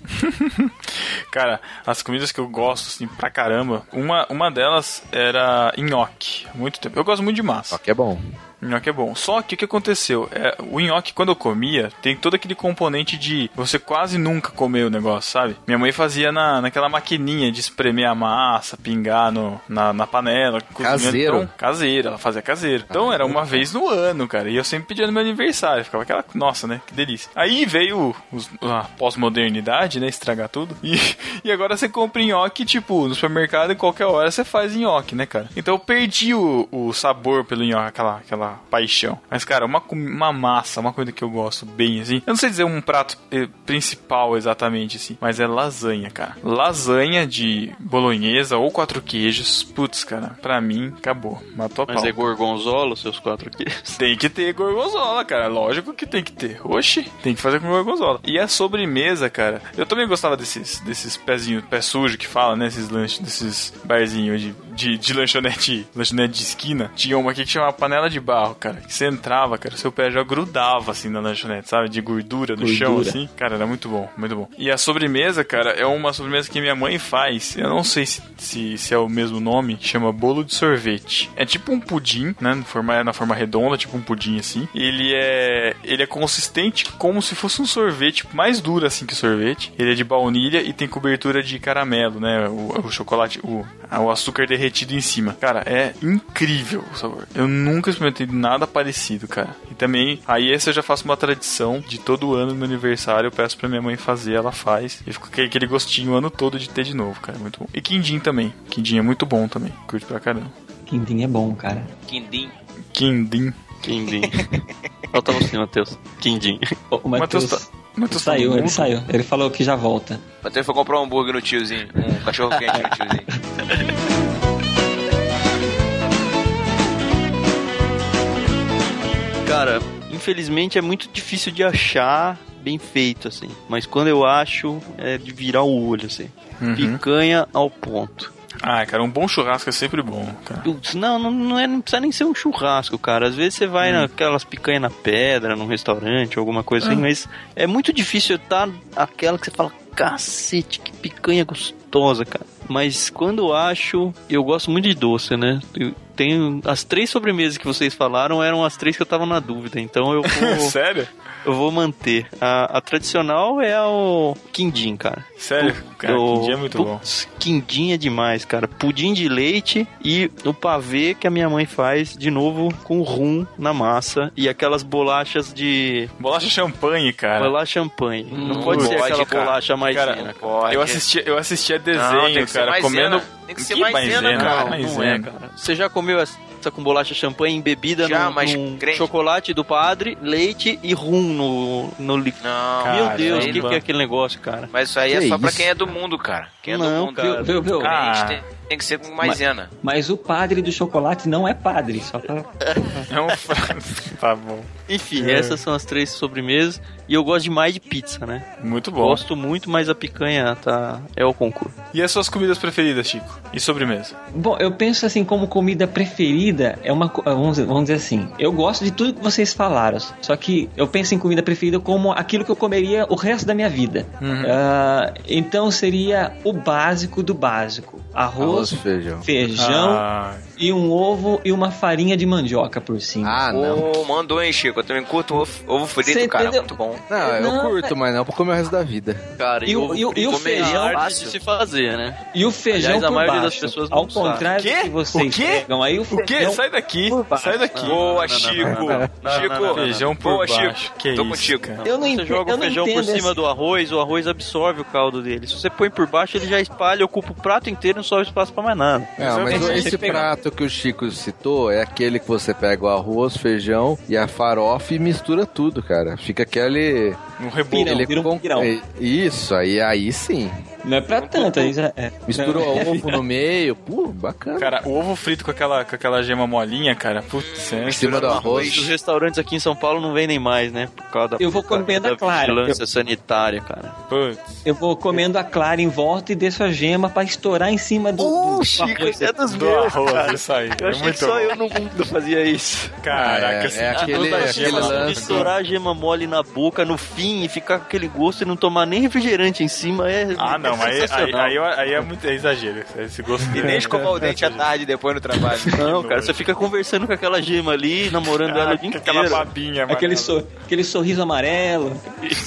[SPEAKER 1] Cara, as comidas que eu gosto, assim, pra caramba, uma, uma delas era nhoque. Muito tempo. Eu gosto muito de massa.
[SPEAKER 3] Que é bom.
[SPEAKER 1] Nhoque é bom. Só que o que aconteceu? É, o nhoque, quando eu comia, tem todo aquele componente de você quase nunca comer o negócio, sabe? Minha mãe fazia na, naquela maquininha de espremer a massa, pingar no, na, na panela. cozinhando.
[SPEAKER 3] Caseiro.
[SPEAKER 1] Então, caseiro, ela fazia caseiro. Então era uma vez no ano, cara. E eu sempre pedia no meu aniversário. Ficava aquela, nossa, né? Que delícia. Aí veio os- a pós-modernidade, né? Estragar tudo. E, e agora você compra nhoque, tipo, no supermercado, em qualquer hora você faz nhoque, né, cara? Então eu perdi o, o sabor pelo nhoque, aquela, aquela paixão. Mas, cara, uma, comi- uma massa, uma coisa que eu gosto bem, assim. Eu não sei dizer um prato eh, principal exatamente, assim, mas é lasanha, cara. Lasanha de bolonhesa ou quatro queijos. Putz, cara, pra mim, acabou. Matou a
[SPEAKER 4] Mas
[SPEAKER 1] pau.
[SPEAKER 4] é gorgonzola, seus quatro aqui.
[SPEAKER 1] Tem que ter gorgonzola, cara. Lógico que tem que ter. Oxi, tem que fazer com gorgonzola. E a sobremesa, cara. Eu também gostava desses, desses pezinhos, pé sujo que fala, né? Esses lanches, desses barzinhos de, de, de lanchonete, lanchonete de esquina. Tinha uma aqui que chamava panela de barro, cara. Que você entrava, cara, seu pé já grudava assim na lanchonete, sabe? De gordura no chão,
[SPEAKER 6] Gordura.
[SPEAKER 1] assim. Cara, era muito bom, muito bom. E a sobremesa, cara, é uma sobremesa que minha mãe faz. Eu não sei se, se, se é o mesmo nome, chama bolo de sorvete. É tipo um pudim, né? Na forma, na forma redonda, tipo um pudim assim. Ele é. Ele é consistente como se fosse um sorvete, mais duro assim que sorvete. Ele é de baunilha e tem cobertura de caramelo, né? O, o chocolate, o, o açúcar derretido em cima. Cara, é incrível o sabor. Eu nunca experimentei nada parecido, cara. E também, aí esse eu já faço uma tradição de todo ano no meu aniversário, eu peço pra minha mãe fazer, ela faz. E fica aquele- aquele gostinho o ano todo de ter de novo, cara. Muito bom. E quindim também. Quindim é muito bom também. Curto pra caramba.
[SPEAKER 6] Quindim é bom, cara.
[SPEAKER 2] Quindim.
[SPEAKER 1] Quindim.
[SPEAKER 4] Quindim. Falta você, Matheus. Quindim.
[SPEAKER 6] O Matheus
[SPEAKER 1] Matheus tá- Matheus tá
[SPEAKER 6] saiu,
[SPEAKER 1] no
[SPEAKER 6] ele
[SPEAKER 1] mundo?
[SPEAKER 6] saiu. Ele falou que já volta.
[SPEAKER 2] Até foi comprar um hambúrguer no tiozinho. Um cachorro quente no tiozinho.
[SPEAKER 4] Cara, infelizmente é muito difícil de achar bem feito, assim. Mas quando eu acho, é de virar o olho, assim. Picanha ao ponto.
[SPEAKER 1] Ah, cara, um bom churrasco é sempre bom, cara.
[SPEAKER 4] Putz, Não, não, não, é, não precisa nem ser um churrasco, cara. Às vezes você vai naquelas picanha na pedra, num restaurante, alguma coisa assim, mas é muito difícil estar aquela que você fala, cacete, que picanha gostosa, cara. Mas quando eu acho, eu gosto muito de doce, né? Eu tenho as três sobremesas que vocês falaram eram as três que eu tava na dúvida, então eu vou,
[SPEAKER 1] Sério?
[SPEAKER 4] eu vou manter. A, a tradicional é o quindim, cara.
[SPEAKER 1] Sério? Cara,
[SPEAKER 4] Eu-
[SPEAKER 1] quindim é muito bom.
[SPEAKER 4] putz, Quindim é demais, cara. Pudim de leite e o pavê que a minha mãe faz de novo com rum na massa e aquelas bolachas de
[SPEAKER 1] Bolacha champanhe, cara. hum,
[SPEAKER 4] bolacha champanhe. Não
[SPEAKER 2] Não
[SPEAKER 4] pode ser
[SPEAKER 2] pode,
[SPEAKER 4] aquela
[SPEAKER 2] cara.
[SPEAKER 4] bolacha mais
[SPEAKER 1] Cara,
[SPEAKER 4] fina.
[SPEAKER 2] Pode.
[SPEAKER 1] Eu assistia, eu assistia desenho,
[SPEAKER 2] Não, tem que ser
[SPEAKER 1] cara,
[SPEAKER 2] maisena.
[SPEAKER 1] comendo.
[SPEAKER 2] Tem que ser
[SPEAKER 1] Que
[SPEAKER 2] maisena,
[SPEAKER 1] maisena,
[SPEAKER 2] cara.
[SPEAKER 1] cara?
[SPEAKER 4] não
[SPEAKER 1] maisena.
[SPEAKER 4] é, cara. Você já comeu essa com bolacha champanhe embebida
[SPEAKER 2] Já,
[SPEAKER 4] num-
[SPEAKER 2] mas
[SPEAKER 4] num
[SPEAKER 2] crente.
[SPEAKER 4] chocolate do padre, leite e rum no, no li-
[SPEAKER 2] Não.
[SPEAKER 1] Cara,
[SPEAKER 4] Meu Deus, o que,
[SPEAKER 1] caramba.
[SPEAKER 4] que é aquele negócio, cara?
[SPEAKER 2] Mas isso aí é
[SPEAKER 3] Que
[SPEAKER 2] só pra
[SPEAKER 3] isso?
[SPEAKER 2] quem é do mundo, cara. Quem é do
[SPEAKER 4] Não,
[SPEAKER 2] mundo.
[SPEAKER 4] cara.
[SPEAKER 6] Viu, viu?
[SPEAKER 1] Ah.
[SPEAKER 2] Crente tem, tem que ser com maisena.
[SPEAKER 6] Mas o padre do chocolate não é padre. Só pra...
[SPEAKER 1] É um frasco. tá bom.
[SPEAKER 4] Enfim,
[SPEAKER 1] É.
[SPEAKER 4] essas são as três sobremesas. E eu gosto demais de pizza, né?
[SPEAKER 1] Muito bom.
[SPEAKER 4] Gosto muito, mas a picanha tá é o concurso.
[SPEAKER 1] E as suas comidas preferidas, Chico? E sobremesa?
[SPEAKER 6] Bom, eu penso assim, como comida preferida, é uma. co- Vamos dizer, vamos dizer assim, eu gosto de tudo que vocês falaram. Só que eu penso em comida preferida como aquilo que eu comeria o resto da minha vida. Ah, então seria o básico do básico:
[SPEAKER 3] Arroz
[SPEAKER 6] arroz,
[SPEAKER 3] e feijão.
[SPEAKER 6] feijão
[SPEAKER 1] Ah,
[SPEAKER 6] e um ovo e uma farinha de mandioca por cima.
[SPEAKER 3] Ah, não.
[SPEAKER 2] Ô, mandou, hein, Chico? Eu também curto ovo, ovo frito,
[SPEAKER 6] Cê
[SPEAKER 2] cara.
[SPEAKER 6] entendeu?
[SPEAKER 2] Muito bom.
[SPEAKER 3] Não, eu
[SPEAKER 6] Não,
[SPEAKER 3] curto, mas não pra comer o resto da vida.
[SPEAKER 4] Cara,
[SPEAKER 6] E o- e o- e o
[SPEAKER 4] comer
[SPEAKER 6] feijão?
[SPEAKER 4] é difícil de se fazer, né?
[SPEAKER 6] E o feijão
[SPEAKER 4] Aliás, a
[SPEAKER 6] por
[SPEAKER 4] maioria das
[SPEAKER 6] baixo.
[SPEAKER 4] pessoas não
[SPEAKER 6] Ao
[SPEAKER 4] sabe.
[SPEAKER 6] contrário do
[SPEAKER 1] Quê?
[SPEAKER 6] que vocês
[SPEAKER 1] O quê?
[SPEAKER 6] pegam aí, o
[SPEAKER 1] o
[SPEAKER 6] feijão...
[SPEAKER 1] quê? Sai daqui.
[SPEAKER 6] por baixo.
[SPEAKER 1] Sai daqui.
[SPEAKER 2] Boa,
[SPEAKER 4] não, não,
[SPEAKER 2] Chico.
[SPEAKER 4] não, não, não. Não,
[SPEAKER 2] Chico.
[SPEAKER 4] não, não, não.
[SPEAKER 1] Feijão por
[SPEAKER 2] Boa,
[SPEAKER 1] baixo.
[SPEAKER 2] Chico.
[SPEAKER 1] Que
[SPEAKER 2] Tô
[SPEAKER 1] isso,
[SPEAKER 2] contigo.
[SPEAKER 1] cara.
[SPEAKER 6] Eu não
[SPEAKER 4] Você
[SPEAKER 6] entendo,
[SPEAKER 4] joga
[SPEAKER 6] eu
[SPEAKER 4] o
[SPEAKER 6] não
[SPEAKER 4] feijão por
[SPEAKER 6] entendo
[SPEAKER 4] cima
[SPEAKER 6] esse-
[SPEAKER 4] do arroz, o arroz absorve o caldo dele. Se você põe por baixo, ele já espalha, ocupa o prato inteiro, não sobra espaço pra mais nada.
[SPEAKER 3] Não, mas
[SPEAKER 6] Exatamente.
[SPEAKER 3] esse prato que o Chico citou é aquele que você pega o arroz, feijão e a farofa e mistura tudo, cara. Fica aquele.
[SPEAKER 1] Um rebolo.
[SPEAKER 6] Pirão, vira um pirão.
[SPEAKER 3] é, Isso, aí, aí sim.
[SPEAKER 6] Não é pra tanto, aí já é.
[SPEAKER 3] Misturou
[SPEAKER 6] Não.
[SPEAKER 3] ovo no meio, pô, bacana.
[SPEAKER 1] Cara, o ovo frito com aquela, com aquela gema molinha, cara, putz, é.
[SPEAKER 3] cima do arroz.
[SPEAKER 4] Os restaurantes aqui em São Paulo não vendem mais, né? Por causa da,
[SPEAKER 6] Eu vou comendo a clara.
[SPEAKER 4] vigilância sanitária, cara.
[SPEAKER 1] Putz.
[SPEAKER 6] Eu vou comendo a clara em volta e deixo a gema pra estourar em cima do.
[SPEAKER 4] Ô,
[SPEAKER 6] do
[SPEAKER 4] Chico,
[SPEAKER 6] arroz.
[SPEAKER 4] isso é dos
[SPEAKER 1] Do
[SPEAKER 4] meus,
[SPEAKER 1] arroz,
[SPEAKER 4] cara.
[SPEAKER 1] isso aí.
[SPEAKER 4] Eu
[SPEAKER 1] é
[SPEAKER 4] achei que
[SPEAKER 1] muito
[SPEAKER 4] só
[SPEAKER 1] bom.
[SPEAKER 4] eu no mundo fazia isso.
[SPEAKER 1] Caraca,
[SPEAKER 3] É,
[SPEAKER 1] assim,
[SPEAKER 3] é aquele-
[SPEAKER 1] toda a
[SPEAKER 3] aquele
[SPEAKER 1] gema-
[SPEAKER 3] lance.
[SPEAKER 4] Estourar a gema mole na boca no fim e ficar com aquele gosto e não tomar nem refrigerante em cima é
[SPEAKER 1] Ah, não, aí,
[SPEAKER 4] é
[SPEAKER 1] aí,
[SPEAKER 4] sensacional.
[SPEAKER 1] aí, eu- aí é muito é exagero. Esse gosto
[SPEAKER 2] E nem escovar o dente à tarde depois no trabalho.
[SPEAKER 4] Não, cara,
[SPEAKER 1] nojo.
[SPEAKER 4] você fica conversando com aquela gema ali, namorando ela o dia
[SPEAKER 1] Caraca, aquela
[SPEAKER 4] inteiro.
[SPEAKER 1] babinha, mano.
[SPEAKER 6] Aquele, sor- aquele sorriso amarelo,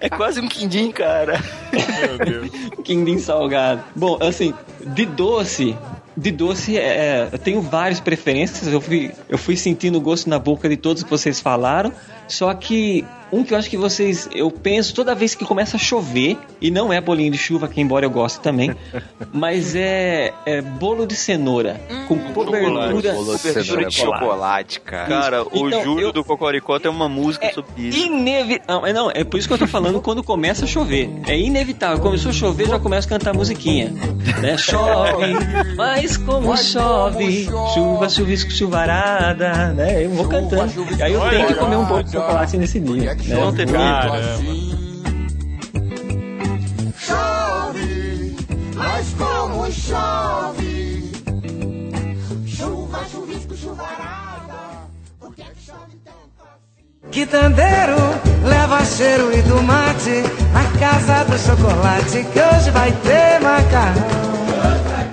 [SPEAKER 4] É quase um quindim, cara.
[SPEAKER 1] Meu Deus.
[SPEAKER 6] quindim salgado. Bom, assim, de doce. De doce, é, é, eu tenho várias preferências. Eu fui, eu fui sentindo o gosto na boca de todos que vocês falaram. Só que um que eu acho que vocês. Eu penso toda vez que começa a chover, e não é bolinho de chuva, que embora eu goste também, mas é, é bolo de cenoura. Com cobertura.
[SPEAKER 3] Hum. Bolo de
[SPEAKER 2] Cobertura
[SPEAKER 3] cenoura
[SPEAKER 2] de
[SPEAKER 3] é bom.
[SPEAKER 2] chocolate, cara.
[SPEAKER 4] Cara, o
[SPEAKER 6] Então,
[SPEAKER 4] Júlio
[SPEAKER 6] eu-
[SPEAKER 4] do Cocoricó tem uma música
[SPEAKER 6] É
[SPEAKER 4] sobre isso.
[SPEAKER 6] inevitável. Não, é não, é por isso que eu tô falando quando começa a chover. É inevitável. Começou a chover, já começa a cantar musiquinha. Né? Chove, mas como chove, chuva, chuvisco, chuvarada, né? Eu vou cantando. E aí eu tenho que comer um pouco de chocolate nesse dia. né?
[SPEAKER 4] Não tem
[SPEAKER 1] Cara,
[SPEAKER 10] Chove, mas como chove. Chuva, chuvisco, chuvarada. Por que chove tanto
[SPEAKER 9] Quitandeiro, leva cheiro e do mate na casa do chocolate que hoje vai ter macarrão.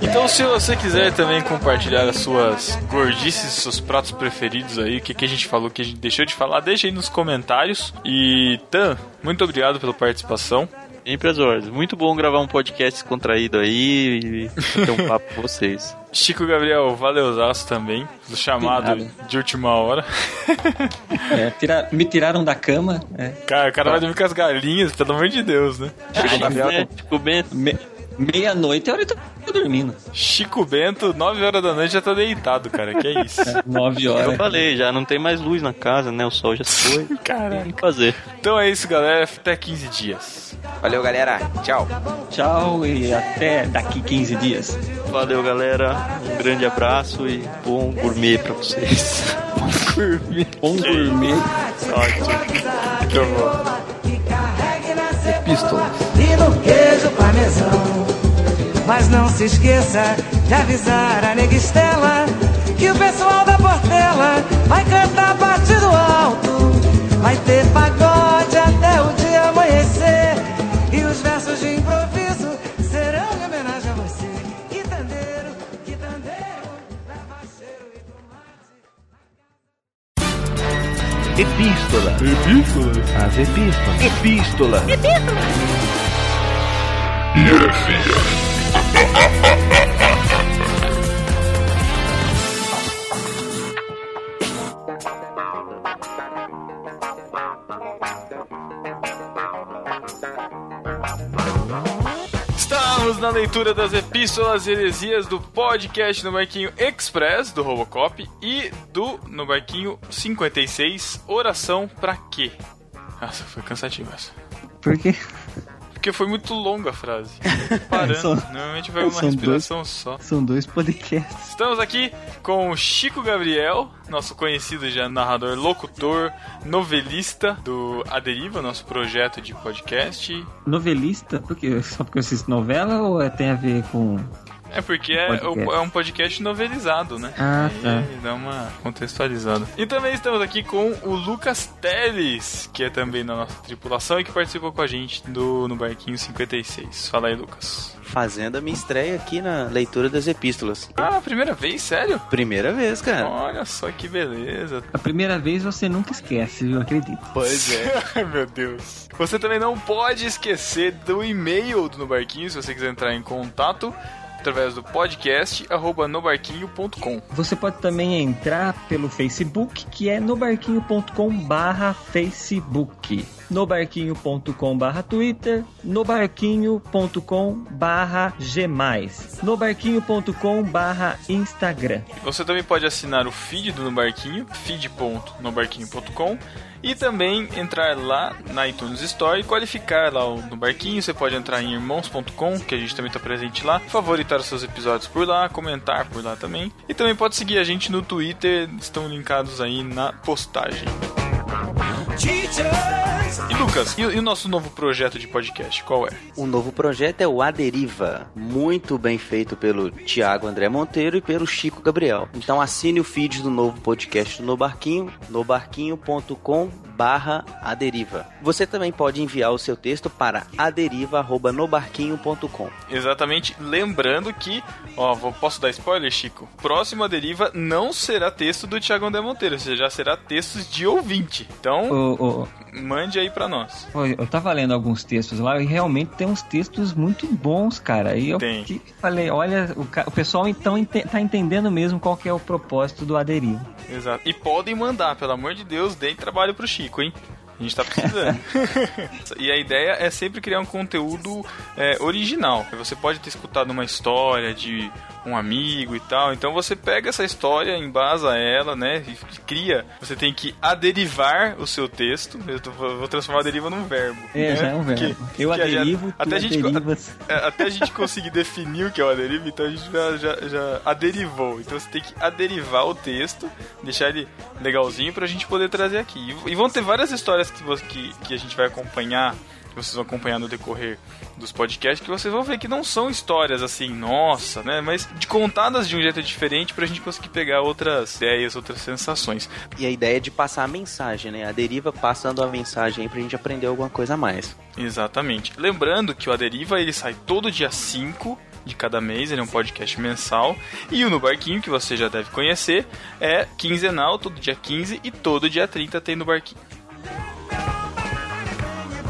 [SPEAKER 1] Então, se você quiser também compartilhar as suas gordices, seus pratos preferidos aí, o que, que a gente falou, o que a gente deixou de falar, deixa aí nos comentários. E, Tan, muito obrigado pela participação.
[SPEAKER 4] Sempre às ordens. Muito bom gravar um podcast contraído aí e ter um papo com vocês.
[SPEAKER 1] Chico Gabriel, valeuzaço também, do chamado de última hora.
[SPEAKER 6] É, tira- me tiraram da cama. né?
[SPEAKER 1] Cara, o cara vai dormir com as galinhas, pelo amor de Deus, né?
[SPEAKER 4] Chico Bento, Chico Tipo, Bento.
[SPEAKER 6] Me- Meia-noite é a hora que eu tô dormindo.
[SPEAKER 1] Chico Bento, 9 horas da noite já tá deitado, cara, que é isso.
[SPEAKER 6] Nove
[SPEAKER 4] Eu
[SPEAKER 6] horas.
[SPEAKER 4] falei, já não tem mais luz na casa, né? O sol já se foi.
[SPEAKER 1] Caraca.
[SPEAKER 4] Tem que fazer.
[SPEAKER 1] Então é isso, galera, até 15 dias.
[SPEAKER 2] Valeu, galera. Tchau.
[SPEAKER 6] Tchau e até daqui 15 dias.
[SPEAKER 4] Valeu, galera. Um grande abraço e bom gourmet pra vocês.
[SPEAKER 6] Bom dormir.
[SPEAKER 9] Que carregue na cebola
[SPEAKER 3] Pistolas.
[SPEAKER 9] e no queijo parmesão. Mas não se esqueça de avisar a neguistela que o pessoal da Portela vai cantar partido alto. Vai ter pagode até o dia amanhecer. E os versos de improviso serão em homenagem a você. Quitandeiro, quitandeiro, leva cheiro e tomate.
[SPEAKER 12] Epístola. Epístola. As epístolas. Epístola.
[SPEAKER 1] Estamos na leitura das epístolas e heresias do podcast no Barquinho Express, do Robocop, e do No Barquinho 56, Oração Pra Quê? Nossa, foi cansativo essa.
[SPEAKER 6] Por quê?
[SPEAKER 1] Porque foi muito longa a frase. Parando,
[SPEAKER 6] São-
[SPEAKER 1] normalmente vai uma
[SPEAKER 6] são dois-
[SPEAKER 1] respiração só.
[SPEAKER 6] São dois podcasts.
[SPEAKER 1] Estamos aqui com o Chico Gabriel, nosso conhecido já narrador, locutor, novelista do A Deriva, nosso projeto de podcast.
[SPEAKER 6] Novelista? Por quê? Só porque eu assisto novela ou é- tem a ver com.
[SPEAKER 1] É porque é,
[SPEAKER 6] Podcast.
[SPEAKER 1] é um podcast novelizado, né?
[SPEAKER 6] Ah, tá.
[SPEAKER 1] E dá uma contextualizada. E também estamos aqui com o Lucas Teles, que é também da nossa tripulação e que participou com a gente do, no Barquinho 56. Fala aí, Lucas.
[SPEAKER 13] Fazendo a minha estreia aqui na leitura das epístolas.
[SPEAKER 1] Ah, primeira vez? Sério?
[SPEAKER 13] Primeira vez, cara.
[SPEAKER 1] Olha só que beleza.
[SPEAKER 6] A primeira vez você nunca esquece, viu? Acredito.
[SPEAKER 13] Pois é.
[SPEAKER 1] Ai, meu Deus. Você também não pode esquecer do e-mail do No Barquinho, se você quiser entrar em contato, através do podcast, arroba nobarquinho.com.
[SPEAKER 6] Você pode também entrar pelo Facebook, que é nobarquinho.com barra Facebook. nobarquinho.com barra Twitter, nobarquinho.com barra G+, nobarquinho.com barra Instagram.
[SPEAKER 1] Você também pode assinar o feed do No Barquinho, feed.nobarquinho.com e também entrar lá na iTunes Store e qualificar lá o No Barquinho. Você pode entrar em irmãos.com, que a gente também está presente lá, favoritar os seus episódios por lá, comentar por lá também. E também pode seguir a gente no Twitter, estão linkados aí na postagem. E Lucas, e, e o nosso novo projeto de podcast, qual é?
[SPEAKER 2] O novo projeto é o Aderiva, muito bem feito pelo Tiago André Monteiro e pelo Chico Gabriel. Então assine o feed do novo podcast do No Barquinho, nobarquinho.com barra aderiva. Você também pode enviar o seu texto para aderiva.nobarquinho.com
[SPEAKER 1] Exatamente, lembrando que, ó, vou- posso dar spoiler, Chico? Próximo a deriva não será texto do Thiago André Monteiro, ou seja, já será textos de ouvinte. Então,
[SPEAKER 6] Ô, ô,
[SPEAKER 1] mande aí pra nós.
[SPEAKER 6] Pô, Eu tava lendo alguns textos lá e realmente tem uns textos muito bons, cara. E eu
[SPEAKER 1] Tem.
[SPEAKER 6] que- falei, olha, o, ca- o pessoal então ente- tá entendendo mesmo qual que é o propósito do aderivo.
[SPEAKER 1] Exato. E podem mandar, pelo amor de Deus, deem trabalho pro Chico, hein? A gente tá precisando. e a ideia é sempre criar um conteúdo é, original. Você pode ter escutado uma história de um amigo e tal. Então você pega essa história, embasa ela, né? E cria. Você tem que aderivar o seu texto. Eu tô- vou transformar a deriva num verbo.
[SPEAKER 6] É,
[SPEAKER 1] né?
[SPEAKER 6] já é um verbo.
[SPEAKER 1] Que-
[SPEAKER 6] eu
[SPEAKER 1] que a-
[SPEAKER 6] aderivo,
[SPEAKER 1] até a
[SPEAKER 6] tu
[SPEAKER 1] gente,
[SPEAKER 6] aderivas.
[SPEAKER 1] é, até a gente conseguir definir o que é o aderivo, então a gente já, já, já aderivou. Então você tem que aderivar o texto, deixar ele legalzinho pra gente poder trazer aqui. E, e vão ter várias histórias que, vo- que, que a gente vai acompanhar, que vocês vão acompanhar no decorrer dos podcasts, que vocês vão ver que não são histórias assim, nossa, né? Mas de contadas de um jeito diferente pra gente conseguir pegar outras ideias, outras sensações.
[SPEAKER 2] E a ideia é de passar a mensagem, né? A deriva passando a mensagem aí pra gente aprender alguma coisa a mais.
[SPEAKER 1] Exatamente. Lembrando que o Aderiva ele sai todo dia 5 de cada mês, ele é um podcast mensal. E o No Barquinho, que você já deve conhecer, é quinzenal, todo dia 15 e todo dia 30 tem No Barquinho.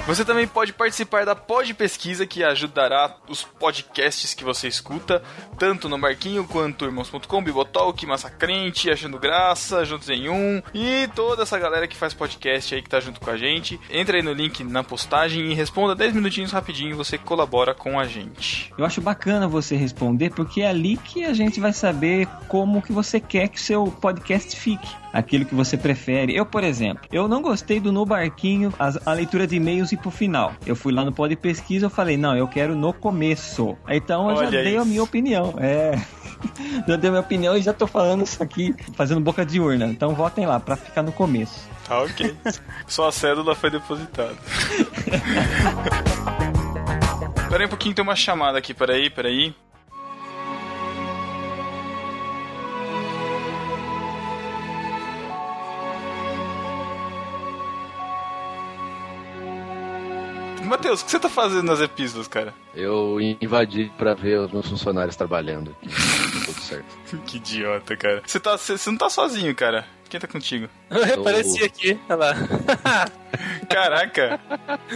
[SPEAKER 1] Você também pode participar da Pod Pesquisa, que ajudará os podcasts que você escuta, tanto no Marquinho quanto Irmãos.com, Bibotalk, Massacrente, Achando Graça, Juntos em Um, e toda essa galera que faz podcast aí que tá junto com a gente. Entra aí no link na postagem e responda 10 minutinhos rapidinho, você colabora com a gente.
[SPEAKER 6] Eu acho bacana você responder, porque é ali que a gente vai saber como que você quer que o seu podcast fique. Aquilo que você prefere. Eu, por exemplo, eu não gostei do No Barquinho, as- a leitura de e-mails e pro final. Eu fui lá no Pod Pesquisa eu falei, não, eu quero no começo. Então eu já
[SPEAKER 1] Olha
[SPEAKER 6] dei a
[SPEAKER 1] isso.
[SPEAKER 6] minha opinião. É. já dei a minha opinião e já tô falando isso aqui, fazendo boca de urna. Então votem lá, pra ficar no começo.
[SPEAKER 1] Tá ok. Só a cédula foi depositada. Peraí um pouquinho, tem uma chamada aqui, peraí, peraí. Matheus, o que você tá fazendo nas epístolas, cara?
[SPEAKER 3] Eu invadi pra ver os meus funcionários trabalhando. Tudo certo.
[SPEAKER 1] que idiota, cara. Você, tá, você, você não tá sozinho, cara. Quem tá contigo?
[SPEAKER 3] Eu repareci
[SPEAKER 1] aqui, olha lá. Caraca.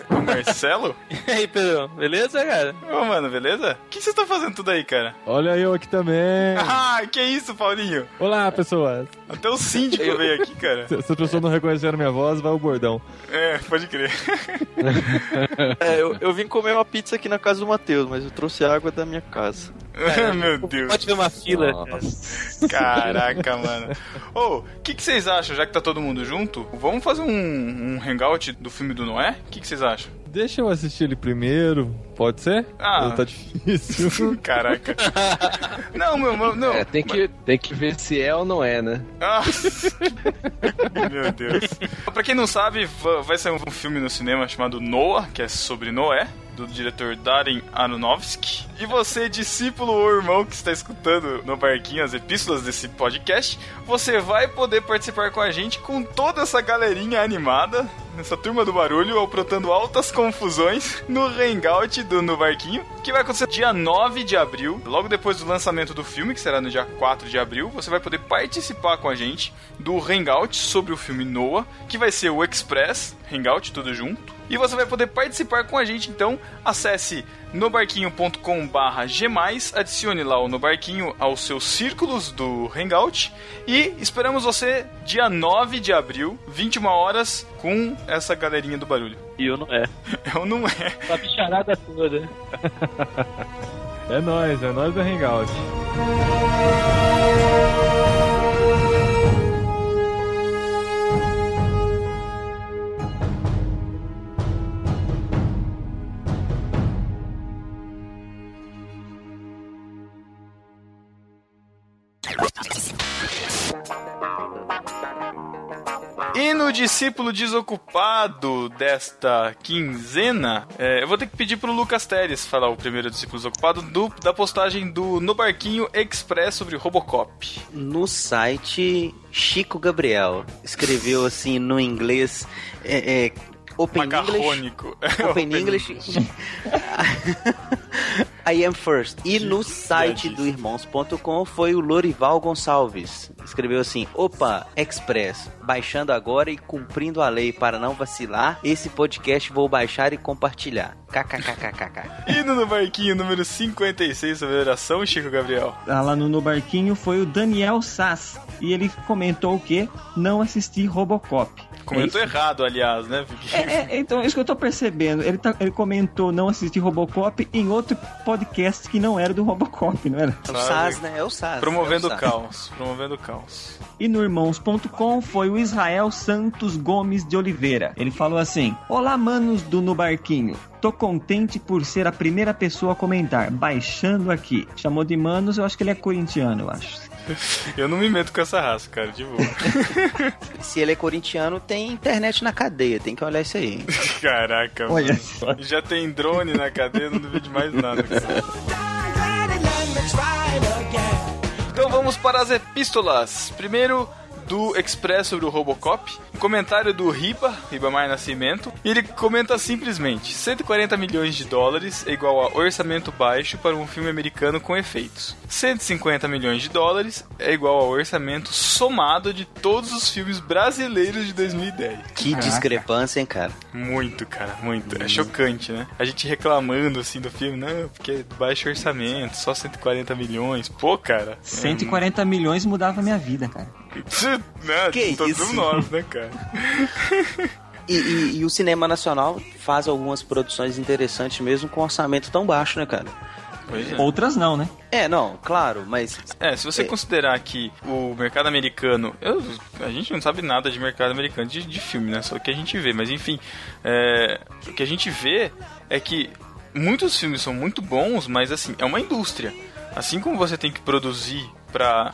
[SPEAKER 1] O Marcelo?
[SPEAKER 4] E aí, Pedro, beleza, cara?
[SPEAKER 1] Ô, mano, beleza? O que você tá fazendo tudo aí, cara?
[SPEAKER 14] Olha eu aqui também.
[SPEAKER 1] Ah, que isso, Paulinho?
[SPEAKER 14] Olá, pessoas.
[SPEAKER 1] Até o síndico veio aqui, cara.
[SPEAKER 14] Se, se as pessoas não reconheceram minha voz, vai o bordão.
[SPEAKER 1] É, pode crer.
[SPEAKER 4] É, eu, eu vim comer uma pizza aqui na casa do Matheus, mas eu trouxe água da minha casa.
[SPEAKER 1] Meu Deus.
[SPEAKER 4] Pode ver uma fila.
[SPEAKER 1] Caraca, mano. Ô, o que, que vocês acham, já que tá todo mundo junto? Vamos fazer um, um hangout do filme do Noé? O que, que vocês acham?
[SPEAKER 14] Deixa eu assistir ele primeiro, pode ser?
[SPEAKER 1] Ah.
[SPEAKER 14] Ou Tá difícil.
[SPEAKER 1] Caraca. Não, meu, meu não.
[SPEAKER 3] É, tem que, tem que ver se é ou não é, né?
[SPEAKER 1] Ah, meu Deus. Pra quem não sabe, va- vai sair um filme no cinema chamado Noah, que é sobre Noé, do diretor Darren Aronofsky. E você, discípulo ou irmão que está escutando no barquinho as epístolas desse podcast, você vai poder participar com a gente com toda essa galerinha animada, essa turma do barulho, alprotando altas confusões no hangout do No Barquinho, que vai acontecer dia 9 de abril, logo depois do lançamento do filme, que será no dia 4 de abril, você vai poder participar com a gente do hangout sobre o filme Noah, que vai ser o Express Hangout, tudo junto. E você vai poder participar com a gente, então acesse nobarquinho.com barra G+, adicione lá o Nobarquinho aos seus círculos do Hangout e esperamos você dia 9 de abril, 21 horas, com essa galerinha do barulho.
[SPEAKER 15] E eu não é.
[SPEAKER 1] Eu não é.
[SPEAKER 16] A bicharada toda.
[SPEAKER 4] É nóis, é nóis do Hangout.
[SPEAKER 1] E no discípulo desocupado desta quinzena, é, eu vou ter que pedir pro Lucas Teres falar o primeiro discípulo desocupado do- da postagem do No Barquinho Express sobre Robocop.
[SPEAKER 2] No site, Chico Gabriel escreveu assim no inglês. É, é, open
[SPEAKER 1] Macarrônico.
[SPEAKER 2] English. Open English. I am first. E no site do irmãos.com foi o Lorival Gonçalves. Escreveu assim: Opa, Express, baixando agora e cumprindo a lei para não vacilar. Esse podcast vou baixar e compartilhar. KKKKKK.
[SPEAKER 1] E no No Barquinho número 56 sobre oração, Chico Gabriel.
[SPEAKER 6] Ah, lá no, no barquinho foi o Daniel Sass. E ele comentou o que? Não assisti Robocop.
[SPEAKER 1] Comentou errado, aliás, né? Porque-
[SPEAKER 6] É, é, então, é isso que eu tô percebendo. Ele, tá- ele comentou não assistir Robocop em outro podcast que não era do Robocop, não era?
[SPEAKER 2] O SAS, né? É o SAS.
[SPEAKER 1] Promovendo
[SPEAKER 2] é o
[SPEAKER 1] o caos. Promovendo o caos.
[SPEAKER 6] E no irmãos.com foi o Israel Santos Gomes de Oliveira. Ele falou assim: Olá, manos do No Barquinho. Tô contente por ser a primeira pessoa a comentar, baixando aqui. Chamou de manos, eu acho que ele é corintiano, eu acho.
[SPEAKER 1] Eu não me meto com essa raça, cara, de boa.
[SPEAKER 2] Se ele é corintiano, tem internet na cadeia. Tem que olhar isso aí. hein?
[SPEAKER 1] Caraca,
[SPEAKER 2] Olha
[SPEAKER 1] mano. Já tem drone na cadeia, não duvido de mais nada, cara. Então vamos para as epístolas. Primeiro do Express sobre o Robocop, um comentário do Riba, Ribamar Nascimento, e ele comenta simplesmente: 140 milhões de dólares é igual a orçamento baixo para um filme americano com efeitos. 150 milhões de dólares é igual ao orçamento somado de todos os filmes brasileiros de 2010.
[SPEAKER 2] Que discrepância, hein, cara?
[SPEAKER 1] Muito, cara, muito.
[SPEAKER 2] Hum.
[SPEAKER 1] É chocante, né? A gente reclamando assim do filme, não, porque é baixo orçamento, só 140 milhões. Pô, cara. é
[SPEAKER 6] 140 milhões mudava minha vida, cara.
[SPEAKER 1] Não,
[SPEAKER 2] Que
[SPEAKER 1] todos
[SPEAKER 2] isso?
[SPEAKER 1] Né? nós, né, cara?
[SPEAKER 2] E, e- e o cinema nacional faz algumas produções interessantes mesmo com orçamento tão baixo, né, cara?
[SPEAKER 1] Pois é.
[SPEAKER 6] Outras não, né?
[SPEAKER 2] É, não, claro, mas.
[SPEAKER 1] É, se você considerar que o mercado americano. eu- a gente não sabe nada de mercado americano de, de filme, né? Só o que a gente vê. Mas enfim, é, o que a gente vê é que muitos filmes são muito bons, mas assim, é uma indústria. Assim como você tem que produzir pra.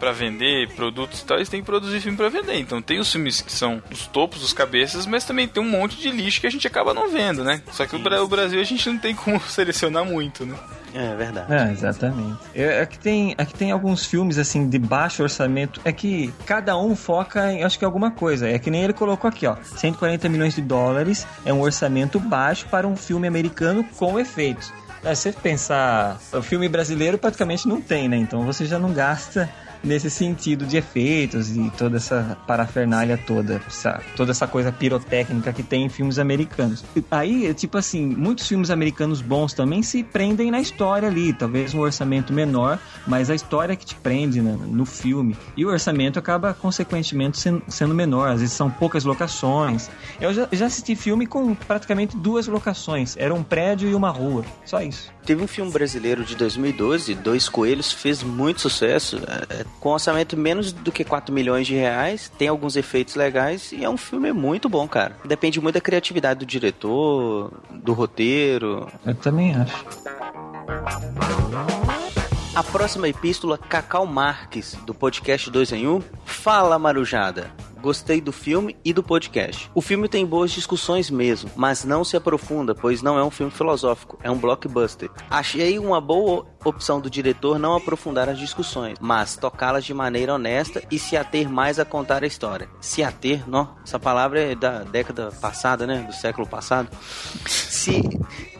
[SPEAKER 1] Pra vender produtos e tal, eles têm que produzir filme pra vender. Então tem os filmes que são os topos, os cabeças, mas também tem um monte de lixo que a gente acaba não vendo, né? Só que o, Bra- o Brasil a gente não tem como selecionar muito, né?
[SPEAKER 2] É verdade.
[SPEAKER 6] É, exatamente. É, aqui, tem, aqui tem alguns filmes, assim, de baixo orçamento. É que cada um foca em, acho que, alguma coisa. É que nem ele colocou aqui, ó. 140 milhões de dólares é um orçamento baixo para um filme americano com efeitos. É, se você pensar, o filme brasileiro praticamente não tem, né? Então você já não gasta nesse sentido de efeitos e toda essa parafernália toda, essa- toda essa coisa pirotécnica que tem em filmes americanos. E Aí, é tipo assim, muitos filmes americanos bons também se prendem na história ali, talvez um orçamento menor, mas a história que te prende né, no filme. E o orçamento acaba, consequentemente, sen- sendo menor. Às vezes são poucas locações. Eu já, já assisti filme com praticamente duas locações. Era um prédio e uma rua. Só isso.
[SPEAKER 2] Teve um filme brasileiro de 2012, Dois Coelhos, fez muito sucesso, é, é, com orçamento menos do que 4 milhões de reais, tem alguns efeitos legais e é um filme muito bom, cara. Depende muito da criatividade do diretor, do roteiro.
[SPEAKER 6] Eu também acho.
[SPEAKER 2] A próxima epístola, Cacau Marques, do podcast 2 em 1. Fala, Marujada! Gostei do filme e do podcast. O filme tem boas discussões mesmo, mas não se aprofunda, pois não é um filme filosófico, é um blockbuster. Achei uma boa opção do diretor não aprofundar as discussões, mas tocá-las de maneira honesta e se ater mais a contar a história. Se ater, não, essa palavra é da década passada, né? Do século passado. Se,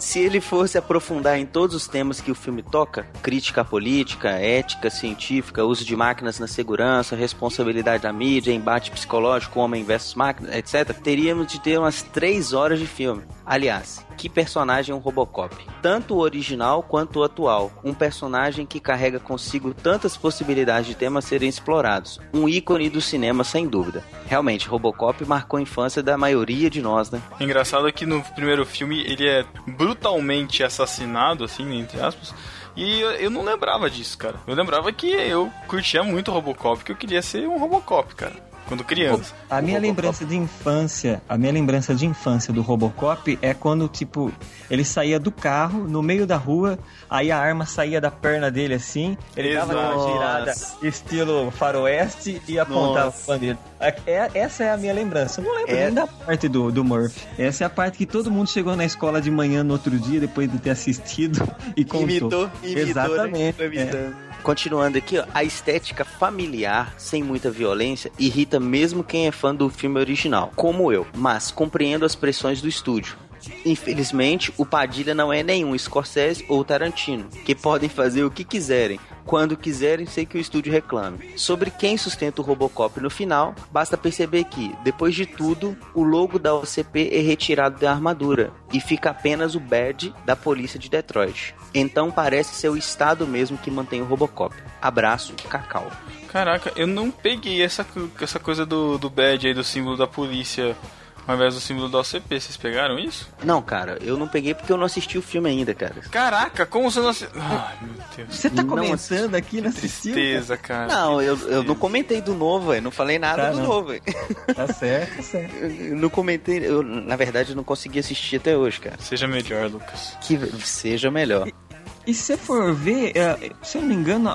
[SPEAKER 2] Se ele fosse aprofundar em todos os temas que o filme toca, crítica política, ética científica, uso de máquinas na segurança, responsabilidade da mídia, embate psicológico, homem versus máquina, etc., teríamos de ter umas três horas de filme. Aliás, que personagem é um Robocop? Tanto o original quanto o atual. Um personagem que carrega consigo tantas possibilidades de temas serem explorados. Um ícone do cinema, sem dúvida. Realmente, Robocop marcou a infância da maioria de nós, né?
[SPEAKER 1] Engraçado é que no primeiro filme ele é brutalmente assassinado, assim, entre aspas. E eu, eu não lembrava disso, cara. Eu lembrava que eu curtia muito Robocop, que eu queria ser um Robocop, cara quando criança.
[SPEAKER 6] A minha lembrança de infância, a minha lembrança de infância do Robocop é quando tipo ele saía do carro no meio da rua, aí a arma saía da perna dele assim, ele Exato. dava uma girada estilo faroeste e apontava o bandido. É, essa é a minha lembrança. Eu não lembro é... nem da parte do, do Murphy. Essa é a parte que todo mundo chegou na escola de manhã no outro dia depois de ter assistido e contou.
[SPEAKER 2] Imitou, imitou
[SPEAKER 6] Exatamente. é.
[SPEAKER 2] Né? Continuando aqui, ó, a estética familiar, sem muita violência, irrita mesmo quem é fã do filme original, como eu, mas compreendo as pressões do estúdio. Infelizmente, o Padilha não é nenhum Scorsese ou Tarantino, que podem fazer o que quiserem, quando quiserem, sem que o estúdio reclame. Sobre quem sustenta o Robocop no final, basta perceber que, depois de tudo, o logo da OCP é retirado da armadura e fica apenas o badge da polícia de Detroit. Então parece ser o estado mesmo que mantém o Robocop. Abraço, Cacau.
[SPEAKER 1] Caraca, eu não peguei essa, essa coisa do, do badge aí, do símbolo da polícia ao invés do símbolo da OCP. Vocês pegaram isso?
[SPEAKER 2] Não, cara, eu não peguei porque eu não assisti o filme ainda, cara.
[SPEAKER 1] Caraca, como você não assistiu? Ai, meu Deus.
[SPEAKER 6] Você tá comentando aqui na
[SPEAKER 1] Tristeza, cara.
[SPEAKER 2] Não, eu, eu não comentei do novo, velho. Não falei nada tá, do não. novo, velho.
[SPEAKER 6] Tá certo, tá certo.
[SPEAKER 2] Eu não comentei, eu, na verdade, não consegui assistir até hoje, cara.
[SPEAKER 1] Seja melhor, Lucas.
[SPEAKER 2] Que seja melhor.
[SPEAKER 6] E se for ver, é, se eu não me engano, a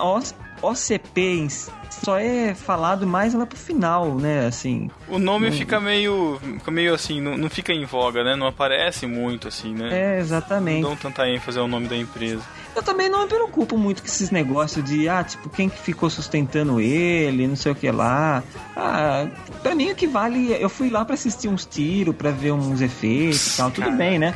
[SPEAKER 6] OCP só é falado mais lá pro final, né? Assim.
[SPEAKER 1] O nome não... fica meio. Fica meio assim, não, não, fica em voga, né? Não aparece muito, assim, né?
[SPEAKER 6] É, exatamente.
[SPEAKER 1] Não dão tanta ênfase ao nome da empresa.
[SPEAKER 6] Eu também não me preocupo muito com esses negócios de, ah, tipo, quem que ficou sustentando ele, não sei o que lá. Ah, pra mim o que vale. é, Eu fui lá para assistir uns tiros, para ver uns efeitos e tal, tudo Cara. bem, né?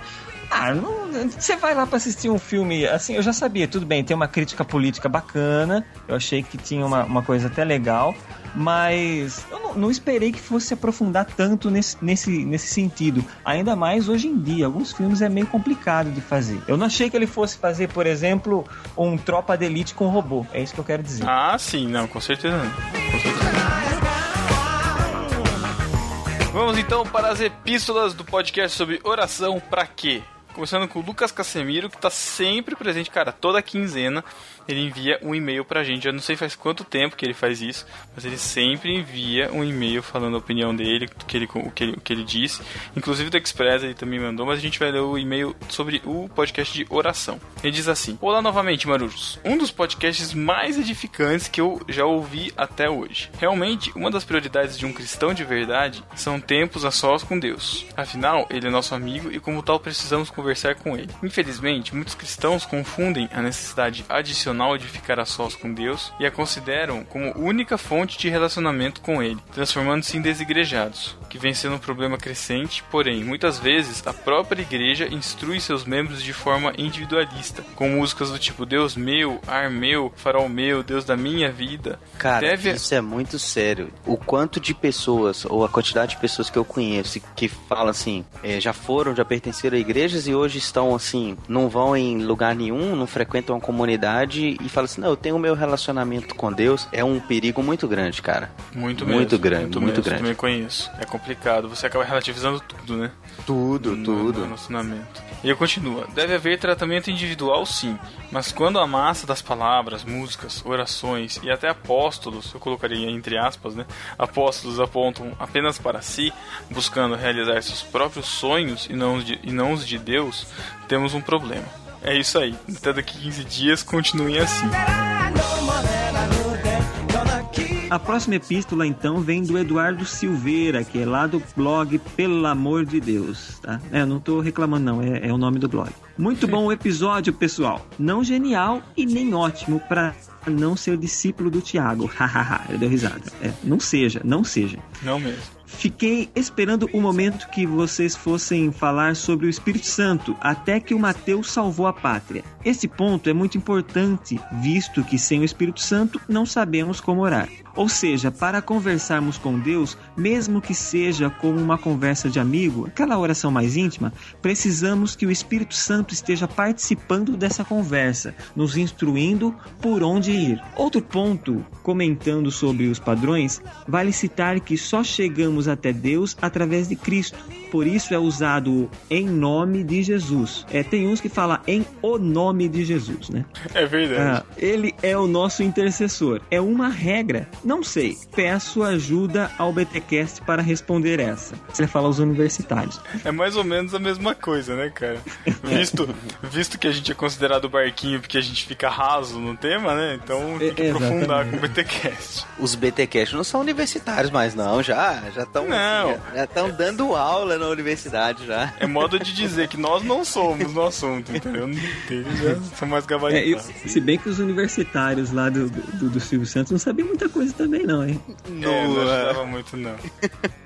[SPEAKER 6] Ah, não, você vai lá para assistir um filme, assim, eu já sabia, tudo bem, tem uma crítica política bacana, eu achei que tinha uma, uma coisa até legal, mas eu não, não, esperei que fosse aprofundar tanto nesse, nesse, nesse sentido. Ainda mais hoje em dia, alguns filmes é meio complicado de fazer. Eu não achei que ele fosse fazer, por exemplo, um Tropa de Elite com robô, é isso que eu quero dizer.
[SPEAKER 1] Ah, sim, não, com certeza não. Com certeza não. Vamos então para as epístolas do podcast sobre oração para quê? Começando com o Lucas Casemiro, que está sempre presente, cara, toda quinzena ele envia um e-mail pra gente. Eu não sei faz quanto tempo que ele faz isso, mas ele sempre envia um e-mail falando a opinião dele, que ele, o, que ele, o que ele disse. Inclusive do Express ele também mandou, mas a gente vai ler o e-mail sobre o podcast de oração. Ele diz assim: Olá novamente, Marujos. Um dos podcasts mais edificantes que eu já ouvi até hoje. Realmente, uma das prioridades de um cristão de verdade são tempos a sós com Deus. Afinal, ele é nosso amigo e, como tal, precisamos conversar com ele. Infelizmente, muitos cristãos confundem a necessidade adicional de ficar a sós com Deus e a consideram como única fonte de relacionamento com Ele, transformando-se em desigrejados, que vem sendo um problema crescente, porém, muitas vezes a própria igreja instrui seus membros de forma individualista, com músicas do tipo Deus meu, ar meu, farol meu, Deus da minha vida.
[SPEAKER 2] Cara, Deve... isso é muito sério. O quanto de pessoas, ou a quantidade de pessoas que eu conheço que falam assim, é, já foram, já pertenceram a igrejas e hoje estão assim, não vão em lugar nenhum, não frequentam a comunidade e fala assim: não, eu tenho o meu relacionamento com Deus, é um perigo muito grande, cara.
[SPEAKER 1] Muito mesmo.
[SPEAKER 2] Muito grande, muito, muito mesmo, grande.
[SPEAKER 1] também conheço. É complicado. Você acaba relativizando tudo, né?
[SPEAKER 2] Tudo,
[SPEAKER 1] no,
[SPEAKER 2] tudo.
[SPEAKER 1] No relacionamento. E eu continua: deve haver tratamento individual, sim, mas quando a massa das palavras, músicas, orações e até apóstolos, eu colocaria entre aspas, né? Apóstolos apontam apenas para si, buscando realizar seus próprios sonhos e não os de, e não os de Deus, temos um problema. É isso aí. Até daqui 15 dias, continuem assim.
[SPEAKER 6] A próxima epístola, então, vem do Eduardo Silveira, que é lá do blog Pelo Amor de Deus, tá? É, não tô reclamando, não, é, é o nome do blog. Muito bom o episódio, pessoal. Não genial e nem ótimo para não ser discípulo do Tiago. Hahaha, ele deu risada. É, não seja, não seja.
[SPEAKER 1] Não mesmo.
[SPEAKER 6] Fiquei esperando o momento que vocês fossem falar sobre o Espírito Santo, até que o Mateus salvou a pátria. Esse ponto é muito importante, visto que sem o Espírito Santo não sabemos como orar. Ou seja, para conversarmos com Deus, mesmo que seja como uma conversa de amigo, aquela oração mais íntima, precisamos que o Espírito Santo esteja participando dessa conversa, nos instruindo por onde ir. Outro ponto, comentando sobre os padrões, vale citar que só chegamos até Deus através de Cristo. Por isso é usado em nome de Jesus. É, tem uns que falam em o nome de Jesus, né?
[SPEAKER 1] É verdade.
[SPEAKER 6] Ah, ele é o nosso intercessor. É uma regra. Não sei. Peço ajuda ao BTcast para responder essa. Você fala aos universitários.
[SPEAKER 1] É mais ou menos a mesma coisa, né, cara? Visto, visto que a gente é considerado barquinho porque a gente fica raso no tema, né? Então tem que
[SPEAKER 2] É,
[SPEAKER 1] aprofundar
[SPEAKER 2] exatamente.
[SPEAKER 1] com o BTcast.
[SPEAKER 2] Os BTcast não são universitários mais, não. Já já estão
[SPEAKER 1] Não.
[SPEAKER 2] já estão dando aula na universidade já.
[SPEAKER 1] É modo de dizer que nós não somos no assunto, entendeu? Não tem, já são mais
[SPEAKER 6] É, eu-
[SPEAKER 1] gabaritados.
[SPEAKER 6] se bem que os universitários lá do, do, do Silvio Santos não sabem muita coisa também, não, hein?
[SPEAKER 1] É, não ajudava muito, não.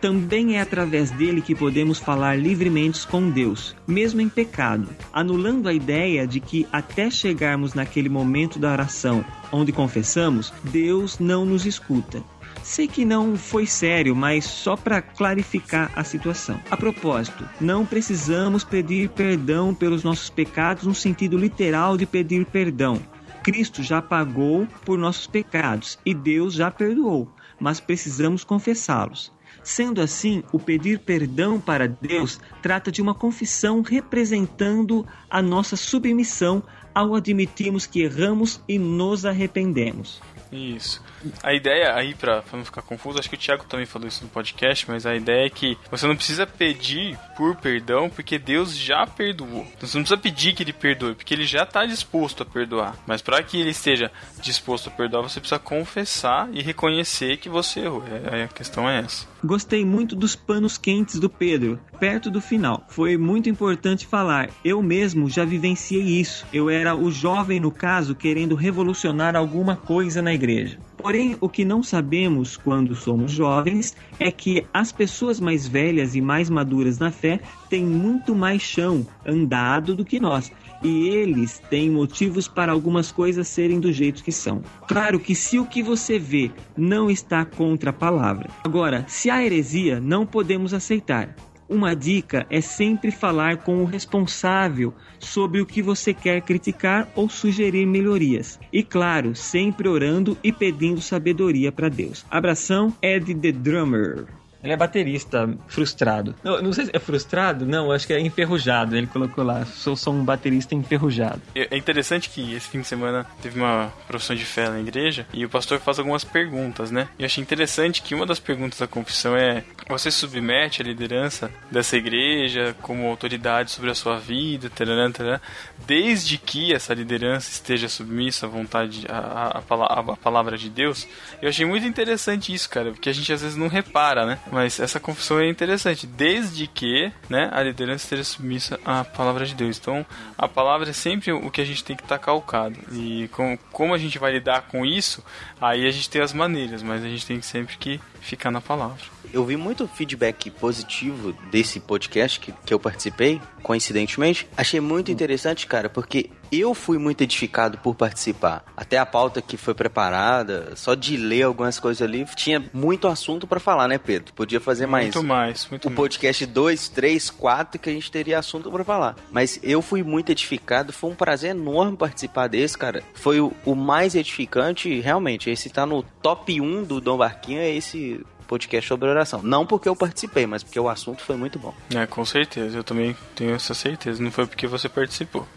[SPEAKER 6] Também é através dele que podemos falar livremente com Deus, mesmo em pecado, anulando a ideia de que até chegarmos naquele momento da oração onde confessamos, Deus não nos escuta. Sei que não foi sério, mas só para clarificar a situação. A propósito, não precisamos pedir perdão pelos nossos pecados no sentido literal de pedir perdão. Cristo já pagou por nossos pecados e Deus já perdoou, mas precisamos confessá-los. Sendo assim, o pedir perdão para Deus trata de uma confissão representando a nossa submissão ao admitirmos que erramos e nos arrependemos.
[SPEAKER 1] Isso. A ideia aí, pra, pra não ficar confuso, acho que o Thiago também falou isso no podcast, mas a ideia é que você não precisa pedir por perdão, porque Deus já perdoou. Então você não precisa pedir que ele perdoe, porque ele já está disposto a perdoar. Mas para que ele esteja disposto a perdoar, você precisa confessar e reconhecer que você errou. É, aí a questão é essa.
[SPEAKER 6] Gostei muito dos panos quentes do Pedro, perto do final. Foi muito importante falar. Eu mesmo já vivenciei isso. Eu era o jovem, no caso, querendo revolucionar alguma coisa na igreja. Porém, o que não sabemos quando somos jovens é que as pessoas mais velhas e mais maduras na fé têm muito mais chão andado do que nós. E eles têm motivos para algumas coisas serem do jeito que são. Claro que se o que você vê não está contra a palavra. Agora, se há heresia, não podemos aceitar. Uma dica é sempre falar com o responsável sobre o que você quer criticar ou sugerir melhorias. E claro, sempre orando e pedindo sabedoria para Deus. Abração, Ed The Drummer. Ele é baterista frustrado. Não, não sei se é frustrado, não, acho que é enferrujado. Ele colocou lá, sou só um baterista enferrujado.
[SPEAKER 1] E- É interessante que esse fim de semana teve uma profissão de fé na igreja e o pastor faz algumas perguntas, né? E eu achei interessante que uma das perguntas da confissão é: você se submete à liderança dessa igreja como autoridade sobre a sua vida, tarará, tarará, desde que essa liderança esteja submissa à vontade, à, à- à pala- à palavra de Deus? Eu achei muito interessante isso, cara, porque a gente às vezes não repara, né? Mas essa confissão é interessante, desde que né, a liderança esteja submissa à palavra de Deus. Então, a palavra é sempre o que a gente tem que estar calcado. E com, como a gente vai lidar com isso, aí a gente tem as maneiras, mas a gente tem que sempre que ficar na palavra.
[SPEAKER 2] Eu vi muito feedback positivo desse podcast que, que eu participei, coincidentemente. Achei muito interessante, cara, porque eu fui muito edificado por participar. Até a pauta que foi preparada, só de ler algumas coisas ali, tinha muito assunto pra falar, né, Pedro? Podia fazer mais.
[SPEAKER 1] Muito mais, muito
[SPEAKER 2] O podcast 2, 3, 4 que a gente teria assunto pra falar. Mas eu fui muito edificado, foi um prazer enorme participar desse, cara. Foi o, o mais edificante, realmente. Esse tá no top 1 do Dom Barquinho, é esse podcast sobre oração. Não porque eu participei, mas porque o assunto foi muito bom.
[SPEAKER 1] É, com certeza, eu também tenho essa certeza. Não foi porque você participou.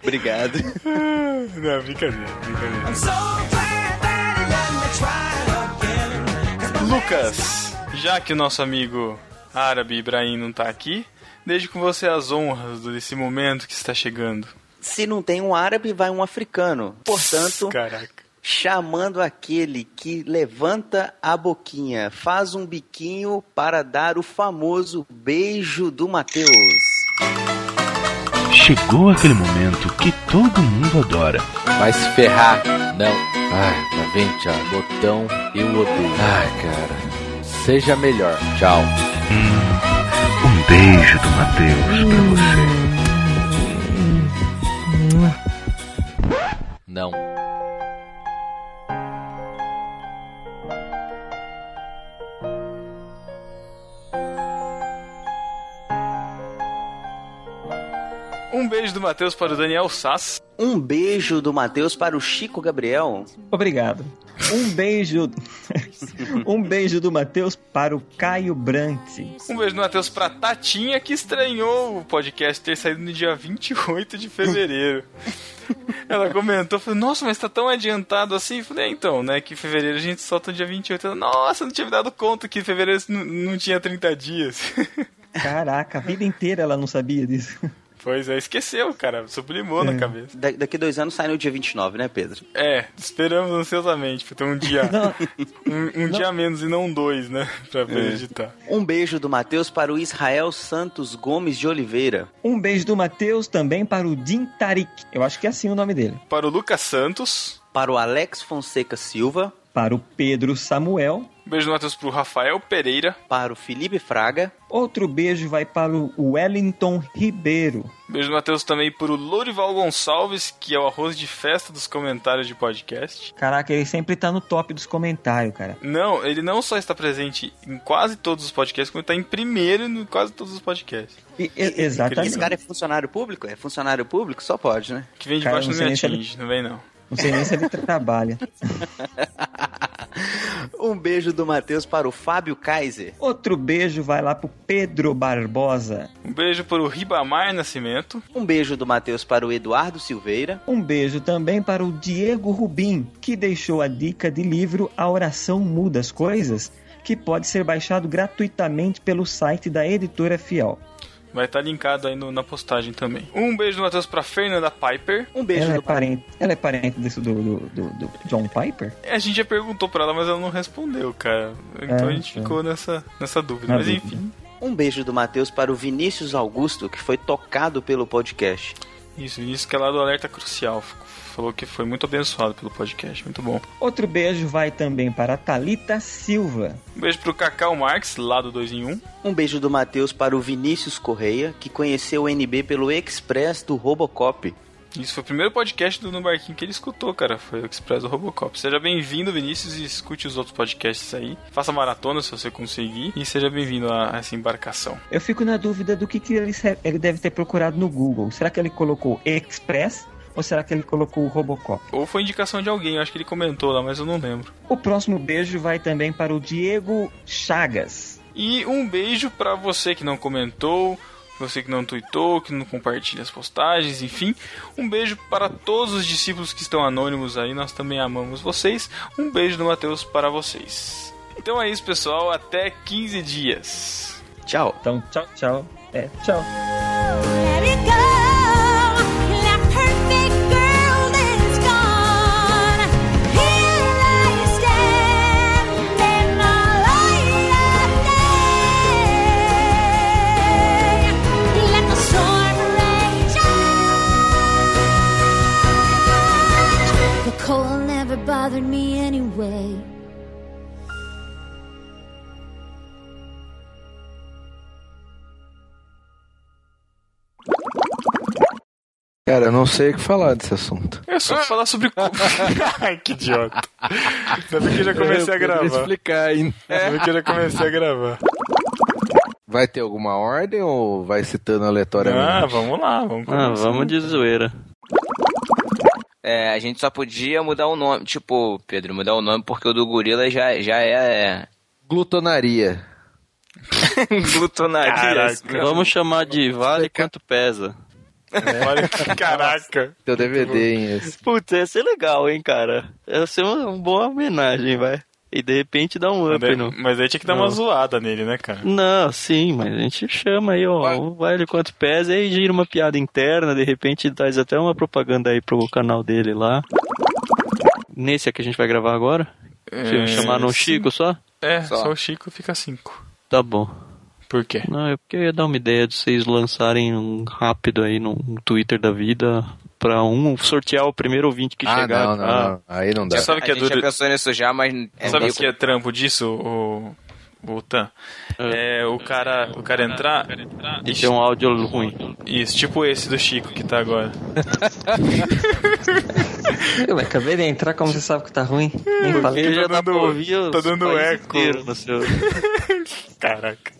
[SPEAKER 2] Obrigado.
[SPEAKER 1] Não, brincadeira, brincadeira. Lucas, já que o nosso amigo árabe Ibrahim não tá aqui, deixe com você as honras desse momento que está chegando.
[SPEAKER 2] Se não tem um árabe, vai um africano. Portanto, chamando aquele que levanta a boquinha, faz um biquinho para dar o famoso beijo do Mateus.
[SPEAKER 17] Chegou aquele momento que todo mundo adora.
[SPEAKER 3] Mas ferrar, não. Ai, lá vem, tchau. Botão, eu odeio. Ai, cara. Seja melhor. Tchau.
[SPEAKER 18] Um beijo do Matheus pra você.
[SPEAKER 3] Não.
[SPEAKER 1] Um beijo do Matheus para o Daniel Sass.
[SPEAKER 2] Um beijo do Matheus para o Chico Gabriel.
[SPEAKER 6] Obrigado. Um beijo. um beijo do Matheus para o Caio Brandt.
[SPEAKER 1] Um beijo do Matheus para Tatinha, que estranhou o podcast ter saído no dia 28 de fevereiro. Ela comentou, falou, nossa, mas tá tão adiantado assim. Eu falei, "É, então, né, que fevereiro a gente solta no dia 28. Ela, nossa, não tinha me dado conta que fevereiro não- não tinha 30 dias.
[SPEAKER 6] Caraca, a vida inteira ela não sabia disso.
[SPEAKER 1] Pois é, esqueceu, cara, sublimou na cabeça.
[SPEAKER 2] Da- daqui dois anos sai no dia 29, né, Pedro?
[SPEAKER 1] É, esperamos ansiosamente pra ter um dia. um um dia menos e não dois, né? Pra poder
[SPEAKER 2] É.
[SPEAKER 1] editar.
[SPEAKER 2] Um beijo do Matheus para o Israel Santos Gomes de Oliveira.
[SPEAKER 6] Um beijo do Matheus também para o Din Tarik. Eu acho que é assim o nome dele.
[SPEAKER 1] Para o Lucas Santos.
[SPEAKER 2] Para o Alex Fonseca Silva.
[SPEAKER 6] Para o Pedro Samuel.
[SPEAKER 1] Um beijo do Matheus pro Rafael Pereira.
[SPEAKER 2] Para o Felipe Fraga.
[SPEAKER 6] Outro beijo vai para o Wellington Ribeiro.
[SPEAKER 1] Um beijo do Matheus também pro Lorival Gonçalves, que é o arroz de festa dos comentários de podcast.
[SPEAKER 6] Caraca, ele sempre tá no top dos comentários, cara.
[SPEAKER 1] Não, ele não só está presente em quase todos os podcasts, como está em primeiro em quase todos os podcasts.
[SPEAKER 6] exatamente.
[SPEAKER 2] Esse cara é funcionário público? É funcionário público? Só pode, né?
[SPEAKER 1] Que vem de
[SPEAKER 2] Cara,
[SPEAKER 1] baixo
[SPEAKER 2] não
[SPEAKER 1] não
[SPEAKER 2] sei
[SPEAKER 1] me
[SPEAKER 2] nem se ele-
[SPEAKER 1] atinge, não vem não.
[SPEAKER 6] Não sei nem se é ele trabalha.
[SPEAKER 2] Um beijo do Matheus para o Fábio Kaiser.
[SPEAKER 6] Outro beijo vai lá pro Pedro Barbosa.
[SPEAKER 1] Um beijo pro Ribamar Nascimento.
[SPEAKER 2] Um beijo do Matheus para o Eduardo Silveira.
[SPEAKER 6] Um beijo também para o Diego Rubim, que deixou a dica de livro A Oração Muda as Coisas, que pode ser baixado gratuitamente pelo site da editora Fiel.
[SPEAKER 1] Vai estar linkado aí no- na postagem também. Um beijo do Matheus pra Fernanda Piper.
[SPEAKER 2] Um
[SPEAKER 6] ela, é parente, ela é parente desse do, do, do- do John Piper?
[SPEAKER 1] A gente já perguntou pra ela, mas ela não respondeu, cara. Então
[SPEAKER 6] É,
[SPEAKER 1] a gente
[SPEAKER 6] é.
[SPEAKER 1] ficou nessa, nessa dúvida.
[SPEAKER 6] Na
[SPEAKER 1] mas
[SPEAKER 6] dúvida.
[SPEAKER 1] enfim,
[SPEAKER 2] Um beijo do Matheus para o Vinícius Augusto, que foi tocado pelo podcast.
[SPEAKER 1] isso, isso que é lá do Alerta Crucial. F- Falou que foi muito abençoado pelo podcast, muito bom.
[SPEAKER 6] Outro beijo vai também para a Thalita Silva.
[SPEAKER 1] Um beijo pro Cacau Marx, lá do 2 em 1.
[SPEAKER 2] Um beijo do Matheus para o Vinícius Correia, que conheceu o NB pelo Express do Robocop.
[SPEAKER 1] Isso foi o primeiro podcast do No Barquinho que ele escutou, cara. Foi o Express do Robocop. Seja bem-vindo, Vinícius, e escute os outros podcasts aí. Faça maratona se você conseguir. E seja bem-vindo a a essa embarcação.
[SPEAKER 6] Eu fico na dúvida do que, que ele, se- ele deve ter procurado no Google. Será que ele colocou Express ou será que ele colocou o Robocop?
[SPEAKER 1] Ou foi indicação de alguém, eu acho que ele comentou lá, mas eu não lembro.
[SPEAKER 6] O próximo beijo vai também para o Diego Chagas.
[SPEAKER 1] E um beijo pra você que não comentou, você que não tweetou, que não compartilha as postagens, enfim. Um beijo para todos os discípulos que estão anônimos aí, nós também amamos vocês. Um beijo do Matheus para vocês. Então é isso, pessoal, até 15 dias.
[SPEAKER 2] Tchau.
[SPEAKER 6] Então, tchau, tchau. É, tchau.
[SPEAKER 7] Let it go. That perfect girl that is gone. Here I stand in the light of day. Let the storm rage on. The cold never bothered me anyway.
[SPEAKER 3] Cara, eu não sei o que falar desse assunto.
[SPEAKER 1] Eu É só vou falar sobre cu. Ai, que idiota. Ainda bem que eu já comecei a
[SPEAKER 3] Eu poderia
[SPEAKER 1] gravar. É.
[SPEAKER 3] explicar ainda.
[SPEAKER 1] Ainda bem que eu já comecei a gravar.
[SPEAKER 3] Vai ter alguma ordem ou vai citando aleatoriamente?
[SPEAKER 1] Ah, vamos lá, vamos
[SPEAKER 4] Ah, vamos de zoeira.
[SPEAKER 19] É, a gente só podia mudar o nome, tipo, Pedro, mudar o nome porque o do gorila já, já é,
[SPEAKER 3] Glutonaria.
[SPEAKER 19] é glutonaria.
[SPEAKER 4] é, Vamos chamar de Vale Quanto Pesa.
[SPEAKER 1] Olha que caraca.
[SPEAKER 3] Teu DVD, hein, esse.
[SPEAKER 4] Putz, ia ser legal, hein, cara. Ia ser uma, uma boa homenagem, vai. E de repente dá um
[SPEAKER 1] Mas
[SPEAKER 4] up,
[SPEAKER 1] daí,
[SPEAKER 4] não.
[SPEAKER 1] mas aí tinha que dar uma
[SPEAKER 4] Não.
[SPEAKER 1] zoada nele, né, cara?
[SPEAKER 4] Não, sim, mas a gente chama aí, ó, um o Vale Quanto Pesa, aí gira uma piada interna, de repente faz até uma propaganda aí pro canal dele lá. Nesse é que a gente vai gravar agora?
[SPEAKER 1] É,
[SPEAKER 4] chamar no
[SPEAKER 1] sim.
[SPEAKER 4] Chico só?
[SPEAKER 1] É, só, o Chico fica 5.
[SPEAKER 4] Tá bom.
[SPEAKER 1] Por quê?
[SPEAKER 4] Não, é porque eu ia dar uma ideia de vocês lançarem um rápido aí no no Twitter da vida pra um sortear o primeiro ouvinte que
[SPEAKER 3] Ah,
[SPEAKER 4] chegar.
[SPEAKER 3] não, não, não. Aí não dá.
[SPEAKER 4] Já
[SPEAKER 1] Sabe que
[SPEAKER 2] a
[SPEAKER 1] é
[SPEAKER 2] gente
[SPEAKER 1] duro-
[SPEAKER 2] já pensou nisso já, mas...
[SPEAKER 1] Sabe o que é trampo disso, o, o Tan? É o cara, o cara entrar
[SPEAKER 4] E tem um áudio ruim.
[SPEAKER 1] Isso, tipo esse do Chico que tá agora.
[SPEAKER 6] Eu acabei de entrar, como você sabe que tá ruim? Nem falei.
[SPEAKER 1] Porque tá dando, tá dando eco. Caraca.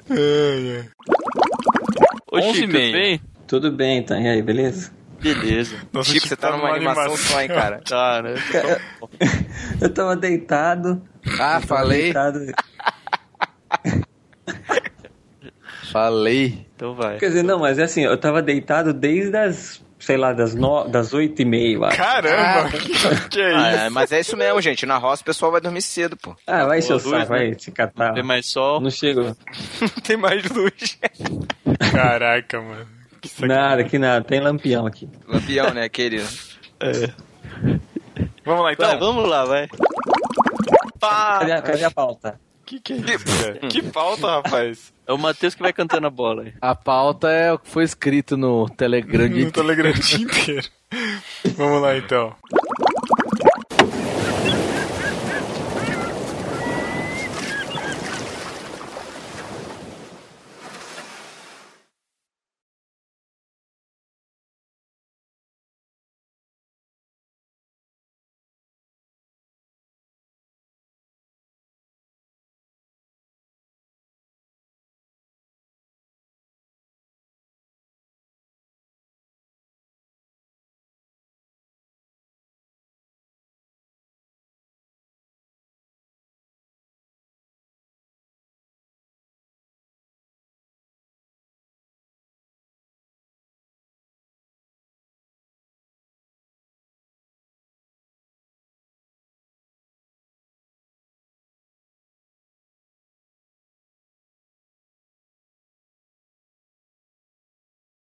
[SPEAKER 6] Ô,
[SPEAKER 1] Onze Chico, e meia. tudo bem?
[SPEAKER 6] Tudo bem, então. E aí, beleza?
[SPEAKER 4] Beleza.
[SPEAKER 1] Nossa, Chico, Chico você tá tá numa numa animação animação. só, hein, cara?
[SPEAKER 4] Tá, né?
[SPEAKER 6] Eu tava deitado.
[SPEAKER 3] Ah, falei.
[SPEAKER 2] tá?
[SPEAKER 6] Deitado.
[SPEAKER 3] Falei.
[SPEAKER 4] Então vai.
[SPEAKER 6] Quer dizer, não, mas é assim, eu tava deitado desde as, sei lá, das, no... das 8 e meia, eu acho.
[SPEAKER 1] Caramba! que é
[SPEAKER 2] isso? mas é isso mesmo, gente. Na roça o pessoal vai dormir cedo, pô.
[SPEAKER 6] Ah, vai encher o
[SPEAKER 2] Boa luz,
[SPEAKER 6] saco, vai
[SPEAKER 2] né?
[SPEAKER 6] te catar.
[SPEAKER 4] Tem mais sol?
[SPEAKER 6] Não chego.
[SPEAKER 1] Tem mais luz. Caraca, mano.
[SPEAKER 6] Nada, que nada. Tem lampião aqui.
[SPEAKER 2] Lampião, né, aquele...
[SPEAKER 1] É. Vamos lá, então?
[SPEAKER 4] vamos lá, vai.
[SPEAKER 6] Cadê, a- cadê a pauta?
[SPEAKER 1] Que que é isso, cara? Que pauta, rapaz?
[SPEAKER 4] Hum. É o Matheus que vai cantando a bola aí.
[SPEAKER 3] A pauta é o que foi escrito no Telegram.
[SPEAKER 1] No Telegram o dia inteiro. Vamos lá, então.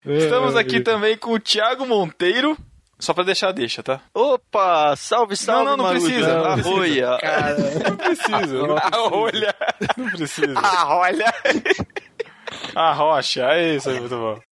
[SPEAKER 1] Estamos aqui também com o Thiago Monteiro. Só pra deixar, deixa, tá?
[SPEAKER 4] Opa, salve, salve,
[SPEAKER 1] Não, não, não
[SPEAKER 4] Maruja.
[SPEAKER 1] precisa. Não
[SPEAKER 4] Arroia.
[SPEAKER 1] precisa. Cara, não precisa. Não precisa. Arrolha. Não precisa.
[SPEAKER 2] Arrolha.
[SPEAKER 1] A rocha. Ah, É isso aí, muito bom.